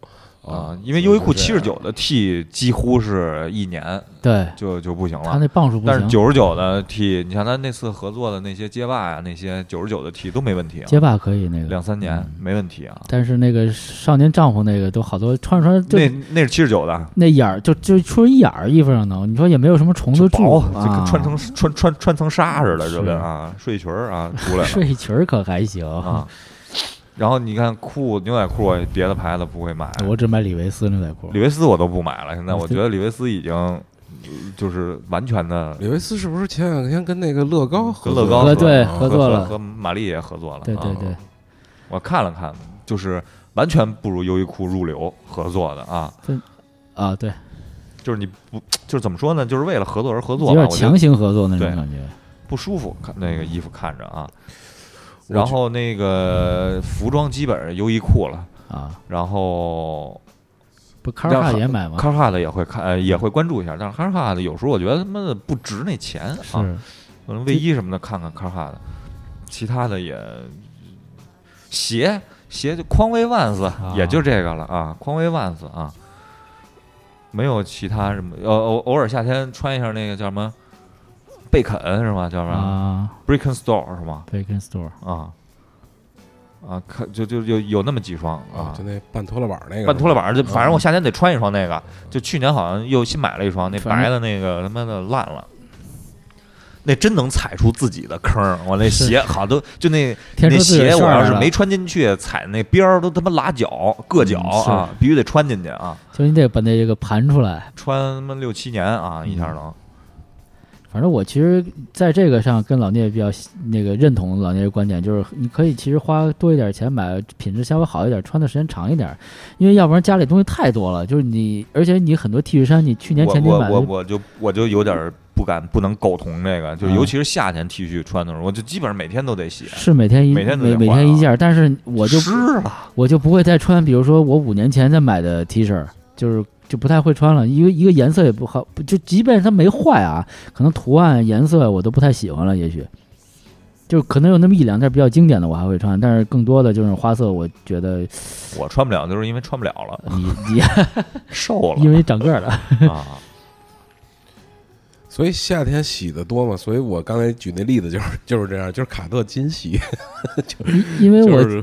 Speaker 2: 啊，因为优衣库七
Speaker 3: 就
Speaker 2: 十
Speaker 3: 是
Speaker 2: 九的 T 几乎是一年
Speaker 4: 对，
Speaker 2: 就就不行
Speaker 4: 它
Speaker 2: 了，
Speaker 4: 那磅数不
Speaker 2: 但是
Speaker 4: 行。
Speaker 2: 九十九的 T，你像他那次合作的那些街霸呀、那些九十九的 T 都没问题啊，
Speaker 4: 街嗯霸可以那个，
Speaker 2: 两三年没问题啊。
Speaker 4: 但是那个少年丈夫那个都好多穿着穿着
Speaker 2: 那
Speaker 4: 就
Speaker 2: 那是七十九的，
Speaker 4: 那眼儿就就出一眼儿衣服上能，你说也没有什么虫
Speaker 2: 就
Speaker 4: 子住
Speaker 2: 薄，就跟
Speaker 4: 啊，
Speaker 2: 穿成穿穿穿层纱似的，
Speaker 4: 是
Speaker 2: 就跟啊睡裙儿啊出来了。
Speaker 4: 睡裙儿可还行，
Speaker 2: 啊。然后你看裤、牛仔裤，别的牌子不会买，
Speaker 4: 我只买李维斯牛仔裤
Speaker 2: 李维斯我都不买了。现在我觉得李维斯已经呃就是完全的
Speaker 3: 李维斯是不是前两天跟那个乐高合
Speaker 2: 嗯跟
Speaker 3: 作
Speaker 2: 乐高
Speaker 3: 了
Speaker 2: 合作
Speaker 4: 对
Speaker 3: 啊
Speaker 4: 合作了
Speaker 2: 和玛丽也合作了。
Speaker 4: 对对
Speaker 2: 啊
Speaker 4: 对，
Speaker 2: 我看了看，就是完全不如优衣库入流合作的啊，
Speaker 4: 啊，对，
Speaker 2: 就是你不就是怎么说呢？就是为了合作而合作吧，
Speaker 4: 有点
Speaker 2: 我觉
Speaker 4: 强
Speaker 2: 得
Speaker 4: 行合作那种
Speaker 2: 对
Speaker 4: 感觉。
Speaker 2: 不舒服，看那个衣服看着啊。
Speaker 3: 我
Speaker 2: 然
Speaker 3: 觉
Speaker 2: 后那个服装基本上优衣库了，
Speaker 4: 啊，
Speaker 2: 然后
Speaker 4: 不卡
Speaker 2: 让
Speaker 4: 尔哈
Speaker 2: 哈
Speaker 4: 也买吗？
Speaker 2: 卡尔哈的也会看，
Speaker 4: 嗯
Speaker 2: 呃，也会关注一下。但是卡尔哈的有时候我觉得他妈的不值那钱啊，
Speaker 4: 是，
Speaker 2: 可能卫衣什么的看看卡尔哈的，其他的也呃鞋鞋就匡威万斯、
Speaker 4: 啊
Speaker 2: 也就这个了啊，匡威万斯啊，没有其他什么，呃，偶偶尔夏天穿一下那个叫什么贝肯是吗？叫什么、
Speaker 4: 啊
Speaker 2: Bricken Store 是吗？
Speaker 4: ，Bacon Store
Speaker 2: 啊啊，看就就有有那么几双
Speaker 3: 啊，就那半拖拉板那个，
Speaker 2: 半拖拉板儿，就反
Speaker 4: 嗯
Speaker 2: 正我
Speaker 3: 啊
Speaker 2: 夏天得穿一双那个。就去年好像又新买了一双，那
Speaker 4: 反正
Speaker 2: 白的那个他妈的烂了。那真能踩出自己的坑儿，我那
Speaker 4: 是
Speaker 2: 鞋好多，就那
Speaker 4: 天
Speaker 2: 那
Speaker 4: 说自己的
Speaker 2: 鞋，
Speaker 4: 事
Speaker 2: 我
Speaker 4: 儿
Speaker 2: 要
Speaker 4: 来
Speaker 2: 是
Speaker 4: 了
Speaker 2: 没穿进去，踩那边儿都他妈拉脚硌脚
Speaker 4: 嗯是
Speaker 2: 啊，必须得穿进去啊，
Speaker 4: 就你得把那个盘出来。
Speaker 2: 穿他妈六七年啊，一下
Speaker 4: 嗯
Speaker 2: 能。
Speaker 4: 反正我其实在这个上跟老聂比较那个认同老聂的观点，就是你可以其实花多一点钱买品质稍微好一点，穿的时间长一点，因为要不然家里东西太多了，就是你，而且你很多 T 恤衫你去年
Speaker 2: 我
Speaker 4: 前年
Speaker 2: 我
Speaker 4: 买
Speaker 2: 我
Speaker 4: 的
Speaker 2: 我就我就有点儿不敢不能苟同这个，就是
Speaker 4: 嗯
Speaker 2: 尤其是夏天 T 恤穿的时候，我就基本上每天都得洗，
Speaker 4: 是每天一
Speaker 2: 每天都
Speaker 4: 每
Speaker 2: 得
Speaker 4: 每
Speaker 2: 换
Speaker 4: 天一
Speaker 2: 啊
Speaker 4: 件儿，但是我就
Speaker 2: 湿了，
Speaker 4: 我就不会再穿，比如说我五年前再买的 T 恤，就是就不太会穿了。一个一个颜色也不好，不就即便它没坏啊，可能图案颜色我都不太喜欢了，也许。就可能有那么一两件比较经典的我还会穿，但是更多的就是花色，我觉得
Speaker 2: 我穿不了，就是因为穿不了了，
Speaker 4: 你你
Speaker 2: 瘦
Speaker 4: 因
Speaker 2: 了
Speaker 4: 为长个儿了，
Speaker 2: 啊。
Speaker 3: 所以夏天洗的多嘛，所以我刚才举那例子就是就是这样，就是卡特金洗，
Speaker 4: 因为
Speaker 3: 就
Speaker 4: 我
Speaker 3: 是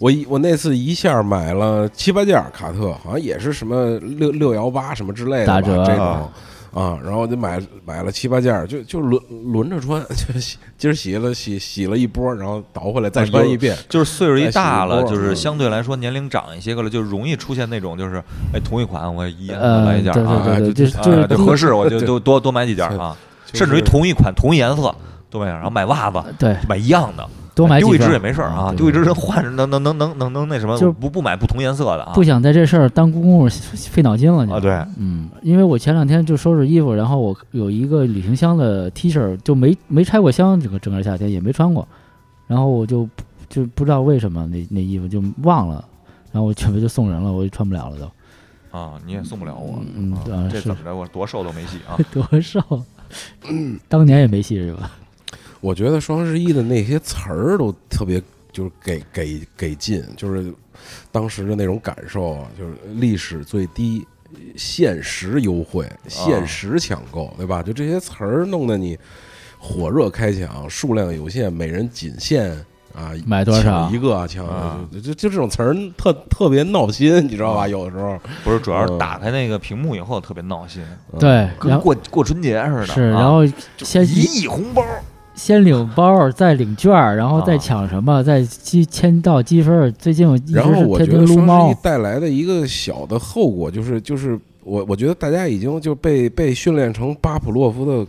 Speaker 3: 我一我那次一下买了七八件儿卡特，好像也是什么六六幺八什么之类的吧
Speaker 4: 打折
Speaker 3: 这种啊，然后我就买买了七八件儿，就就轮轮着穿， 就是洗今儿洗了洗洗了一波，然后倒回来再穿一遍，
Speaker 2: 啊就是岁数一大了，
Speaker 3: 再洗一波
Speaker 4: 嗯
Speaker 2: 就是相对来说年龄长一些个了，就容易出现那种就是，哎，同一款我一样
Speaker 4: 呃
Speaker 2: 来一件
Speaker 4: 对
Speaker 2: 啊，
Speaker 4: 对对对，
Speaker 3: 就
Speaker 4: 就是
Speaker 2: 啊
Speaker 4: 就是
Speaker 2: 就
Speaker 4: 第一
Speaker 2: 合适，我就
Speaker 3: 对
Speaker 2: 就多多买几件啊，
Speaker 3: 就是
Speaker 2: 甚至于同一款同一颜色都买，然后买袜子
Speaker 4: 对
Speaker 2: 买一样的，
Speaker 4: 多买
Speaker 2: 丢
Speaker 4: 几
Speaker 2: 一只
Speaker 4: 件
Speaker 2: 也没事儿啊，
Speaker 4: 嗯
Speaker 2: 丢一只
Speaker 4: 对
Speaker 2: 能换能能能能能能那什么，
Speaker 4: 就
Speaker 2: 我不不买不同颜色的啊
Speaker 4: 不想在这事儿当公公费脑筋了就
Speaker 2: 啊，对，
Speaker 4: 嗯，因为我前两天就收拾衣服，然后我有一个旅行箱的 T 恤，就没没拆过箱，整个整个夏天也没穿过，然后我就就不知道为什么那那衣服就忘了，然后我准备就送人了，我就穿不了了都，
Speaker 2: 啊，你也送不了我，
Speaker 4: 嗯
Speaker 2: 啊
Speaker 4: 嗯啊
Speaker 2: 这
Speaker 4: 是
Speaker 2: 怎么着，我多瘦都没戏 啊，
Speaker 4: 多瘦，当年也没戏是吧？
Speaker 3: 我觉得双十一的那些词儿都特别，就是给给给劲，就是当时的那种感受啊，就是历史最低、限时优惠、
Speaker 2: 啊
Speaker 3: 限时抢购，对吧？就这些词儿弄得你火热开抢，数量有限，每人仅限啊
Speaker 4: 买多少
Speaker 3: 抢一个啊，抢
Speaker 2: 啊
Speaker 3: 就就就这种词儿特特别闹心，你知道吧？有的时候
Speaker 2: 不是，主要是
Speaker 3: 嗯
Speaker 2: 打开那个屏幕以后特别闹心，
Speaker 4: 对，
Speaker 2: 跟
Speaker 4: 然后
Speaker 2: 过过春节似的，
Speaker 4: 是，
Speaker 2: 啊
Speaker 4: 然后先
Speaker 2: 一亿红包，
Speaker 4: 先领包，再领券儿，然后再
Speaker 2: 啊
Speaker 4: 抢什么，再积签到积分儿。最近我一直
Speaker 3: 然后
Speaker 4: 是
Speaker 3: 我
Speaker 4: 天
Speaker 3: 觉
Speaker 4: 天
Speaker 3: 得
Speaker 4: 撸
Speaker 3: 双十
Speaker 4: 猫
Speaker 3: 一，带来的一个小的后果就是，就是我我觉得大家已经就被被训练成巴甫洛夫的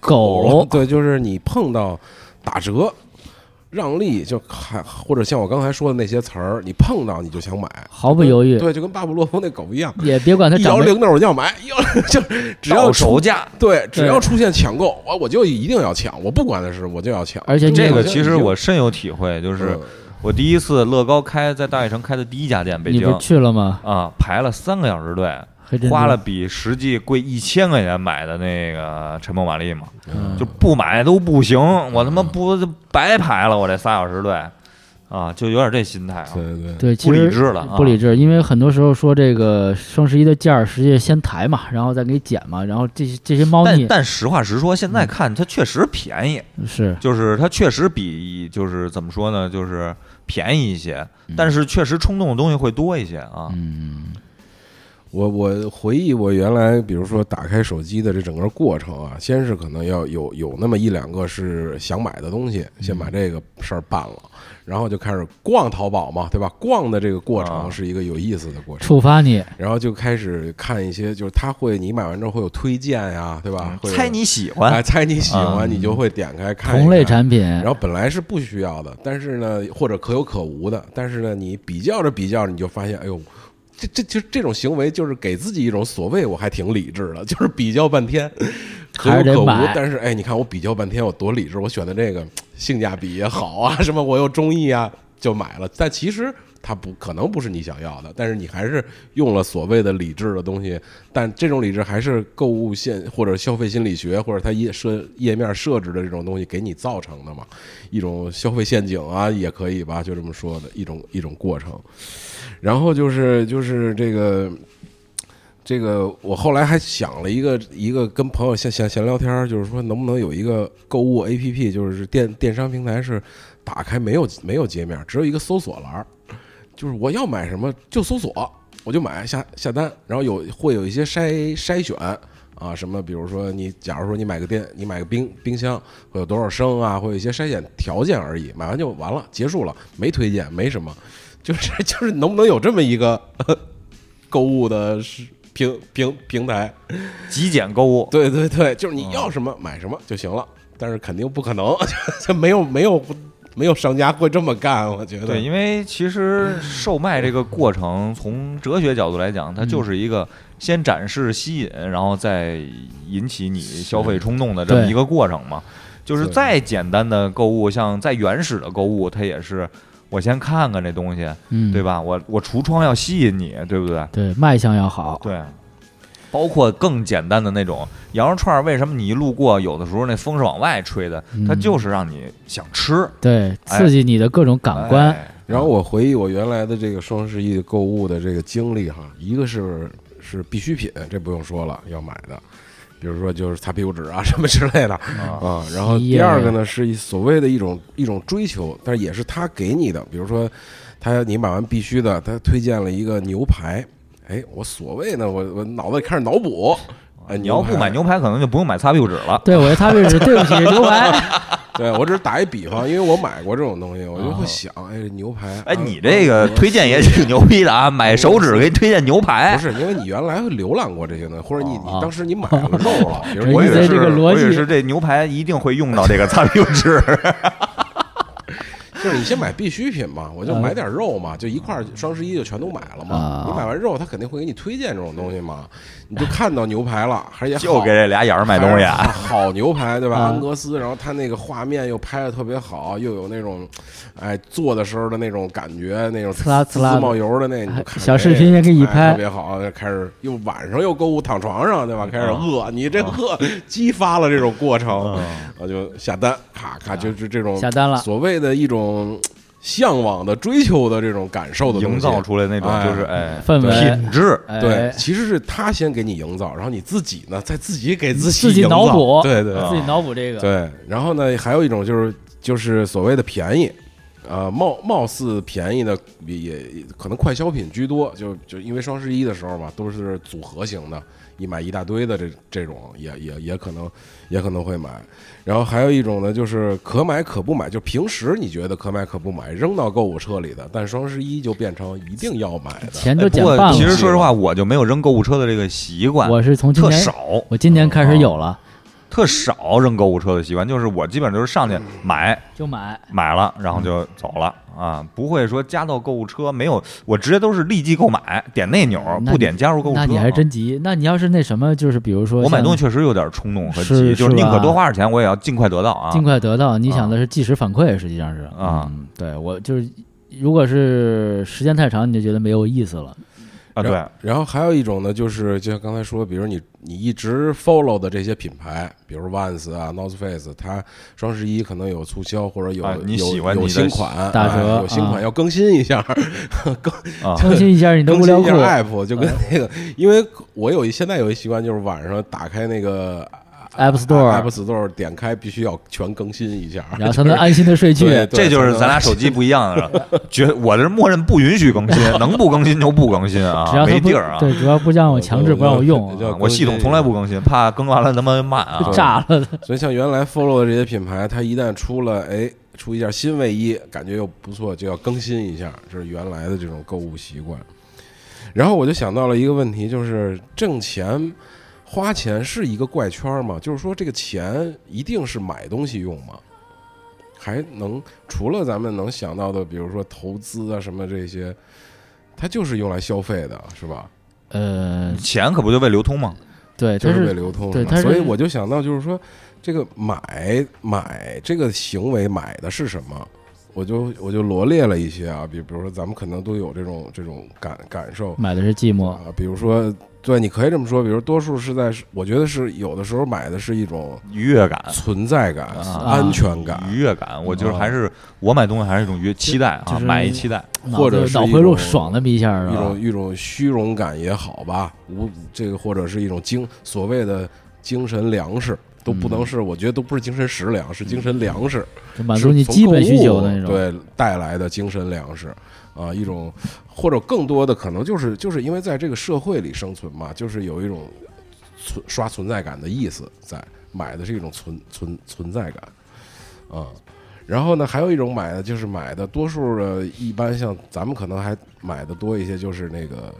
Speaker 4: 狗
Speaker 3: 对，就是你碰到打折、让利，就还或者像我刚才说的那些词儿，你碰到你就想买，
Speaker 4: 毫不犹豫，
Speaker 3: 对，就跟巴甫洛夫那狗一样，
Speaker 4: 也别管它
Speaker 3: 一
Speaker 4: 长
Speaker 3: 摇
Speaker 4: 得
Speaker 3: 铃铛我就要买， 一摇就是只要
Speaker 2: 到
Speaker 3: 出
Speaker 2: 手价，
Speaker 3: 对，只
Speaker 4: 对
Speaker 3: 要出现抢购，我我就一定要抢，我不管它是我就要抢。
Speaker 4: 而且你
Speaker 2: 这
Speaker 4: 好
Speaker 2: 个
Speaker 4: 像嗯
Speaker 2: 其实我深有体会，
Speaker 3: 嗯
Speaker 2: 就是我第一次乐高开在大悦城开的第一家店，北
Speaker 4: 你
Speaker 2: 京
Speaker 4: 不是去了吗？
Speaker 2: 啊，排了三个小时队，
Speaker 4: 还真
Speaker 2: 花
Speaker 4: 是
Speaker 2: 了比实际贵一千块钱买的那个陈梦玛丽嘛，
Speaker 4: 嗯
Speaker 2: 就不买都不行，我他妈不白排了我这仨小时队啊，就有点这心态啊，
Speaker 3: 对对对，
Speaker 4: 对，其
Speaker 2: 不理
Speaker 4: 实
Speaker 2: 智了啊，
Speaker 4: 不理智，因为很多时候说这个双十一的价儿，实际先抬嘛，然后再给你减嘛，然后这些这些猫
Speaker 2: 但
Speaker 4: 腻
Speaker 2: 但实话实说，现
Speaker 4: 嗯
Speaker 2: 在看它确实便宜，
Speaker 4: 是
Speaker 2: 就是它确实比就是怎么说呢，就是
Speaker 4: 嗯
Speaker 2: 便宜一些，但是确实冲动的东西会多一些啊。
Speaker 4: 嗯，
Speaker 3: 我我回忆我原来比如说打开手机的这整个过程啊，先是可能要有有那么一两个是想买的东西，先
Speaker 2: 嗯
Speaker 3: 把这个事儿办了，然后就开始逛淘宝嘛，对吧？逛的这个过
Speaker 2: 啊
Speaker 3: 程是一个有意思的过程，
Speaker 4: 触发你，
Speaker 2: 哎
Speaker 3: 然后就开始看一些，就是他会你买完之后会有推荐呀、对吧？会
Speaker 2: 嗯
Speaker 3: 有
Speaker 2: 猜你喜
Speaker 3: 哎，
Speaker 2: 欢，
Speaker 3: 猜你喜
Speaker 2: 啊
Speaker 3: 欢，你就会点开看一看
Speaker 4: 同类产品，
Speaker 3: 然后本来是不需要的，但是呢，或者可有可无的，但是呢，你比较着比较着，你就发现，哎呦，这这就这种行为就是给自己一种所谓我还挺理智的，就是比较半天，可
Speaker 4: 还
Speaker 3: 有
Speaker 4: 是得
Speaker 3: 可无
Speaker 4: 买，
Speaker 3: 但是哎，你看我比较半天，我多理智，我选的这个性价比也好啊，什么我又中意啊，就买了。但其实它不可能不是你想要的，但是你还是用了所谓的理智的东西，但这种理智还是购物线或者消费心理学或者它页设页面设置的这种东西给你造成的嘛，一种消费陷阱啊，也可以吧，就这么说的一种一种过程。然后就是就是这个这个，我后来还想了一个一个跟朋友闲闲闲聊天儿，就是说能不能有一个购物 APP，就是电电商平台是打开没有没有界面，只有一个搜索栏儿，就是我要买什么就搜索，我就买下下单，然后有会有一些筛筛选。啊，什么？比如说你，假如说你买个电，你买个冰冰箱，会有多少升啊？会有一些筛选条件而已，买完就完了，结束了，没推荐，没什么，就是 就是能不能有这么一个呵呵购物的是平平平台？嗯
Speaker 2: 极简购物，
Speaker 3: 对对对，就是你要什么买什么就行了，但是肯定不可能， 这没有没有没有商家会这么干，我觉得。
Speaker 2: 对，因为其实售卖这个过程，从哲学角度来讲，它就是一个先展示吸引，然后再引起你消费冲动的这么
Speaker 4: 对
Speaker 2: 一个过程嘛。就是
Speaker 3: 对
Speaker 2: 再简单的购物，像再原始的购物，它也是我先看看这东西，
Speaker 4: 嗯，
Speaker 2: 对吧？我我橱窗要吸引你，对不对？
Speaker 4: 对，卖相要好，
Speaker 2: 对，包括更简单的那种羊肉串儿，为什么你一路过，有的时候那风是往外吹的，它
Speaker 4: 嗯
Speaker 2: 就是让你想吃
Speaker 4: 对，
Speaker 2: 哎
Speaker 4: 刺激你的各种感官，
Speaker 2: 哎
Speaker 3: 然后我回忆我原来的这个双十一购物的这个经历哈，一个是是必需品，这不用说了，要买的，比如说就是擦屁股纸啊什么之类的
Speaker 2: 啊
Speaker 3: 啊。然后
Speaker 4: 洗衣
Speaker 3: 第
Speaker 4: 液
Speaker 3: 二个呢是一所谓的一种一种追求，但是也是他给你的，比如说他你买完必须的，他推荐了一个牛排，哎，我所谓呢，我我脑子里开始脑补，哎，
Speaker 2: 啊你要不买
Speaker 3: 排
Speaker 2: 牛排，可能就不用买擦屁股纸了。
Speaker 4: 对我的擦屁纸，对不起，刘白，
Speaker 3: 对我只是打一比方，因为我买过这种东西，我就会想，哎，牛排，
Speaker 2: 哎，
Speaker 3: 啊
Speaker 2: 你这个推荐也挺牛逼的啊！买手指给你推荐牛排
Speaker 3: 不，是，因为你原来会浏览过这些东西，或者你你
Speaker 4: 哎哦
Speaker 3: 当时你买了肉 了，比如
Speaker 4: 是
Speaker 2: 我以为
Speaker 4: 你
Speaker 2: 是
Speaker 4: 这个逻
Speaker 2: 我以为
Speaker 4: 辑
Speaker 2: 是这牛排一定会用到这个擦屁股纸。
Speaker 3: 就是你先买必需品嘛，我就买点肉嘛，就一块儿双十一就全都买了嘛
Speaker 4: 嗯啊。
Speaker 3: 你买完肉，他肯定会给你推荐这种东西嘛，你就看到牛排了，还是也好
Speaker 2: 就给这俩眼儿买东西
Speaker 3: 还
Speaker 2: 啊，
Speaker 3: 是好好牛排对吧？
Speaker 4: 啊
Speaker 3: 安格斯，然后他那个画面又拍的特别好，又有那种，哎，做的时候的那种感觉，那种
Speaker 4: 呲啦
Speaker 3: 滋
Speaker 4: 呲啦的
Speaker 3: 冒油的那，你就看
Speaker 4: 小视频也给你
Speaker 3: 哎
Speaker 4: 拍
Speaker 3: 特别好。开始又晚上又购物，躺床上对吧？开始
Speaker 4: 嗯
Speaker 3: 饿，你这饿激发了这种过程，我就下单，咔咔，就是这种
Speaker 4: 啊下单了
Speaker 3: 所谓的一种向往的追求的这种感受的东西
Speaker 2: 营造出来那种
Speaker 3: 哎
Speaker 2: 就是哎
Speaker 4: 氛围
Speaker 2: 品质。
Speaker 4: 哎
Speaker 3: 对，其实是他先给你营造，然后你自己呢，再自己给自己
Speaker 4: 自己
Speaker 3: 营造
Speaker 4: 脑补啊
Speaker 3: 对对
Speaker 2: 啊
Speaker 4: 自己脑补这个，
Speaker 3: 对。然后呢，还有一种就是就是所谓的便宜，呃，貌貌似便宜的也也可能快消品居多，就就因为双十一的时候嘛，都是组合型的，一买一大堆的这这种也也也可能也可能会买。然后还有一种呢，就是可买可不买，就平时你觉得可买可不买，扔到购物车里的，但双十一就变成一定要买的。
Speaker 4: 钱
Speaker 2: 哎
Speaker 4: 都
Speaker 2: 不
Speaker 4: 减半
Speaker 2: 过
Speaker 4: 了
Speaker 2: 其。实说实话，我就没有扔购物车的这个习惯，
Speaker 4: 我是从今
Speaker 2: 特
Speaker 4: 年，
Speaker 2: 少，嗯啊
Speaker 4: 我今年开始有了，
Speaker 2: 特少扔购物车的习惯，就是我基本就是上去买
Speaker 4: 就买。
Speaker 2: 买了，然后就走了啊，不会说加到购物车，没有，我直接都是立即购买，点那钮儿
Speaker 4: 那你
Speaker 2: 不点加入购物车。啊
Speaker 4: 那你还真急。那你要是那什么，就是比如说
Speaker 2: 我买
Speaker 4: 像
Speaker 2: 东西确实有点冲动和
Speaker 4: 是
Speaker 2: 急，就是
Speaker 4: 是
Speaker 2: 宁可
Speaker 4: 吧
Speaker 2: 多花点钱，我也要尽快得到啊。
Speaker 4: 尽快得到，你
Speaker 2: 啊
Speaker 4: 想的是即时反馈，实际上是
Speaker 2: 啊
Speaker 4: 嗯对我就是，如果是时间太长，你就觉得没有意思了。
Speaker 2: 啊，对，
Speaker 3: 然后还有一种呢，就是就像刚才说，比如你你一直 follow 的这些品牌，比如 Vans 啊、North Face，它双十一可能有促销，或者有、
Speaker 2: 啊你
Speaker 3: 有
Speaker 2: 喜欢
Speaker 3: 有
Speaker 2: 你的
Speaker 3: 新款
Speaker 4: 打折
Speaker 3: 哎有新款、
Speaker 4: 啊
Speaker 3: 要更新一下， 更
Speaker 2: 啊
Speaker 4: 更新一下你的
Speaker 3: 更
Speaker 4: 无
Speaker 3: 新
Speaker 4: 聊嗯
Speaker 3: 一
Speaker 4: 库
Speaker 3: 下，app，就跟那个，因为我有一现在有一习惯，就是晚上打开那个啊
Speaker 4: App Store
Speaker 3: App Store 点开必须要全更新一下，
Speaker 4: 然后才能安心的睡去。
Speaker 3: 对
Speaker 2: 这就是 咱俩手机不一样了，绝我这默认不允许更新，能不更新就不更新
Speaker 4: 只要
Speaker 2: 啊，
Speaker 4: 他
Speaker 2: 没
Speaker 4: 不
Speaker 2: 地儿啊，
Speaker 4: 对，主要不让我强制不让我用啊，
Speaker 3: 要
Speaker 2: 我系统从来不更新，怕更完了他妈慢啊
Speaker 4: 就。炸了。
Speaker 3: 所以像原来 follow 的这些品牌，它一旦出了，哎，出一件新卫衣，感觉又不错，就要更新一下，这是原来的这种购物习惯。然后我就想到了一个问题，就是挣钱、花钱是一个怪圈吗？就是说，这个钱一定是买东西用吗？还能除了咱们能想到的，比如说投资啊什么这些，它就是用来消费的，是吧？
Speaker 4: 呃，
Speaker 2: 钱可不就为流通吗？
Speaker 4: 对，
Speaker 3: 就
Speaker 4: 它
Speaker 3: 是为
Speaker 4: 是
Speaker 3: 流通
Speaker 4: 对
Speaker 3: 嘛
Speaker 4: 它是
Speaker 3: 所以我就想到，就是说，这个买买这个行为买的是什么？我就我就罗列了一些啊，比比如说咱们可能都有这种这种感感受
Speaker 4: 买的是寂寞，
Speaker 3: 啊，比如说，对，你可以这么说，比如多数是在，我觉得是有的时候买的是一种
Speaker 2: 愉悦感。
Speaker 3: 存在感、
Speaker 2: 啊
Speaker 3: 安全感，
Speaker 2: 愉悦感，我就是还是我买东西还是一种愉期待
Speaker 4: 就
Speaker 2: 啊，
Speaker 4: 是
Speaker 2: 买一期待。
Speaker 3: 或者
Speaker 4: 脑子
Speaker 3: 是
Speaker 4: 脑
Speaker 3: 一
Speaker 4: 回路
Speaker 3: 种
Speaker 4: 爽那么一下啊
Speaker 3: 一
Speaker 4: 是吧？
Speaker 3: 种一种虚荣感也好吧，无这个或者是一种精所谓的精神粮食，都
Speaker 4: 嗯
Speaker 3: 不能是，我觉得都不是精神食粮，是精神粮食。
Speaker 4: 就满足你基本需求的那种。
Speaker 3: 对带来的精神粮食啊，一种或者更多的可能就是就是因为在这个社会里生存嘛，就是有一种存刷存在感的意思在，买的是一种存存存在感啊。然后呢，还有一种买的就是买的，多数的一般像咱们可能还买的多一些，就是那个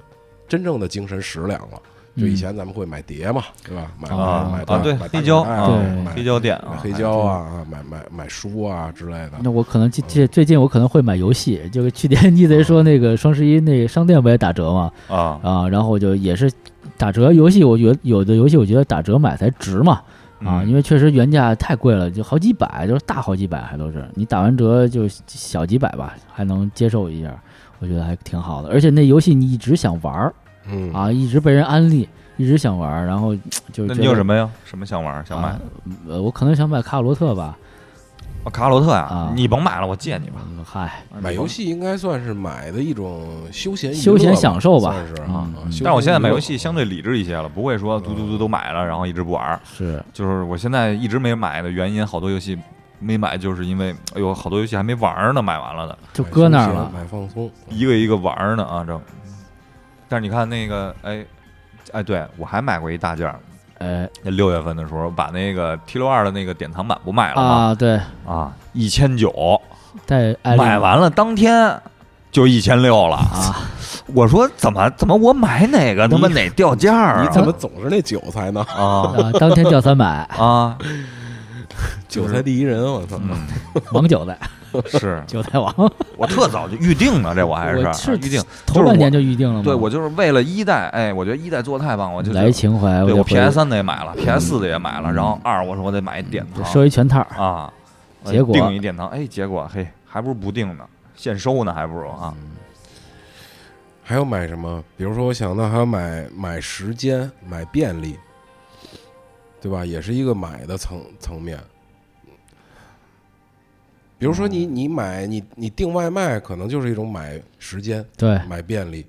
Speaker 3: 真正的精神食粮了。就
Speaker 4: 嗯
Speaker 3: 以前咱们会买碟嘛，对吧？买
Speaker 4: 啊
Speaker 3: 买
Speaker 2: 啊，对，
Speaker 3: 买
Speaker 2: 黑胶
Speaker 3: 买
Speaker 2: 啊，
Speaker 3: 买
Speaker 2: 黑胶店啊，
Speaker 3: 黑胶啊，买买买书啊之类的。
Speaker 4: 那我可能最最最近我可能会买游戏，就是去年 你贼说那个双十一那个商店不也打折嘛，
Speaker 2: 啊，
Speaker 4: 啊，然后我就也是打折游戏，我觉得有的游戏我觉得打折买才值嘛，啊，
Speaker 2: 嗯
Speaker 4: 因为确实原价太贵了，就好几百，就是大好几百还都是，你打完折就小几百吧，还能接受一下，我觉得还挺好的。而且那游戏你一直想玩儿
Speaker 3: 嗯
Speaker 4: 啊，一直被人安利，一直想玩儿，然后就
Speaker 2: 那
Speaker 4: 觉
Speaker 2: 你有
Speaker 4: 得
Speaker 2: 什么呀？什么想玩儿想买
Speaker 4: 啊？呃，我可能想买卡罗特吧，
Speaker 2: 哦卡罗特呀
Speaker 4: 啊，
Speaker 2: 你甭买了，我借你吧。
Speaker 4: 嗯嗨，
Speaker 3: 买游，戏应该算是买的一种休闲娱乐吧
Speaker 4: 休闲享受吧
Speaker 3: 算是
Speaker 4: 嗯
Speaker 3: 啊。
Speaker 4: 嗯
Speaker 2: 但是我现在买游戏相对理智一些了，不会说嘟
Speaker 3: 嗯
Speaker 2: 嘟嘟都买了，然后一直不玩儿。
Speaker 4: 是
Speaker 2: 就是我现在一直没买的原因，好多游戏没买，就是因为哎呦，好多游戏还没玩儿呢，买完了的，
Speaker 4: 就搁那儿
Speaker 3: 买休
Speaker 4: 了嗯
Speaker 3: 闲。买放松，
Speaker 2: 一个一个玩儿呢啊，这。但是你看那个，哎，哎，对我还买过一大件儿，
Speaker 4: 哎
Speaker 2: 那六月份的时候把那个 T 六二的那个典藏版不买了吗？
Speaker 4: 啊，对，
Speaker 2: 啊，一千九，
Speaker 4: 带
Speaker 3: 哎
Speaker 4: 艾丽
Speaker 2: 买完了当天就一千六了。
Speaker 4: 啊，
Speaker 2: 我说怎么怎么我买哪个他妈哪掉价儿啊？
Speaker 3: 你怎么总是那韭菜呢？
Speaker 2: 啊
Speaker 4: 啊，当天叫三百，
Speaker 2: 啊？
Speaker 3: 韭菜第一人，我操！
Speaker 2: 嗯，
Speaker 4: 王九代，
Speaker 2: 是
Speaker 4: 九代王。
Speaker 2: 我特早就预定了，这我还
Speaker 4: 我
Speaker 2: 是
Speaker 4: 是
Speaker 2: 啊预定。
Speaker 4: 头半年就预定了吗？
Speaker 2: 对，我就是为了一代，哎，我觉得一代做得太棒，我就
Speaker 4: 来情怀，
Speaker 2: 对
Speaker 4: 就
Speaker 2: 我
Speaker 4: 回
Speaker 2: PS 三的也买了，PS 四的也买了，然后二我说我得买一典
Speaker 4: 就
Speaker 2: 藏
Speaker 4: 嗯收一全套儿，
Speaker 2: 啊，我
Speaker 4: 结果
Speaker 2: 定一典藏，哎，结果嘿，还不如不定呢，现收呢，还不如啊。
Speaker 4: 嗯
Speaker 3: 还有买什么？比如说，我想到还要买买时间，买便利，对吧？也是一个买的层层面。比如说你，你买你你订外卖，可能就是一种买时间、
Speaker 4: 对，
Speaker 2: 嗯
Speaker 3: 买便利，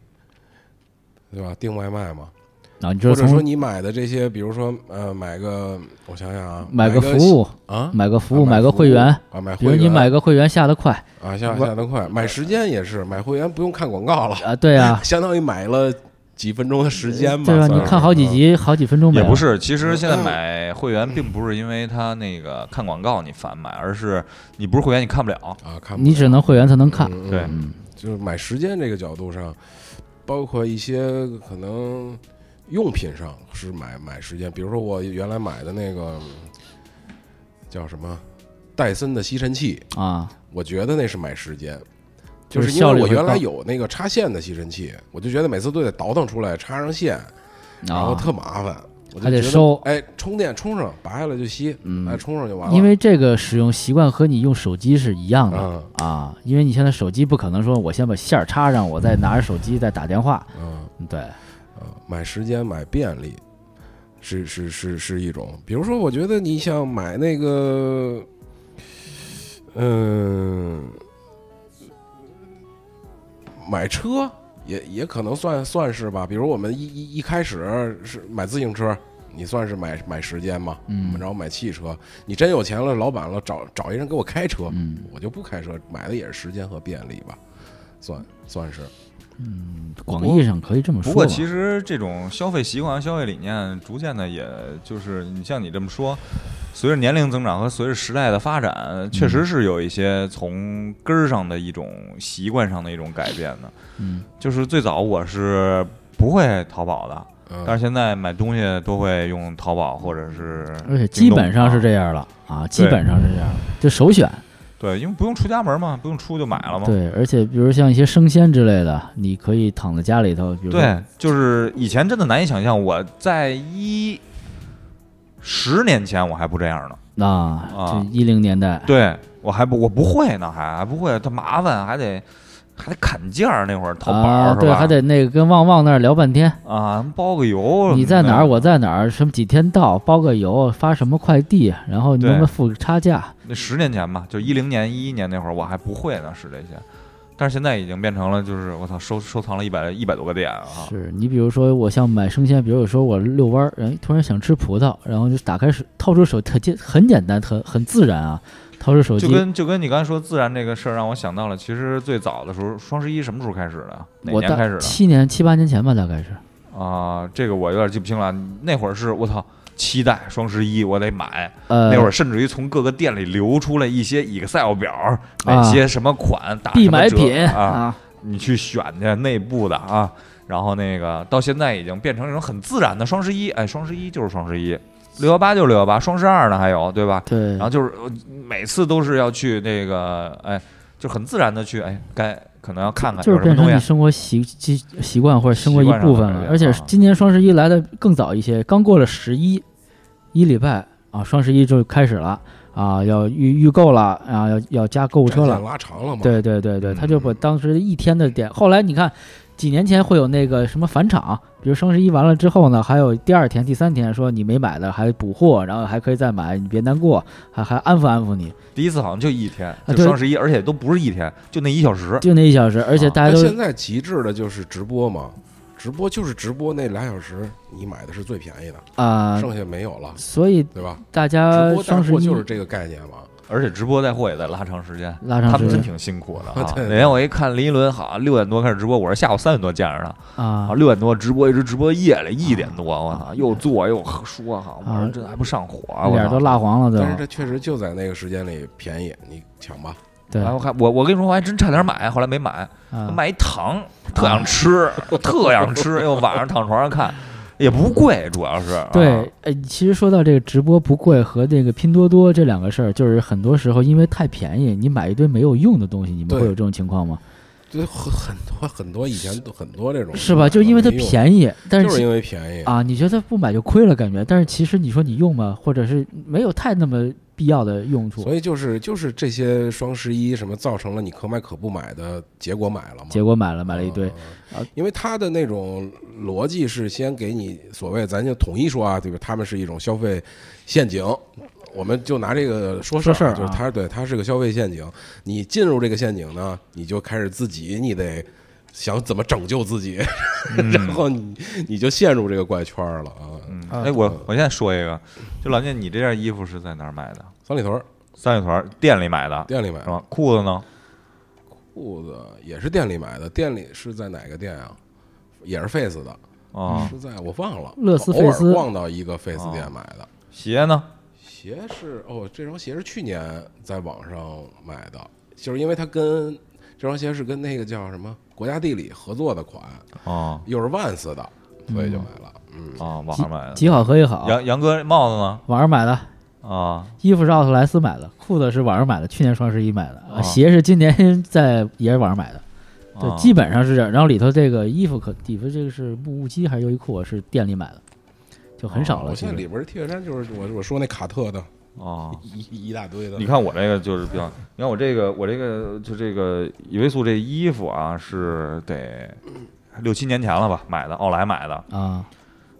Speaker 3: 对吧？订外卖嘛。
Speaker 4: 然后你
Speaker 3: 或
Speaker 4: 就是
Speaker 3: 者说
Speaker 4: 从
Speaker 3: 你买的这些，比如说呃，买个我想想啊，
Speaker 4: 买
Speaker 3: 个
Speaker 4: 个服务，
Speaker 3: 啊，
Speaker 4: 买个服务，
Speaker 3: 啊
Speaker 4: 买个会员，
Speaker 3: 啊，买
Speaker 4: 比
Speaker 3: 会
Speaker 4: 如
Speaker 3: 员，
Speaker 4: 你买个会员下的快
Speaker 3: 啊，下下得快，买时间也是，买会员不用看广告了，
Speaker 4: 啊，对啊
Speaker 3: ，相当于买了几分钟的时间吧，
Speaker 4: 对吧？
Speaker 3: 算
Speaker 4: 你
Speaker 3: 是
Speaker 4: 看好几，集，好几分钟没
Speaker 2: 也
Speaker 4: 了
Speaker 2: 不是，其实现在买会员并不是因为他那个看广告你烦买，而是你不是会员你看不了。
Speaker 3: 啊，看不
Speaker 4: 你
Speaker 3: 了
Speaker 4: 只能会员才能看，
Speaker 3: 嗯嗯
Speaker 2: 对，
Speaker 3: 就是买时间这个角度上，包括一些可能用品上是买买时间，比如说我原来买的那个叫什么戴森的吸尘器，
Speaker 4: 啊，
Speaker 3: 我觉得那是买时间，
Speaker 4: 就
Speaker 3: 就是是因
Speaker 4: 效率
Speaker 3: 为我
Speaker 4: 会
Speaker 3: 原来
Speaker 4: 高
Speaker 3: 有那个插线的吸尘器，我就觉得每次都得倒腾出来插上线，然后
Speaker 4: 啊，
Speaker 3: 特麻烦，我就
Speaker 4: 还得
Speaker 3: 觉得
Speaker 4: 收
Speaker 3: 哎，充电充上，拔下来就吸，
Speaker 4: 嗯
Speaker 3: 哎，充上就完了。
Speaker 4: 因为这个使用习惯和你用手机是一样的。
Speaker 3: 嗯
Speaker 4: 啊，因为你现在手机不可能说我先把线儿插上，我再拿着手机再打电话，
Speaker 3: 嗯
Speaker 4: 对，
Speaker 3: 嗯，买时间买便利，是是是是一种。比如说，我觉得你想买那个，嗯、买车也也可能算算是吧。比如我们一一一开始是买自行车，你算是买买时间嘛，
Speaker 4: 嗯
Speaker 3: 然后买汽车，你真有钱了，老板了，找找一人给我开车，
Speaker 4: 嗯
Speaker 3: 我就不开车，买的也是时间和便利吧，算算是，
Speaker 4: 广义上可以这么说
Speaker 2: 不
Speaker 4: 吧。
Speaker 2: 过其实这种消费习惯、消费理念，逐渐的也就是你像你这么说，随着年龄增长和随着时代的发展，确实是有一些从根儿上的一种习惯上的一种改变的。
Speaker 4: 嗯，
Speaker 2: 就是最早我是不会淘宝的，
Speaker 3: 嗯，
Speaker 2: 但是现在买东西都会用淘宝或者是
Speaker 4: 而且
Speaker 2: 京
Speaker 4: 基
Speaker 2: 东
Speaker 4: 本上是
Speaker 2: 啊
Speaker 4: 这样了啊，基本上是这样了，就首选。
Speaker 2: 对，因为不用出家门嘛，不用出就买了嘛。
Speaker 4: 对，而且比如像一些生鲜之类的，你可以躺在家里头，比如说
Speaker 2: 对，就是以前真的难以想象，我在一十年前我还不这样呢。
Speaker 4: 啊，
Speaker 2: 啊
Speaker 4: 这一零年代，
Speaker 2: 对我还不我不会呢，还还不会，它麻烦，还得还得砍价儿，那会儿淘宝、
Speaker 4: 啊，
Speaker 2: 是吧？
Speaker 4: 对，还得那个跟旺旺那儿聊半天，
Speaker 2: 啊包个邮，
Speaker 4: 你在
Speaker 2: 嗯
Speaker 4: 哪儿，我在哪儿，什么几天到，包个邮，发什么快递，然后你
Speaker 2: 对啊
Speaker 4: 能不能付个差价？
Speaker 2: 那十年前吧，就一零年、一一年那会儿，我还不会呢，是这些。但是现在已经变成了，就是我操，收收藏了一百一百多个点啊！
Speaker 4: 是你比如说，我像买生鲜，比如有时候我遛弯儿，哎，突然想吃葡萄，然后就打开手，掏出手，特简很简单，很很自然啊，掏出手
Speaker 2: 就
Speaker 4: 机，
Speaker 2: 跟就跟你刚才说自然这个事儿，让我想到了，其实最早的时候，双十一什么时候开始的？哪
Speaker 4: 我
Speaker 2: 年开始
Speaker 4: 大
Speaker 2: 的？
Speaker 4: 七年七八年前吧，大概是，
Speaker 2: 啊，这个我有点记不清了。那会儿是我操，期待双十一，我得买。
Speaker 4: 呃，
Speaker 2: 那会儿甚至于从各个店里流出来一些 Excel 表，哪些什么款打
Speaker 4: 啊必
Speaker 2: 什么
Speaker 4: 买
Speaker 2: 折
Speaker 4: 品
Speaker 2: 啊，，你去选去内部的啊。然后那个到现在已经变成一种很自然的双十一，哎，双十一就是双十一，六幺八就是六幺八，双十二呢还有对吧？
Speaker 4: 对
Speaker 2: 然，后就是呃每次都是要去那个，哎，就很自然的去，哎，该可能要看看
Speaker 4: 就
Speaker 2: 有
Speaker 4: 是
Speaker 2: 什么
Speaker 4: 变成
Speaker 2: 东
Speaker 4: 你
Speaker 2: 西。啊
Speaker 4: 生活习习习惯或者生活一部分了
Speaker 2: 习惯上的改变。啊
Speaker 4: 而且今年双十一来的更早一些，刚过了十一一礼拜啊，双十一就开始了啊，要预预购了啊，要要加购物车
Speaker 3: 战
Speaker 4: 了
Speaker 3: 线。拉长了嘛，
Speaker 4: 对对对对，
Speaker 2: 嗯
Speaker 4: 他就把当时一天的点，后来你看。几年前会有那个什么返场，比如双十一完了之后呢，还有第二天、第三天说你没买的还补货，然后还可以再买，你别难过，还还安抚安抚你，
Speaker 2: 第一次好像就一天，
Speaker 4: 啊对
Speaker 2: 就双十一，而且都不是一天，就那一小时。
Speaker 4: 就那一小时，而
Speaker 2: 啊
Speaker 4: 且大
Speaker 3: 那
Speaker 4: 家都
Speaker 3: 现在极致的就是直播嘛，直播就是直播那俩小时，你买的是最便宜的，
Speaker 4: 啊、
Speaker 3: 剩下没有了，
Speaker 4: 所以
Speaker 3: 对吧？
Speaker 4: 大
Speaker 3: 直
Speaker 4: 家
Speaker 3: 播带
Speaker 4: 双十
Speaker 3: 货
Speaker 4: 一
Speaker 3: 就是这个概念嘛，
Speaker 2: 而且直播带货也得拉长时间，
Speaker 4: 拉
Speaker 2: 他
Speaker 4: 长时
Speaker 2: 们
Speaker 4: 间
Speaker 2: 真挺辛苦 的啊！
Speaker 3: 对
Speaker 2: 那天我一看林依轮，好六点多开始直播，我是下午三点多见着他，
Speaker 4: 啊
Speaker 2: 啊，六点多直播一直直播夜里一点多，我操，又做又说哈，我
Speaker 4: 啊
Speaker 2: 说这还不上火，我
Speaker 4: 脸
Speaker 2: 操
Speaker 4: 都蜡黄了
Speaker 3: 但是
Speaker 4: 都。
Speaker 3: 这确实就在那个时间里便宜，你抢吧。
Speaker 4: 对
Speaker 2: 哎，，
Speaker 3: 啊
Speaker 2: 我还我我跟你说，我还真差点买，后来没买，
Speaker 4: 啊
Speaker 2: 买一糖，特想吃，特想吃，又晚上躺床上看，也不贵，主要是啊
Speaker 4: 对，哎，其实说到这个直播不贵和这个拼多多这两个事儿，就是很多时候因为太便宜，你买一堆没有用的东西，你们
Speaker 3: 对
Speaker 4: 会有这种情况吗？
Speaker 3: 就很很多很多以前都很多这种
Speaker 4: 是吧？就因为它
Speaker 3: 没用
Speaker 4: 便宜，但是
Speaker 3: 就是
Speaker 4: 其
Speaker 3: 因为便宜，
Speaker 4: 啊，你觉得不买就亏了感觉，但是其实你说你用吗？或者是没有太那么必要的用处，
Speaker 3: 所以就是就是这些双十一什么造成了你可买可不买的结果买了嘛，
Speaker 4: 结果买了买了一堆，
Speaker 3: 嗯
Speaker 4: 啊
Speaker 3: 因为他的那种逻辑是先给你所谓，咱就统一说啊，对吧？他们是一种消费陷阱，我们就拿这个说事
Speaker 4: 说事儿啊
Speaker 3: 就是他对他是个消费陷阱，你进入这个陷阱呢，你就开始自己你得想怎么拯救自己， 然后你你就陷入这个怪圈了啊。
Speaker 2: 嗯哎，我我现在说一个，就老聂，你这件衣服是在哪儿买的？
Speaker 3: 三里屯儿
Speaker 2: 三里屯儿店里买的，
Speaker 3: 店里买
Speaker 2: 是
Speaker 3: 的
Speaker 2: 吧？裤子呢？
Speaker 3: 裤子也是店里买的，店里是在哪个店啊？也是 Face 的，
Speaker 2: 啊，
Speaker 3: 是在我忘了，
Speaker 4: 乐思
Speaker 3: 偶
Speaker 4: Face
Speaker 3: 尔逛到一个 Face 店买的。
Speaker 2: 鞋呢？
Speaker 3: 鞋是哦，这双鞋是去年在网上买的，就是因为它跟这双鞋是跟那个叫什么国家地理合作的款，
Speaker 4: 嗯
Speaker 2: 啊
Speaker 3: 又是万斯的，所以就买了。嗯，
Speaker 2: 啊，网上买的。
Speaker 4: 极好合一好，
Speaker 2: 杨杨哥帽子呢？
Speaker 4: 网上买的，
Speaker 2: 啊，
Speaker 4: 衣服是奥特莱斯买的，裤子是网上买的，去年双十一买的，啊
Speaker 2: 哦
Speaker 4: 鞋是今年 在也是网上买的，
Speaker 2: 啊
Speaker 4: 对，基本上是这样。然后里头这个衣服可里头这个是木木屐还是优衣库，我是店里买的，就很少
Speaker 2: 哦
Speaker 4: 了。
Speaker 3: 啊我
Speaker 4: 其
Speaker 3: 现在里
Speaker 4: 实
Speaker 3: 边儿 T 恤衫就是我我说那卡特的
Speaker 2: 啊。
Speaker 3: 一一大堆的
Speaker 2: 你，看我这个就是比较，你看我这个我这个就这个一位素这衣服啊，是得六七年前了吧买的，奥莱买的。
Speaker 4: 啊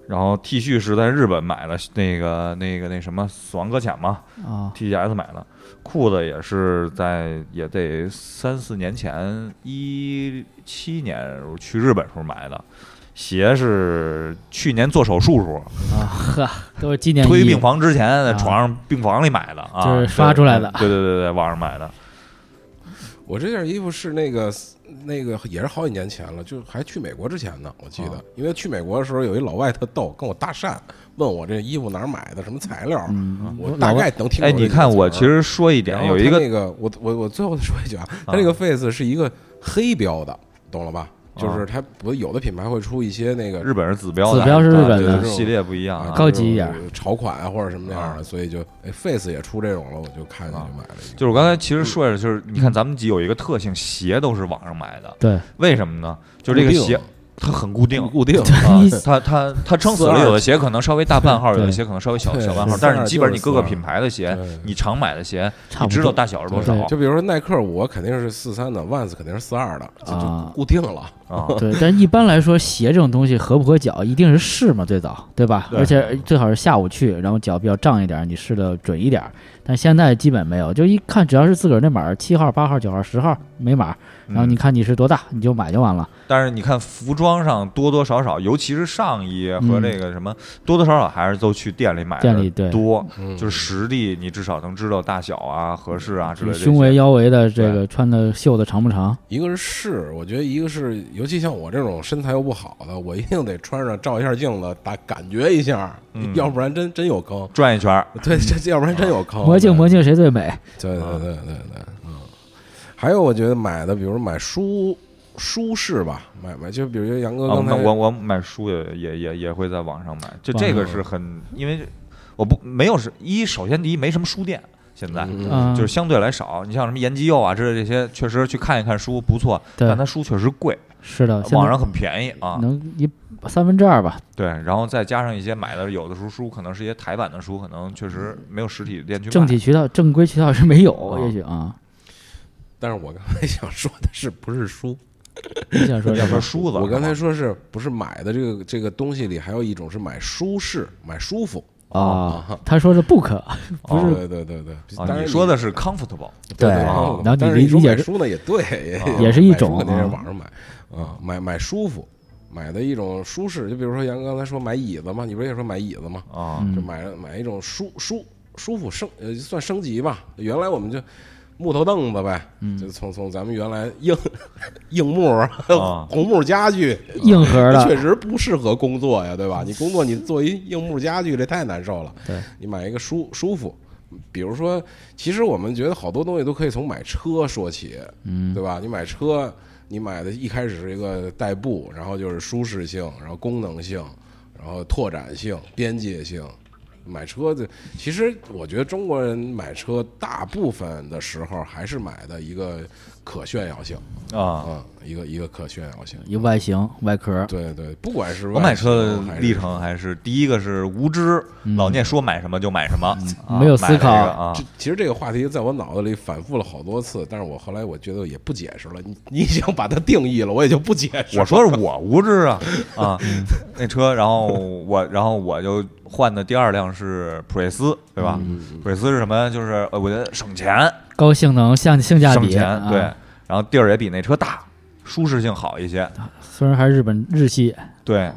Speaker 2: 然后 T 恤是在日本买的，那个那个那什么死亡搁浅嘛
Speaker 4: 啊，
Speaker 2: ，TGS 买的。裤子也是在也得三四年前，一七年时候去日本时候买的。鞋是去年做手术时候
Speaker 4: 啊，呵，都是纪念
Speaker 2: 推
Speaker 4: 意义
Speaker 2: 病房之前在床上病房里买的啊，
Speaker 4: 就是刷出来的
Speaker 2: 对对对对，网上买的。
Speaker 3: 我这件衣服是那个那个也是好几年前了，就还去美国之前呢，我记得，因为去美国的时候有一老外特逗，跟我搭讪，问我这衣服哪儿买的，什么材料，
Speaker 4: 嗯
Speaker 3: 我
Speaker 4: 老
Speaker 3: 大
Speaker 4: 外
Speaker 3: 概能听。
Speaker 2: 哎，你看我其。实说一
Speaker 3: 啊然
Speaker 2: 点，有
Speaker 3: 后
Speaker 2: 一
Speaker 3: 他
Speaker 2: 个
Speaker 3: 那个，我我我最后说一句啊，他这个 Face 是一个黑标的，懂了吧？就是它不有的品牌会出一些那个
Speaker 2: 啊日本是紫标的，啊
Speaker 4: 紫标是日本的
Speaker 2: 对对对系列不一样
Speaker 3: 啊
Speaker 2: 啊。
Speaker 4: 高级一点，
Speaker 3: 就是潮款啊或者什么那样的，所以就哎 Face 也出这种了，我就看见就买了一个。
Speaker 2: 啊就是我刚才其实说的就是你看咱们几有一个特性，鞋都是网上买的，
Speaker 4: 对，
Speaker 2: 为什么呢？就是这个鞋它很固定，
Speaker 3: 固定，
Speaker 2: 啊
Speaker 4: 你，
Speaker 2: 它它它撑死了，
Speaker 3: 42
Speaker 2: 有的鞋可能稍微大半号，
Speaker 4: 对
Speaker 2: 有的鞋可能稍微小
Speaker 3: 对
Speaker 2: 小半号
Speaker 3: 42，
Speaker 2: 但是你基本上你各个
Speaker 3: 就是
Speaker 2: 品牌的鞋
Speaker 3: 对，
Speaker 2: 你常买的鞋，
Speaker 4: 差
Speaker 2: 你
Speaker 4: 不
Speaker 2: 知道
Speaker 4: 多。
Speaker 2: 大小是多少
Speaker 4: 对
Speaker 3: 就比如说耐克，我肯定是四三的，Vans 肯定是四二的，这就
Speaker 4: 啊
Speaker 3: 固定了。
Speaker 2: 啊？
Speaker 4: 对，但是一般来说，鞋这种东西合不合脚，一定是试嘛，最早，对吧？
Speaker 2: 对
Speaker 4: 而且最好是下午去，然后脚比较胀一点，你试的准一点。但现在基本没有，就一看只要是自个儿那码儿，七号、八号、九号、十号没码儿，然后你
Speaker 2: 嗯
Speaker 4: 看你是多大，你就买就完了。
Speaker 2: 但是你看服装上多多少少，尤其是上衣和那个什么，多多少少还是都去店里买
Speaker 4: 嗯店里
Speaker 2: 的
Speaker 4: 对
Speaker 2: 多，
Speaker 3: 嗯
Speaker 2: 就是实地你至少能知道大小啊、合适啊之类的这些。
Speaker 4: 胸围、腰围的这
Speaker 2: 对
Speaker 4: 个穿的袖子长不长？
Speaker 3: 一个是试，我觉得一个是，尤其像我这种身材又不好的，我一定得穿上照一下镜子，打感觉一下，
Speaker 2: 嗯
Speaker 3: 要不然真真有坑。
Speaker 2: 转一圈儿，
Speaker 3: 对，这这要不然真有坑。
Speaker 4: 啊魔镜魔镜谁最美？
Speaker 3: 对对对对对，嗯。还有，我觉得买的，比如买书书适吧，买买就比如杨哥
Speaker 2: 啊，
Speaker 3: 刚
Speaker 2: 那
Speaker 3: 才
Speaker 2: 我我买书也也也也会在网上买，就
Speaker 4: 网上
Speaker 2: 这个是很，因为我不没有是一，首先第一没什么书店，现在
Speaker 3: 嗯
Speaker 4: 嗯，
Speaker 2: 就是相对来少。你像什么延吉佑啊之类这些，确实去看一看书不错，
Speaker 4: 对
Speaker 2: 但它书确实贵，
Speaker 4: 是的，现
Speaker 2: 网
Speaker 4: 在
Speaker 2: 上很便宜啊。
Speaker 4: 能一三分之二吧，
Speaker 2: 对，然后再加上一些买的，有的时候书可能是一些台版的书，可能确实
Speaker 3: 嗯
Speaker 2: 没有实体店去买。
Speaker 4: 正体渠道、正规渠道是没有，
Speaker 2: 啊
Speaker 4: 也许啊。
Speaker 3: 但是我刚才 想说的是不是书？
Speaker 4: 你想说
Speaker 2: 要
Speaker 4: 什
Speaker 2: 说
Speaker 4: 么？
Speaker 2: 梳子，
Speaker 3: 我刚才
Speaker 2: 是吧
Speaker 3: 说是不是买的这个这个东西里还有一种是买舒适、买舒服？
Speaker 4: 啊，他说是 book，不是
Speaker 3: 对对对对，当
Speaker 2: 啊，
Speaker 3: 然
Speaker 2: 你说的是 comfortable，
Speaker 3: 对，
Speaker 4: 对
Speaker 2: 啊
Speaker 4: 然后你
Speaker 3: 但是
Speaker 4: 理
Speaker 3: 你说
Speaker 4: 解
Speaker 3: 买
Speaker 4: 是
Speaker 3: 书呢也对，
Speaker 4: 也是一
Speaker 3: 买书
Speaker 4: 种
Speaker 3: 肯定是
Speaker 4: 啊
Speaker 3: 网上买啊，买买舒服，买的一种舒适。就比如说杨哥刚才说买椅子嘛，你不是也说买椅子嘛，
Speaker 2: 啊，
Speaker 4: 嗯
Speaker 3: 就买买一种舒舒舒服升呃算升级吧。原来我们就木头凳子呗，就从从咱们原来硬 硬木儿
Speaker 2: 啊
Speaker 3: 红木家具。
Speaker 4: 硬核
Speaker 3: 这 确
Speaker 4: 的，
Speaker 3: 实不适合工作呀，对吧？你工作你做一硬木家具，这太难受了。
Speaker 4: 对，
Speaker 3: 你买一个舒舒服，比如说，其实我们觉得好多东西都可以从买车说起，嗯，对吧？你买车，你买的一开始是一个代步，然后就是舒适性，然后功能性，然后拓展性、边界性。买车的，其实我觉得中国人买车大部分的时候还是买的一个可炫耀性
Speaker 2: 啊。
Speaker 3: 啊、一个一个可炫耀性。
Speaker 4: 一外形外壳，
Speaker 3: 对对，不管是
Speaker 2: 我买车
Speaker 3: 外
Speaker 2: 的
Speaker 3: 形
Speaker 2: 历程还是第一个是无知，老聂说买什么就买什么，啊
Speaker 4: 嗯没有思考
Speaker 2: 买了一个啊
Speaker 3: 这。其实这个话题在我脑子里反复了好多次，但是我后来我觉得也不解释了。你你已经把它定义了，我也就不解释。
Speaker 2: 我说是我无知 啊啊，那车，然后我，然后我就换的第二辆是普锐斯，对吧？
Speaker 4: 嗯
Speaker 3: 嗯
Speaker 2: 普锐斯是什么？就是呃我觉得省钱，
Speaker 4: 高性能、性性价
Speaker 2: 省
Speaker 4: 比，
Speaker 2: 钱，对
Speaker 4: 啊，。
Speaker 2: 然后地儿也比那车大，舒适性好一些，
Speaker 4: 虽然还是日本日系，
Speaker 2: 对。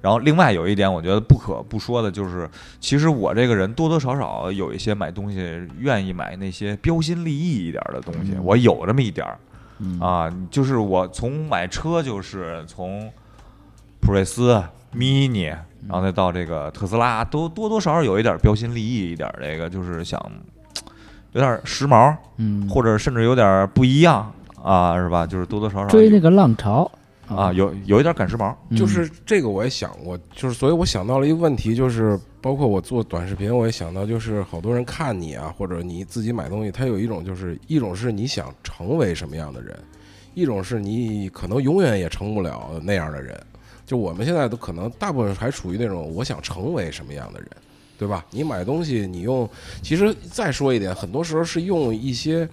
Speaker 2: 然后另外有一点，我觉得不可不说的就是，其实我这个人多多少少有一些买东西愿意买那些标新立异一点的东西，我有这么一点儿。
Speaker 4: 嗯
Speaker 2: 啊，就是我从买车就是从普锐斯、Mini，然后再到这个特斯拉，都多多少少有一点标新立异一点，这个就是想有点时髦，
Speaker 4: 嗯，
Speaker 2: 或者甚至有点不一样啊，是吧？就是多多少少
Speaker 4: 追
Speaker 2: 有
Speaker 4: 那个浪潮
Speaker 2: 啊，，有有一点赶时髦，
Speaker 4: 嗯
Speaker 3: 就是这个我也想过，就是所以我想到了一个问题，就是包括我做短视频，我也想到，就是好多人看你啊，或者你自己买东西，他有一种就是一种是你想成为什么样的人，一种是你可能永远也成不了那样的人。就我们现在都可能大部分还处于那种我想成为什么样的人，对吧？你买东西，你用，其实再说一点，很多时候是用一些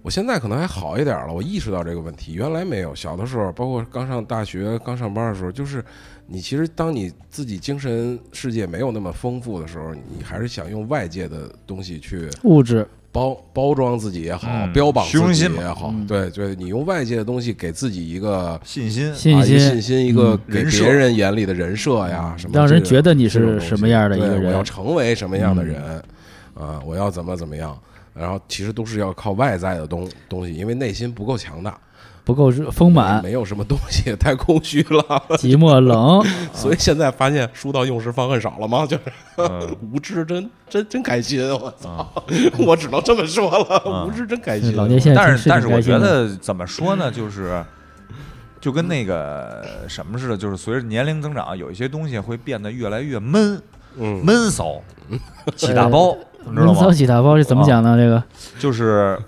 Speaker 3: 我现在可能还好一点了，我意识到这个问题，原来没有。小的时候，包括刚上大学、刚上班的时候，就是你其实当你自己精神世界没有那么丰富的时候，你还是想用外界的东西去
Speaker 4: 物质，
Speaker 3: 包包装自己也好，
Speaker 2: 嗯
Speaker 3: 标榜
Speaker 2: 虚荣
Speaker 3: 自己
Speaker 2: 心嘛
Speaker 3: 也好，
Speaker 4: 嗯
Speaker 3: 对对，你用外界的东西给自己一个
Speaker 2: 信心
Speaker 3: 啊
Speaker 4: 信
Speaker 3: 一个
Speaker 4: 心
Speaker 3: 信心，一个给
Speaker 2: 人设
Speaker 3: 别人眼里的人设呀，什么
Speaker 4: 嗯让
Speaker 3: 这
Speaker 4: 人
Speaker 3: 个
Speaker 4: 觉得你
Speaker 3: 这种
Speaker 4: 是
Speaker 3: 东西
Speaker 4: 什么样的一个
Speaker 3: 对我要
Speaker 4: 人。嗯
Speaker 3: 成为什么样的人，啊，我要怎么怎么样，然后其实都是要靠外在的东东西，因为内心不够强大，
Speaker 4: 不够热丰满，
Speaker 3: 没有什么东西，太空虚了，
Speaker 4: 寂寞冷，
Speaker 3: 所以现在发现书到用时方恨少了吗？就是
Speaker 2: 嗯
Speaker 3: 无知真真真开心，我操， 我只能这么说了，
Speaker 2: 嗯
Speaker 3: 无知真开心。
Speaker 4: 老年现在
Speaker 2: 但
Speaker 4: 挺
Speaker 2: 是但是
Speaker 4: 挺开
Speaker 2: 我
Speaker 4: 心
Speaker 2: 觉
Speaker 4: 的。
Speaker 2: 得怎么说呢，就是就跟那个什么似的，就是随着年龄增长，有一些东西会变得越来越闷，
Speaker 3: 嗯，
Speaker 2: 闷骚，起大包，你知道
Speaker 4: 闷骚
Speaker 2: 吗？
Speaker 4: 喜大包是怎么讲呢？这
Speaker 2: 就是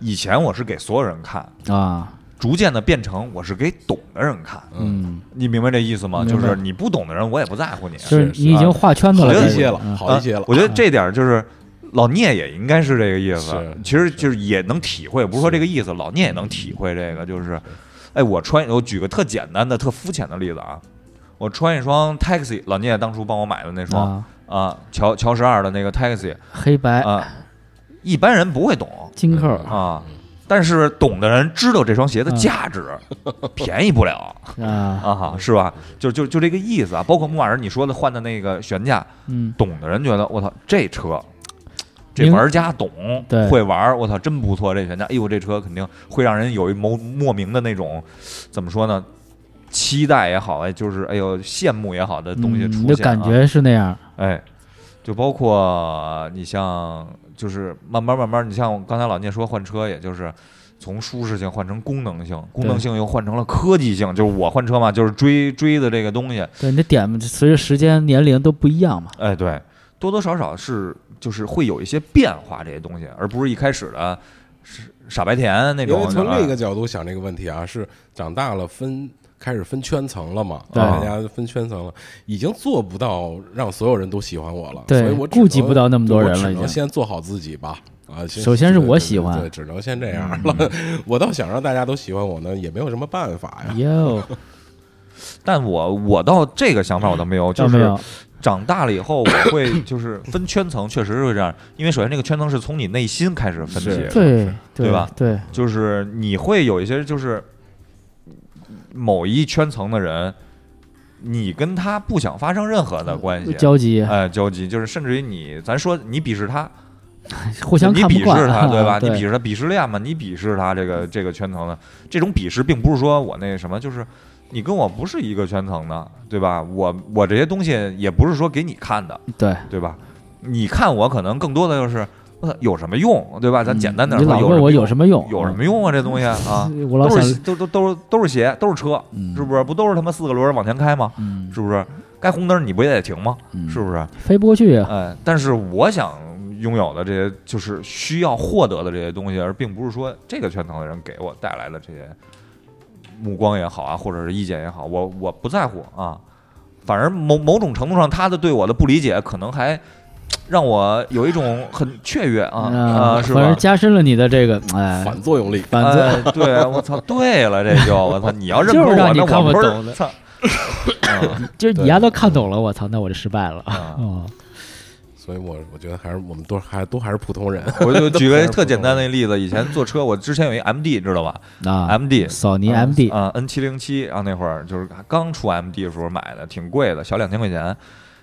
Speaker 2: 以前我是给所有人看，
Speaker 4: 个啊，
Speaker 2: 逐渐的变成我是给懂的人看。
Speaker 4: 嗯，
Speaker 2: 你明白这意思吗？
Speaker 4: 明
Speaker 2: 就
Speaker 4: 白
Speaker 2: 是你不懂的人，我也不在乎你。啊
Speaker 4: 就是
Speaker 3: 是
Speaker 4: 你已经画圈子
Speaker 3: 好
Speaker 4: 了，
Speaker 2: 觉得
Speaker 3: 一
Speaker 4: 感觉
Speaker 3: 些了，
Speaker 4: 嗯
Speaker 3: 好一些了
Speaker 2: 啊。我觉得这点儿就是老聂也应该是这个意思
Speaker 3: 是，
Speaker 2: 其实就是也能体会，不是说这个意思，老聂也能体会这个，就是，哎，我穿，我举个特简单的、特肤浅的例子啊，我穿一双 Taxi，老聂当初帮我买的那双
Speaker 4: 啊，哎
Speaker 2: 啊，乔乔十二的那个 Taxi
Speaker 4: 黑白
Speaker 2: 啊，一般人不会懂
Speaker 4: 金扣
Speaker 2: 啊。但是懂的人知道这双鞋的价值，便宜不了
Speaker 4: 啊，
Speaker 2: 啊，是吧？就就就这个意思啊。包括牧马人你说的换的那个悬架，
Speaker 4: 嗯，
Speaker 2: 懂的人觉得我操这车，这
Speaker 4: 明
Speaker 2: 玩家懂，
Speaker 4: 对
Speaker 2: 会玩儿，我操真不错，这悬架，哎呦这车肯定会让人有一某莫名的那种怎么说呢，期待也好，哎就是哎呦羡慕也好的东西
Speaker 4: 嗯
Speaker 2: 出
Speaker 4: 你
Speaker 2: 现、啊
Speaker 4: 就感觉是那样，
Speaker 2: 哎，就包括你像就是慢慢慢慢，你像刚才老聂说换车，也就是。从舒适性换成功能性，功能性又换成了科技性，就是我换车嘛，就是追追的这个东西，
Speaker 4: 对，你的点随着时间、年龄都不一样嘛。
Speaker 2: 哎，对，多多少少是就是会有一些变化这些东西，而不是一开始的是傻白甜那
Speaker 3: 因为
Speaker 2: 种。
Speaker 3: 从
Speaker 2: 哎
Speaker 4: 啊
Speaker 3: 另一个角度想这个问题啊，是长大了分开始分圈层了嘛，
Speaker 4: 对
Speaker 3: 大家分圈层了，已经做不到让所有人都喜欢我了，
Speaker 4: 对
Speaker 3: 所以我只
Speaker 4: 顾及不到那么多人了
Speaker 3: 我只
Speaker 4: 已经
Speaker 3: 能先做好自己吧。啊，先
Speaker 4: 首先是
Speaker 3: 对
Speaker 4: 我
Speaker 3: 对
Speaker 4: 喜欢嗯
Speaker 3: 对，只能先这样了。 我倒想让大家都喜欢我呢，也没有什么办法呀。
Speaker 4: 哟，
Speaker 2: 但我我到这个想法我倒没有，
Speaker 4: 嗯倒
Speaker 2: 就
Speaker 4: 没
Speaker 2: 是
Speaker 4: 有，
Speaker 2: 长大了以后我会 就是分圈层，确实是这样。因为首先这个圈层是从你内心开始分
Speaker 3: 是
Speaker 2: 解的，
Speaker 4: 对
Speaker 2: 对吧？
Speaker 4: 对，
Speaker 2: 就是你会有一些就是某一圈层的人，你跟他不想发生任何的关系。
Speaker 4: 交集，
Speaker 2: 哎，交集就是，甚至于你，咱说你鄙视他，
Speaker 4: 互相
Speaker 2: 你
Speaker 4: 看不
Speaker 2: 鄙
Speaker 4: 惯
Speaker 2: 视他，
Speaker 4: 啊
Speaker 2: 对吧？你
Speaker 4: 对
Speaker 2: 鄙视他，鄙视链嘛，你鄙视他这个这个圈层的这种鄙视，并不是说我那什么，就是你跟我不是一个圈层的，对吧？我我这些东西也不是说给你看的，
Speaker 4: 对，
Speaker 2: 对吧？你看我可能更多的就是我操有什么用，对吧？咱简单点
Speaker 4: 嗯你
Speaker 2: 说，
Speaker 4: 老问我有
Speaker 2: 么
Speaker 4: 什么用？
Speaker 2: 用有什么用啊？这东西啊，
Speaker 4: 嗯？ 我老
Speaker 2: 都是
Speaker 4: 想，
Speaker 2: 都都都是都是鞋，都是车，
Speaker 4: 嗯
Speaker 2: 是不是？不都是他妈四个轮儿往前开吗？
Speaker 4: 嗯，
Speaker 2: 是不是？该红灯你不也得停吗？
Speaker 4: 嗯
Speaker 2: 是不是？
Speaker 4: 飞不过去 啊，
Speaker 2: 哎，但是我想拥有的这些，就是需要获得的这些东西，而并不是说这个圈层的人给我带来的这些目光也好啊，或者是意见也好，我我不在乎啊。反而某某种程度上，他的对我的不理解，可能还让我有一种很雀跃啊啊，是
Speaker 4: 反
Speaker 2: 吧
Speaker 4: 而？加深了你的这个哎
Speaker 3: 反作用力，
Speaker 4: 反正
Speaker 2: 哎，对，我操，对了，这就 我操，你要认
Speaker 4: 就
Speaker 2: 可
Speaker 4: 是
Speaker 2: 我，
Speaker 4: 让你
Speaker 2: 那
Speaker 4: 看
Speaker 2: 我
Speaker 4: 不
Speaker 2: 不
Speaker 4: 懂的
Speaker 2: 是 操，嗯
Speaker 4: 就是你丫都看懂了，我操，那我就失败了
Speaker 2: 啊
Speaker 4: 哦，
Speaker 3: 所以我我觉得还是我们都还都还是普通人。
Speaker 2: 我就举个特简单的例子，以前坐车，我之前有一 MD，知道吧
Speaker 4: 啊
Speaker 2: ？MD
Speaker 4: 索尼 MD
Speaker 2: 啊，N 七零七，然后那会儿就是刚出 MD 的时候买的，挺贵的，小两千块钱。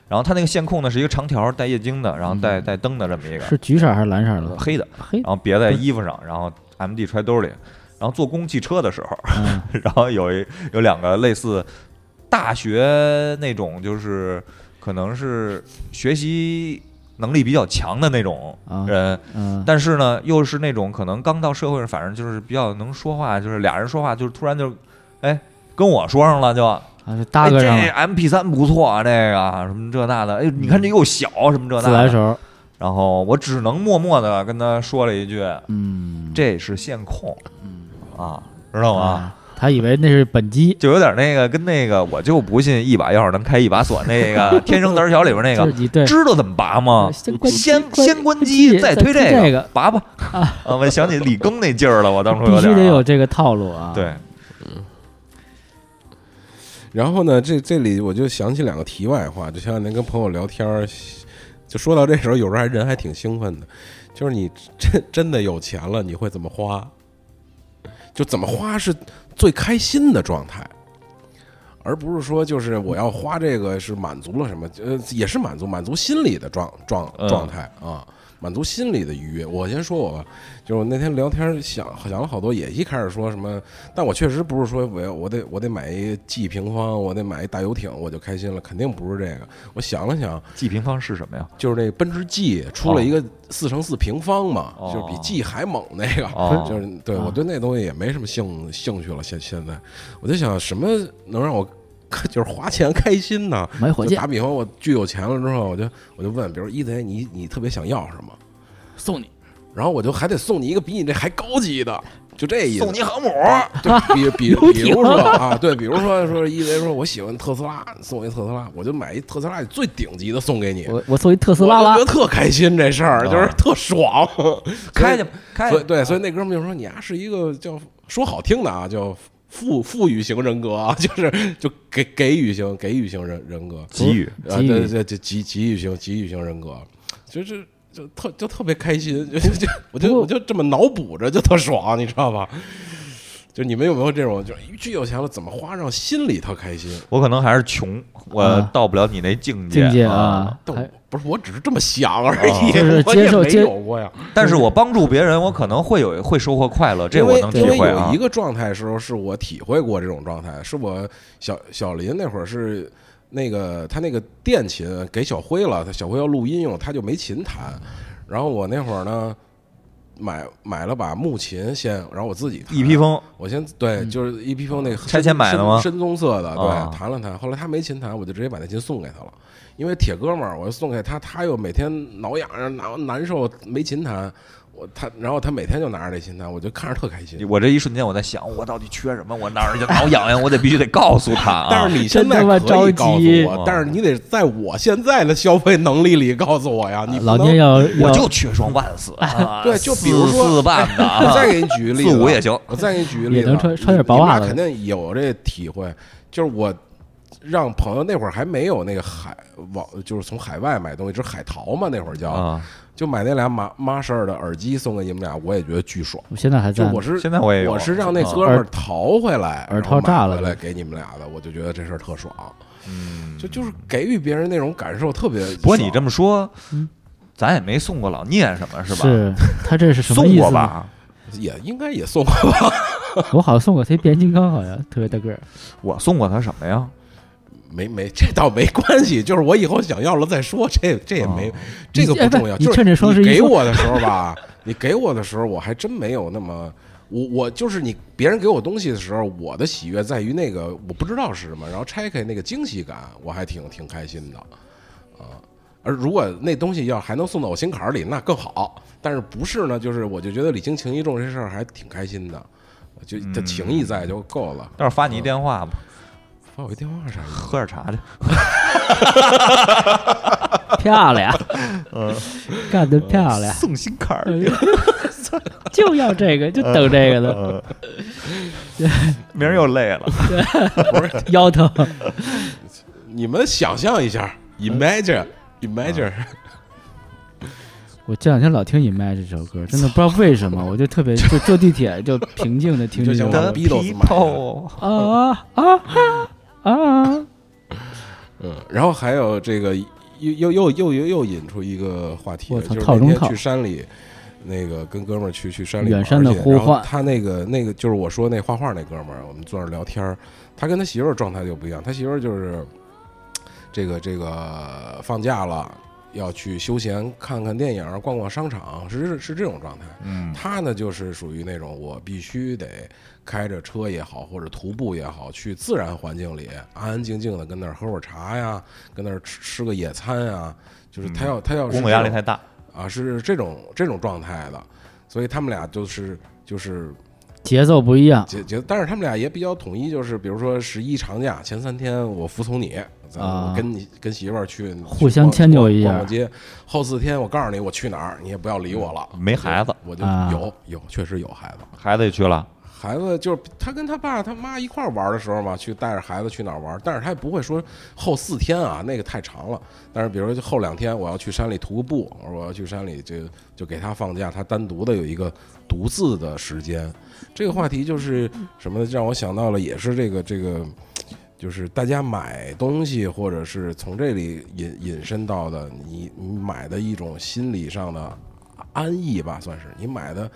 Speaker 2: 然后它那个线控呢是一个长条带液晶的，然后带带灯的这么一个
Speaker 4: 嗯是橘色还是蓝色的？
Speaker 2: 黑的，哦
Speaker 4: 黑
Speaker 2: 然，后别在衣服上，然后 MD 揣兜里。然后坐公共汽车的时候，
Speaker 4: 嗯
Speaker 2: 然后有一有两个类似大学那种，就是可能是学习能力比较强的那种
Speaker 4: 啊
Speaker 2: 人，
Speaker 4: 嗯，
Speaker 2: 但是呢，又是那种可能刚到社会上，反正就是比较能说话，就是俩人说话，就是突然就，哎，跟我说上了就，
Speaker 4: 啊就搭个上
Speaker 2: 哎、
Speaker 4: 了，
Speaker 2: 这 M P 三不错啊，这个什么这那的，哎，你看这又小，什么这
Speaker 4: 自
Speaker 2: 那
Speaker 4: 来
Speaker 2: 的。
Speaker 4: 熟，
Speaker 2: 然后我只能默默的跟他说了一句，
Speaker 4: 嗯，
Speaker 2: 这是线控，啊，知道吗？
Speaker 4: 啊他以为那是本机，
Speaker 2: 就有点那个跟那个我就不信一把钥匙能开一把锁那个 《天生胆小》里边那
Speaker 4: 自
Speaker 2: 个，
Speaker 4: 己对
Speaker 2: 知道怎么拔吗？
Speaker 4: 先关机
Speaker 2: 先
Speaker 4: 关
Speaker 2: 先关机，
Speaker 4: 再
Speaker 2: 再推
Speaker 4: 推这个
Speaker 2: 个，拔吧。 啊，我想起李庚那劲儿了，我当初
Speaker 4: 必须
Speaker 2: 点
Speaker 4: 得
Speaker 2: 儿
Speaker 4: 有
Speaker 2: 啊
Speaker 4: 这个套路啊。，
Speaker 2: 对，
Speaker 3: 然后呢，这这里我就想起两个题外话，就前两天跟朋友聊天儿，就说到这时候，有时候还人还挺兴奋的，就是你真真的有钱了，你会怎么花？就怎么花是最开心的状态，而不是说就是我要花这个是满足了什么，呃，也是满足满足心理的状状
Speaker 2: 嗯
Speaker 3: 状态啊，满足心理的愉悦。我先说我吧，就是我那天聊天想想了好多，也一开始说什么，但我确实不是说我要我得我得买一 G 平方，我得买一大游艇，我就开心了，肯定不是这个。我想了想，
Speaker 2: 记平方是什么呀？
Speaker 3: 就是那个奔驰 G 出了一个四乘四平方嘛，
Speaker 2: 哦
Speaker 3: 就是比 G 还猛那个，
Speaker 2: 哦
Speaker 3: 就是对
Speaker 4: 啊
Speaker 3: 我对那东西也没什么兴兴趣了。现现在我就想，什么能让我 就是花钱开心呢？
Speaker 4: 买火
Speaker 3: 就
Speaker 4: 箭
Speaker 3: 打比方，我巨有钱了之后，我就我就问，比如一贼，你你特别想要什么？
Speaker 4: 送你，
Speaker 3: 然后我就还得送你一个比你这还高级的，就这意思。啊
Speaker 2: 送你航母，
Speaker 3: 对， 比
Speaker 4: 游
Speaker 3: 比比
Speaker 4: 艇
Speaker 3: 如说啊，对，比如说说一贼说我喜欢特斯拉，送我一特斯拉，我就买一特斯拉最顶级的送给你。
Speaker 4: 我我送一特斯拉
Speaker 3: 我
Speaker 4: 拉
Speaker 3: 就觉得特开心这事儿，
Speaker 2: 啊
Speaker 3: 就是特 爽，
Speaker 2: 开去吧，开去
Speaker 3: 所以
Speaker 2: 吧。
Speaker 3: 对，所以那哥们就说你啊是一个叫说好听的啊，叫富富裕型人格啊， 就是就给给予型给予型人人格，
Speaker 2: 给予
Speaker 3: 啊，
Speaker 4: 给予
Speaker 3: 对对，就给给予型给予型人格，就是就特就特别开心，就就我
Speaker 4: 不
Speaker 3: 就
Speaker 4: 过
Speaker 3: 我就这么脑补着就特爽，你知道吧？就你们有没有这种，就是巨有钱了怎么花让心里特开心？
Speaker 2: 我可能还是穷，我
Speaker 4: 啊
Speaker 2: 到不了你那境界
Speaker 4: 境界
Speaker 2: 啊
Speaker 4: 啊。，
Speaker 3: 但
Speaker 4: 还
Speaker 3: 我不是，我只是这么想而已，
Speaker 4: 哦就是
Speaker 3: 我也
Speaker 4: 接受
Speaker 3: 没
Speaker 4: 接
Speaker 3: 有过呀。
Speaker 2: 但是我帮助别人，我可能会有会收获快乐，这
Speaker 3: 因
Speaker 2: 我
Speaker 3: 为
Speaker 2: 能体
Speaker 3: 因为
Speaker 2: 会啊
Speaker 3: 有一。个状态的时候，是我体会过这种状态，是我小小林那会儿是那个他那个电琴给小辉了，他小辉要录音用，他就没琴弹。然后我那会儿呢，买买了把木琴先，然后我自己弹
Speaker 2: 一披风
Speaker 3: 我先对，就是一披风那个
Speaker 2: 嗯哦拆迁买的吗
Speaker 3: 深深棕色的，
Speaker 2: 啊
Speaker 3: 对，弹了弹。后来他没琴弹，我就直接把那琴送给他了，因为铁哥们儿，我就送给他，他又每天挠痒痒、难难受，没琴弹。我他，然后他每天就拿着这琴弹，我就看着特开心。
Speaker 2: 我这一瞬间我在想，我到底缺什么？我哪儿就挠痒痒，我得必须得告诉他 啊。
Speaker 3: 但是你现在
Speaker 4: 真他妈
Speaker 3: 可以告
Speaker 4: 着
Speaker 3: 诉
Speaker 4: 急
Speaker 3: 我，但是你得在我现在的消费能力里告诉我呀，你不
Speaker 4: 老
Speaker 3: 能，
Speaker 4: 聂要
Speaker 2: 我就
Speaker 4: 要
Speaker 2: 缺双万斯啊
Speaker 3: 对就比如说
Speaker 2: 四四万的啊，
Speaker 3: 我再给你举个例子，
Speaker 2: 四五也行。
Speaker 3: 我再给你举个例子啊，
Speaker 4: 也能穿穿点薄
Speaker 3: 你
Speaker 4: 袜子
Speaker 3: 妈肯定有这体会，就是我让朋友那会儿还没有那个海网，就是从海外买东西，就是海淘嘛，那会儿叫，
Speaker 2: 啊，
Speaker 3: 就买那俩马马式的耳机送给你们俩，我也觉得巨爽。
Speaker 4: 我现在还
Speaker 3: 就
Speaker 4: 在呢，
Speaker 3: 我是
Speaker 2: 现在我也有啊
Speaker 3: 我是让那哥们儿淘回来，
Speaker 4: 耳
Speaker 3: 然后
Speaker 4: 套炸了
Speaker 3: 买回来给你们俩的，我就觉得这事儿特爽，
Speaker 2: 嗯，
Speaker 3: 就就是给予别人那种感受特别爽。
Speaker 2: 不过你这么说
Speaker 4: 嗯，
Speaker 2: 咱也没送过老聂什么，是吧？
Speaker 4: 是他这是什么
Speaker 2: 送
Speaker 4: 意
Speaker 2: 过
Speaker 4: 思呢？
Speaker 2: 吧？
Speaker 3: 也应该也送过吧？
Speaker 4: 我好像送过他一变形金刚，好像特别大个 儿。
Speaker 2: 我送过他什么呀？
Speaker 3: 没没， 这倒没关系，就是我以后想要了再说，这这也没、这个不重要。
Speaker 4: 哦哎不你
Speaker 3: 就是
Speaker 4: 趁着双十一
Speaker 3: 你给
Speaker 4: 说
Speaker 3: 我的时候吧，你给我的时候，我还真没有那么。我我就是你，别人给我东西的时候，我的喜悦在于那个我不知道是什么，然后拆开那个惊喜感，我还挺挺开心的，啊。而如果那东西要还能送到我心坎儿里，那更好。但是不是呢？就是我就觉得礼轻情意重这事儿还挺开心的，就他情谊
Speaker 4: 嗯
Speaker 3: 在就够了。
Speaker 2: 到时候发你一电话吧，
Speaker 3: 发我一电话啥的。
Speaker 2: 喝点茶去。
Speaker 4: 漂亮，
Speaker 2: 嗯
Speaker 4: 干得漂亮，
Speaker 2: 送心坎儿
Speaker 4: 哎呦就要 这个，就等这个呢，
Speaker 2: 嗯，明儿又累了。嗯
Speaker 4: 腰疼。
Speaker 3: 你们想象一下，imagine
Speaker 4: 嗯
Speaker 3: imagine，、
Speaker 4: 我这两天老听《Imagine》这首歌，真的不知道为什么，我就特别就坐地铁就平静 的听这首
Speaker 3: 就像
Speaker 4: 歌
Speaker 3: 我逼 Beatles 买的
Speaker 4: 啊啊啊啊！
Speaker 3: 嗯，然后还有这个又又又又又又引出一个话题，
Speaker 4: 我
Speaker 3: 就
Speaker 4: 操
Speaker 3: 是
Speaker 4: 套
Speaker 3: 那
Speaker 4: 中
Speaker 3: 天
Speaker 4: 套
Speaker 3: 去山里，那个跟哥们儿去去山里
Speaker 4: 远
Speaker 3: 玩
Speaker 4: 山的
Speaker 3: 去
Speaker 4: 呼
Speaker 3: 然后
Speaker 4: 唤
Speaker 3: 他那个那个就是我说那画画那哥们儿，我们坐那儿聊天儿，他跟他媳妇儿状态就不一样，他媳妇儿就是这个这个放假了。要去休闲，看看电影，逛逛商场，是是这种状态。
Speaker 2: 嗯，
Speaker 3: 他呢就是属于那种我必须得开着车也好，或者徒步也好，去自然环境里安安静静的跟那儿喝会儿茶呀，跟那儿吃吃个野餐呀，就是他要他要
Speaker 2: 嗯
Speaker 3: 是
Speaker 2: 工作压力
Speaker 3: 这
Speaker 2: 太
Speaker 3: 种
Speaker 2: 大。
Speaker 3: 啊，是这种这种状态的，所以他们俩就是就是
Speaker 4: 节奏不一样，
Speaker 3: 节节，但是他们俩也比较统一，就是比如说十一长假前三天，我服从你，咱
Speaker 4: 啊
Speaker 3: 我跟你跟媳妇儿去
Speaker 4: 互
Speaker 3: 去
Speaker 4: 相
Speaker 3: 逛
Speaker 4: 迁啊就
Speaker 3: 逛
Speaker 4: 一下
Speaker 3: 逛逛街。后四天我告诉你我去哪儿，你也不要理我了。
Speaker 2: 没孩子，
Speaker 3: 我就
Speaker 4: 嗯啊
Speaker 3: 有有，确实有孩子。
Speaker 2: 孩子也去了，
Speaker 3: 孩子就是他跟他爸他妈一块儿玩的时候嘛，去带着孩子去哪儿玩，但是他也不会说后四天啊，那个太长了。但是比如说就后两天我要去山里徒步，我说我要去山里就就给他放假，他单独的有一个独自的时间。这个话题就是什么呢？让我想到了，也是这个这个，就是大家买东西或者是从这里引引申到的，你你买的一种心理上的安逸吧，算是你买的。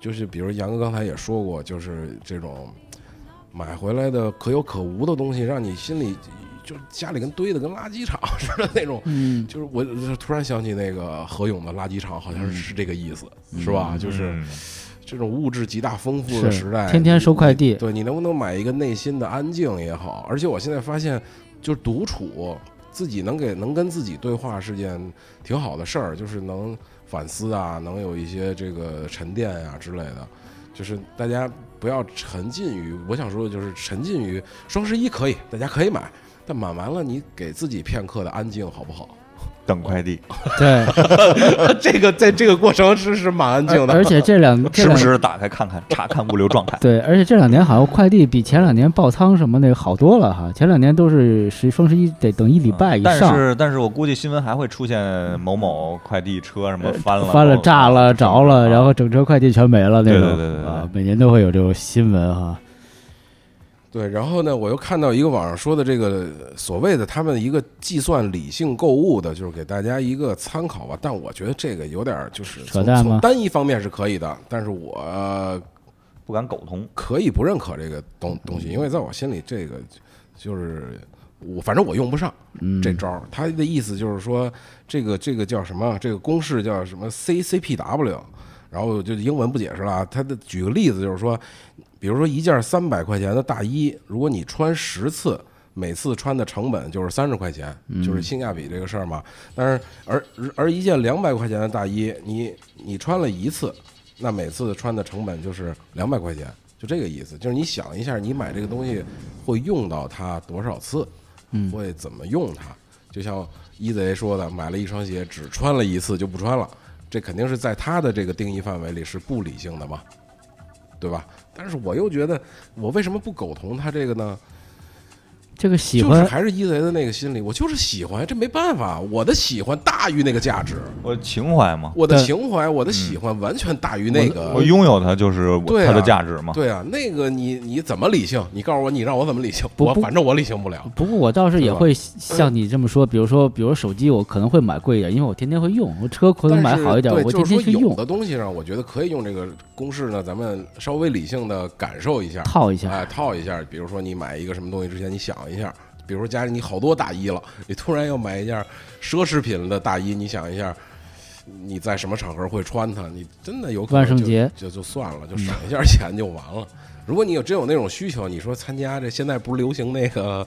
Speaker 3: 就是比如杨哥刚才也说过，就是这种买回来的可有可无的东西，让你心里就是家里跟堆的跟垃圾场似的那种。
Speaker 4: 嗯，
Speaker 3: 就是我就是突然想起那个何勇的《垃圾场》，好像是是这个意思，是吧？就是
Speaker 2: 嗯
Speaker 3: 这种物质极大丰富的
Speaker 4: 是
Speaker 3: 时代，
Speaker 4: 天天收快递
Speaker 3: 你对你能不能买一个内心的安静也好？而且我现在发现，就是独处，自己能给能跟自己对话是件挺好的事儿，就是能反思啊，能有一些这个沉淀啊之类的。就是呃大家不要沉浸于，我想说的就是沉浸于双十一可以，大家可以买，但买完了你给自己片刻的安静好不好？
Speaker 2: 等快递，
Speaker 4: 对，
Speaker 3: 这个在这个过程是是蛮安静的，
Speaker 4: 而且这两这
Speaker 2: 时不
Speaker 4: 两。
Speaker 2: 时打开看看，查看物流状态
Speaker 4: 对，而且这两年好像快递比前两年爆仓什么那个好多了哈，前两年都是十双十一得等一礼拜以
Speaker 2: 嗯但
Speaker 4: 上，
Speaker 2: 是，但是我估计新闻还会出现某某快递车什么翻了、
Speaker 4: 呃翻了、
Speaker 2: 爆
Speaker 4: 炸了、着了，
Speaker 2: 啊
Speaker 4: 然后整车快递全没了那
Speaker 2: 对
Speaker 4: 种。
Speaker 2: 对对对对
Speaker 4: 啊，每年都会有这种新闻哈。
Speaker 3: 对，然后呢，我又看到一个网上说的这个呃所谓的他们一个计算理性购物的，就是给大家一个参考吧。但我觉得这个有点儿就是
Speaker 4: 扯
Speaker 3: 从
Speaker 4: 淡吗
Speaker 3: 从单一方面是可以的，但是我呃
Speaker 2: 不敢苟同。
Speaker 3: 可以不认可这个东东西，因为在我心里这个就是我反正我用不上
Speaker 4: 嗯，
Speaker 3: 这招儿。他的意思就是说，这个这个叫什么？这个公式叫什么？C C P W。然后就英文不解释了啊。他的举个例子就是说，比如说一件三百块钱的大衣，如果你穿十次，每次穿的成本就是三十块钱，就是性价比这个事儿嘛。但是而而一件两百块钱的大衣，你你穿了一次，那每次穿的成本就是两百块钱，就这个意思。就是你想一下，你买这个东西会用到它多少次，
Speaker 4: 嗯
Speaker 3: 会怎么用它。就像一贼说的，买了一双鞋只穿了一次就不穿了，这肯定是在他的这个定义范围里是不理性的嘛，对吧？但是我又觉得，我为什么不苟同他这个呢？
Speaker 4: 这个喜
Speaker 3: 就是
Speaker 4: 欢
Speaker 3: 还是一贼的那个心理，我就是喜欢，这没办法，我的喜欢大于那个价值，
Speaker 2: 我情怀嘛，
Speaker 3: 我的
Speaker 4: 对嗯
Speaker 3: 情怀，我的喜欢完全大于那个
Speaker 2: 我拥有它就是我
Speaker 3: 对啊
Speaker 2: 它的价值嘛。
Speaker 3: 对啊，那个你你怎么理性？你告诉我，你让我怎么理性？
Speaker 4: 不
Speaker 3: 我
Speaker 4: 不
Speaker 3: 反正我理性不了。
Speaker 4: 不过我倒是也
Speaker 3: 是吧
Speaker 4: 会像你这么说，比如说，比如手机，我可能会买贵一点，因为我天天会用，我车可
Speaker 3: 但
Speaker 4: 能买
Speaker 3: 是
Speaker 4: 好一点，
Speaker 3: 对
Speaker 4: 我
Speaker 3: 就
Speaker 4: 天
Speaker 3: 是
Speaker 4: 天
Speaker 3: 说
Speaker 4: 去
Speaker 3: 有
Speaker 4: 用，
Speaker 3: 的东西上，我觉得可以用这个公式呢，咱们稍微理性的感受一下，
Speaker 4: 套一下。啊
Speaker 3: 哎，套一下。比如说你买一个什么东西之前，你想一下，比如说家里你好多大衣了，你突然要买一件奢侈品的大衣，你想一下。你在什么场合会穿它？你真的有可能
Speaker 4: 万圣
Speaker 3: 就
Speaker 4: 节嗯
Speaker 3: 就就算了，就省一下钱就完了。如果你有真有那种需求，你说参加这现在不是流行那个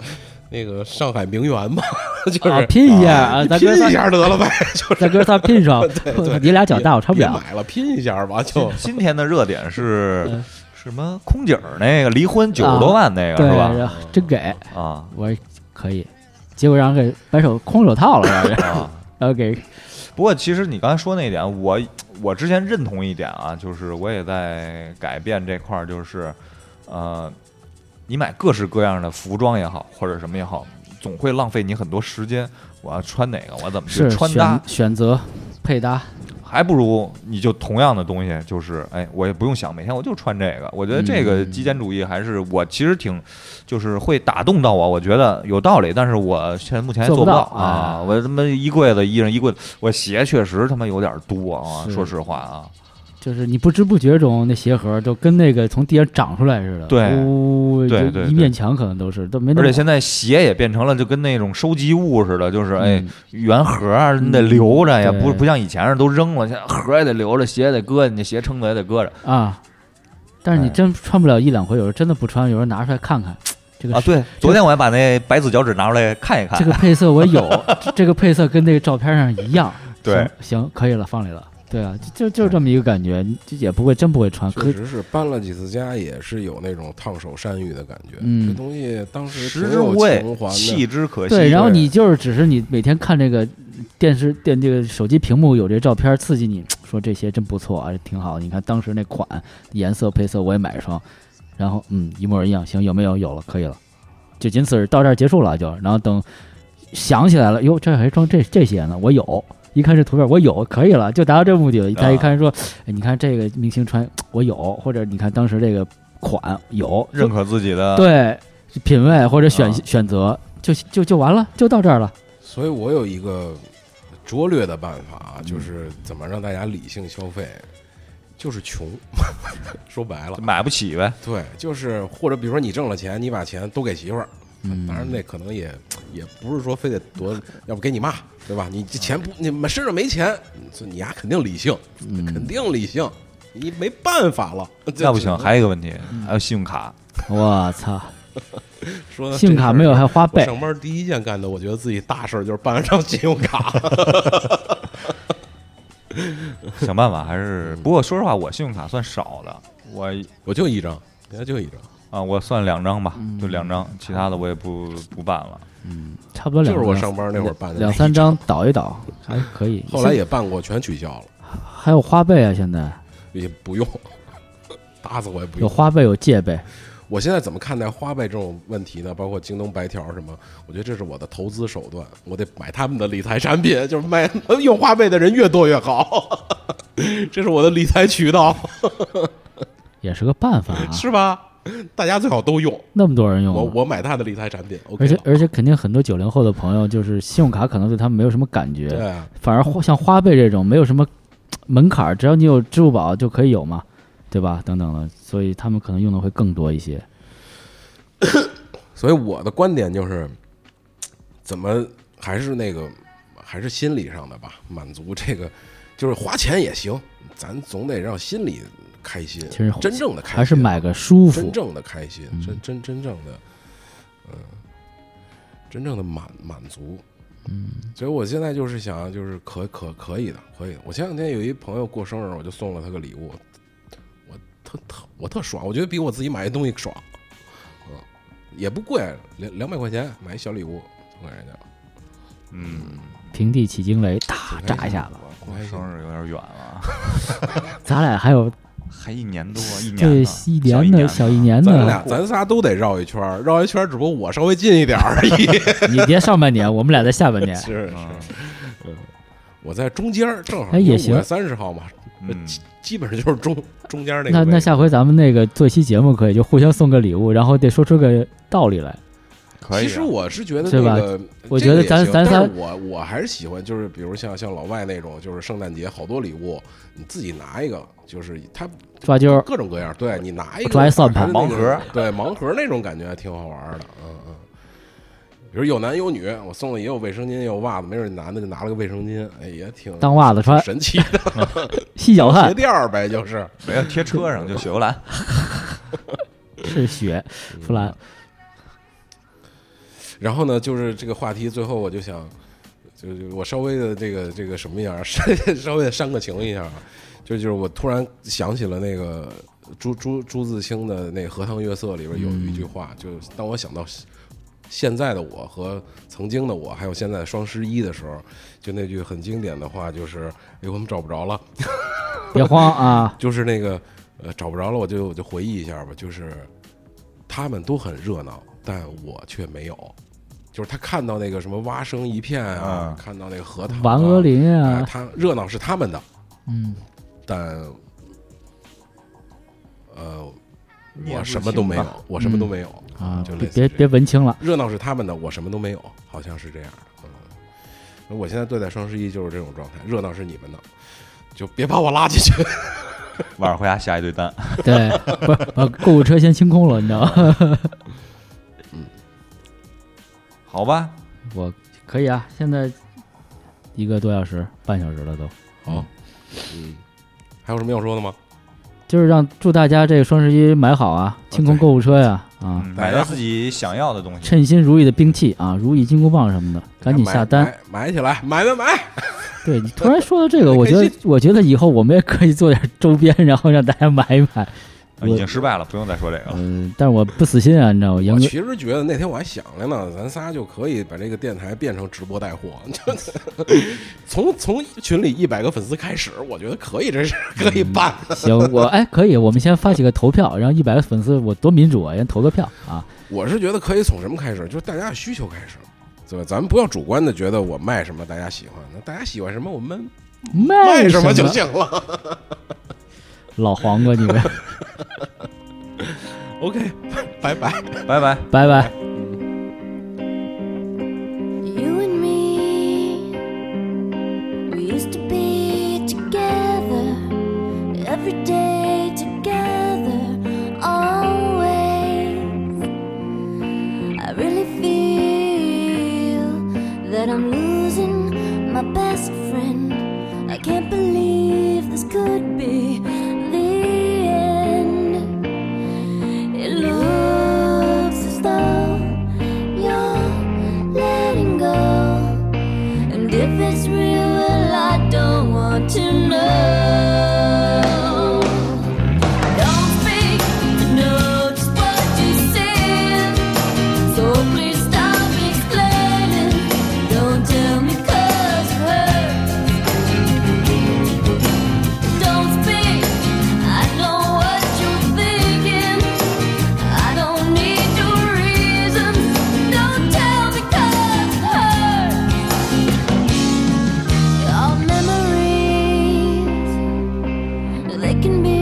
Speaker 3: 那个上海名媛吗？ 就是、
Speaker 4: 啊，拼一下啊，
Speaker 3: 你
Speaker 4: 大哥
Speaker 3: 拼一
Speaker 4: 仨，
Speaker 3: 下得了呗，就是
Speaker 4: 大哥仨拼上
Speaker 3: 对，
Speaker 4: 你俩脚大，我穿不
Speaker 3: 别
Speaker 4: 了。
Speaker 3: 买了，拼一下吧，就
Speaker 2: 今今天的热点是
Speaker 4: 嗯啊
Speaker 2: 是什么？空姐儿那个离婚九十多万那个
Speaker 4: 对，
Speaker 2: 是吧？
Speaker 4: 然后
Speaker 3: 嗯
Speaker 4: 真给
Speaker 2: 啊
Speaker 4: 我可以，结果让人给买手空手套了，让人
Speaker 2: 啊！
Speaker 4: 然 后给
Speaker 2: 不过其实你刚才说那一点，我我之前认同一点啊，就是我也在改变这块儿，就是呃，你买各式各样的服装也好，或者什么也好，总会浪费你很多时间。我要穿哪个，我怎么去
Speaker 4: 是
Speaker 2: 穿搭
Speaker 4: 选，选择配搭，
Speaker 2: 还不如你就同样的东西，就是哎，我也不用想，每天我就穿这个。我觉得这个
Speaker 4: 嗯
Speaker 2: 极简主义还是我其实挺，就是会打动到我，我觉得有道理，但是我现在目前也
Speaker 4: 做不
Speaker 2: 不到
Speaker 4: 到
Speaker 2: 啊。
Speaker 4: 哎
Speaker 2: 我他妈衣柜子衣裳衣柜子，我鞋确实他妈有点多啊，
Speaker 4: 是
Speaker 2: 说实话啊，
Speaker 4: 就是你不知不觉中那鞋盒都跟那个从地上长出来似的，
Speaker 2: 对
Speaker 4: 呜
Speaker 2: 对
Speaker 4: 就
Speaker 2: 对对
Speaker 4: 一面墙可能都是都没那
Speaker 2: 而
Speaker 4: 么。
Speaker 2: 且现在鞋也变成了就跟那种收集物似的，就是哎
Speaker 4: 嗯，
Speaker 2: 原盒儿啊你得留着呀，
Speaker 4: 对
Speaker 2: 不不像以前似的都扔了，现在盒儿也得留着，鞋也得搁进去，鞋撑子也得搁着
Speaker 4: 啊，但是你
Speaker 2: 哎
Speaker 4: 真穿不了一两回，有时候真的不穿，有时候拿出来看看，这个
Speaker 2: 啊。
Speaker 4: 是
Speaker 2: 对，昨天我还把那白紫脚趾拿出来看一看
Speaker 4: 这，个配色我有，这个配色跟那个照片上一样。
Speaker 2: 对
Speaker 4: 行，行，可以了，放里了。对啊，就就就这么一个感觉，就也不会真不会穿。可
Speaker 3: 确实是搬了几次家，也是有那种烫手山芋的感觉。
Speaker 4: 嗯
Speaker 3: 这东西当时
Speaker 2: 食
Speaker 3: 挺
Speaker 2: 之
Speaker 3: 有
Speaker 2: 无味
Speaker 3: 情，怀
Speaker 2: 弃
Speaker 3: 的，
Speaker 2: 之可惜。
Speaker 4: 对，然后
Speaker 3: 对
Speaker 4: 你就是只是你每天看这个电视电这个手机屏幕有这照片刺激你，说这些真不错啊，挺好。你看当时那款颜色配色我也买一双，然后嗯一模一样，行有没有？有了，可以了，就仅此到这儿结束了就。然后等想起来了，哟这还装这这些呢，我有。一看这图片，我有可以了，就达到这目的了。
Speaker 2: 啊
Speaker 4: 他一看说，哎，你看这个明星穿，我有，或者你看当时这个款有，
Speaker 2: 认可自己的，
Speaker 4: 对呃品味或者选、
Speaker 2: 啊
Speaker 4: 选择，就就就完了，就到这儿了。
Speaker 3: 所以我有一个拙劣的办法啊，就是怎么让大家理性消费，就是穷。 说白了
Speaker 2: 就，买不起呗。
Speaker 3: 对，就是或者比如说你挣了钱，你把钱都给媳妇儿，
Speaker 4: 嗯
Speaker 3: 当然那可能也也不是说非得多，要不给你妈，对吧？你这钱不，你们身上没钱，所以你丫肯定理性，肯定理性，你没办法了。这
Speaker 2: 那不行，
Speaker 3: 只能
Speaker 2: 还有一个问题，还有信用卡。
Speaker 4: 我操，
Speaker 3: 说到
Speaker 4: 信用卡
Speaker 3: 这事儿
Speaker 4: 没有还花
Speaker 3: 我
Speaker 4: 呗，
Speaker 3: 上班第一件干的，我觉得自己大事儿就是办了张信用卡。
Speaker 2: 想办法还是。不过说实话，我信用卡算少的，我
Speaker 3: 我就一张，人家就一张，
Speaker 2: 啊，我算两张吧，就两张，其他的我也不不办了。
Speaker 4: 差不多两
Speaker 3: 就是我上班那会儿
Speaker 4: 两
Speaker 3: 办的那
Speaker 4: 两
Speaker 3: 一
Speaker 4: 三张倒一倒还可以。
Speaker 3: 后来也办过，全取消了，
Speaker 4: 还有花呗啊，现在
Speaker 3: 也不用， 打死我也不
Speaker 4: 有
Speaker 3: 用。
Speaker 4: 花呗有借呗，
Speaker 3: 我现在怎么看待花呗这种问题呢？包括京东白条什么，我觉得这是我的投资手段，我得买他们的理财产品，就是买 用花呗的人越多越好， 这是我的理财渠道，
Speaker 4: 也是个办法啊。
Speaker 3: 是吧？大家最好都用，
Speaker 4: 那么多人用啊，
Speaker 3: 我我买他的理财产品，OK
Speaker 4: 而且
Speaker 3: 吧
Speaker 4: 而且肯定很多九零后的朋友，就是信用卡可能对他们没有什么感
Speaker 3: 对
Speaker 4: 觉，
Speaker 3: 啊，
Speaker 4: 反而花像花呗这种没有什么门槛儿，只要你有支付宝就可以有嘛，对吧？等等的，所以他们可能用的会更多一些。
Speaker 3: 所以我的观点就是，怎么还是那个，还是心理上的吧，满足这个，就是花钱也行，咱总得让心里开心，
Speaker 4: 其实
Speaker 3: 真正的开心
Speaker 4: 还是买个舒服嗯
Speaker 3: 真，正的开心，真真真正的，嗯、真正的满满足。嗯，所以我现在就是想，就是可可可以的，可以的。我前两天有一朋友过生日，我就送了他个礼物，我特特我特爽，我觉得比我自己买的东西爽。嗯，也不贵，两两百块钱买一小礼物送给人家，
Speaker 2: 嗯，
Speaker 4: 平地起惊雷，哒
Speaker 3: 挺开心
Speaker 4: 炸一下子。嗯
Speaker 3: 挺开心
Speaker 2: 生日有点远了，
Speaker 4: 咱俩还有
Speaker 2: 还一年 多，一年
Speaker 4: 对
Speaker 2: 呢
Speaker 4: 一
Speaker 2: 小一
Speaker 4: 年的小一年
Speaker 3: 咱俩
Speaker 4: 呢，
Speaker 3: 咱仨都得绕一圈儿，绕一圈儿，只不过我稍微近一点儿而已。。
Speaker 4: 你别上半年，我们俩在下半年
Speaker 3: 是
Speaker 2: 嗯
Speaker 3: 我在中间儿，正好
Speaker 4: 哎也行
Speaker 3: 三十号嘛，
Speaker 2: 嗯，
Speaker 3: 呃基本上就是中中 间那个
Speaker 4: 那
Speaker 3: 位置。
Speaker 4: 那下回咱们那个做一期节目可以，就互相送个礼物，然后得说出个道理来。
Speaker 2: 可以啊。
Speaker 3: 其实我是觉得
Speaker 4: 是吧
Speaker 3: 那个，
Speaker 4: 我
Speaker 3: 这个
Speaker 4: 觉得
Speaker 3: 也
Speaker 4: 咱
Speaker 3: 行但
Speaker 4: 咱
Speaker 3: 是
Speaker 4: 仨
Speaker 3: 我我还是喜欢，就是比如像像老外那种，就是圣诞节好多礼物，你自己拿一个，就是他
Speaker 4: 抓阄儿，
Speaker 3: 各种各样，对你拿一个
Speaker 4: 抓一算
Speaker 3: 还
Speaker 4: 盘
Speaker 3: 是那
Speaker 2: 盲
Speaker 3: 个
Speaker 2: 盒，
Speaker 3: 对盲盒那种感觉还挺好玩的，嗯嗯。比如有男有女，我送了也有卫生巾，也有袜子，没准男的就拿了个卫生巾，哎，也挺
Speaker 4: 当袜子穿，
Speaker 3: 神奇的
Speaker 4: 细脚
Speaker 3: 鞋
Speaker 4: 汗
Speaker 3: 垫儿呗，就是。
Speaker 2: 没有贴车上就雪佛 兰，
Speaker 4: 是雪，
Speaker 3: 嗯
Speaker 4: 弗兰
Speaker 3: 然后呢，就是这个话题，最后我就想，就就我稍微的这个这个什么样儿，稍微的煽个情一下儿，啊就就是我突然想起了那个朱朱朱自清的那个《荷塘月色》里边有一句话，就是当我想到现在的我和曾经的我，还有现在的双十一的时候，就那句很经典的话，就是哎，我们找不着了。！
Speaker 4: 别慌啊
Speaker 3: 就是那个呃找不着了，我就我就回忆一下吧，就是他们都很热闹，但我却没有。就是他看到那个什么蛙声一片啊，
Speaker 2: 啊
Speaker 3: 看到那个荷塘、啊、
Speaker 4: 王鹅林
Speaker 3: 哎
Speaker 4: 啊，
Speaker 3: 他热闹是他们的，
Speaker 4: 嗯，
Speaker 3: 但呃，
Speaker 2: 你也
Speaker 3: 我
Speaker 2: 不
Speaker 3: 什么都没
Speaker 2: 行吧
Speaker 3: 有，我什么都没有
Speaker 4: 啊
Speaker 3: 就，类
Speaker 4: 别
Speaker 3: 似于
Speaker 4: 别
Speaker 3: 这
Speaker 4: 别
Speaker 3: 样
Speaker 4: 文青了，
Speaker 3: 热闹是他们的，我什么都没有，好像是这样的。嗯，我现在对待双十一就是这种状态，热闹是你们的，就别把我拉进去。
Speaker 2: 晚上回家下一堆单。
Speaker 4: 对，不是把购物车先清空了，你知道吗？
Speaker 2: 好吧，
Speaker 4: 我可以啊，现在一个多小时，半小时了都。
Speaker 3: 好，嗯，还有什么要说的吗？
Speaker 4: 就是让祝大家这个双十一买好啊，清空
Speaker 3: 哦对
Speaker 4: 购物车呀啊，
Speaker 2: 嗯
Speaker 3: 大
Speaker 2: 买
Speaker 3: 家
Speaker 2: 到自己想要的东西。
Speaker 4: 称心如意的兵器啊，如意金箍棒什么的，赶紧
Speaker 3: 买
Speaker 4: 下单。
Speaker 3: 买买起来，买买买！
Speaker 4: 对你突然说 到这个，我觉得我觉得以后我们也可以做点周边，然后让大家买一买。
Speaker 2: 啊已经失败了，不用再说这个了。
Speaker 4: 嗯，但是我不死心啊，你知道吗？
Speaker 3: 我
Speaker 4: 杨哥
Speaker 3: 其实觉得那天我还想了呢，咱仨就可以把这个电台变成直播带货， 就从从群里一百个粉丝开始，我觉得可以，这是可以
Speaker 4: 嗯
Speaker 3: 办的。
Speaker 4: 行，我哎可以，我们先发起个投 票，让一百个粉丝，我多民主啊，先投个票啊。
Speaker 3: 我是觉得可以从什么开始，就是大家的需求开始，对吧？咱们不要主观的觉得我卖什么大家喜欢，那大家喜欢什么我们卖
Speaker 4: 卖
Speaker 3: 什么
Speaker 4: 么
Speaker 3: 就行了。
Speaker 4: 老黄瓜，你们
Speaker 3: OK，拜拜。
Speaker 2: 拜拜。
Speaker 4: 拜拜。
Speaker 1: You and me, we used to be together every day, together, always. I really feel that I'm losing my best friend. I can't believe this could be the end. It looks as though you're letting go. And if it's real, well, I don't want to know. Don't speak to know just what you said. So please stop explaining. Don't tell me 'cause it hurts. Don't speak. I know what you're thinking. I don't need your reasons. Don't tell me 'cause it hurts. Your memories, they can be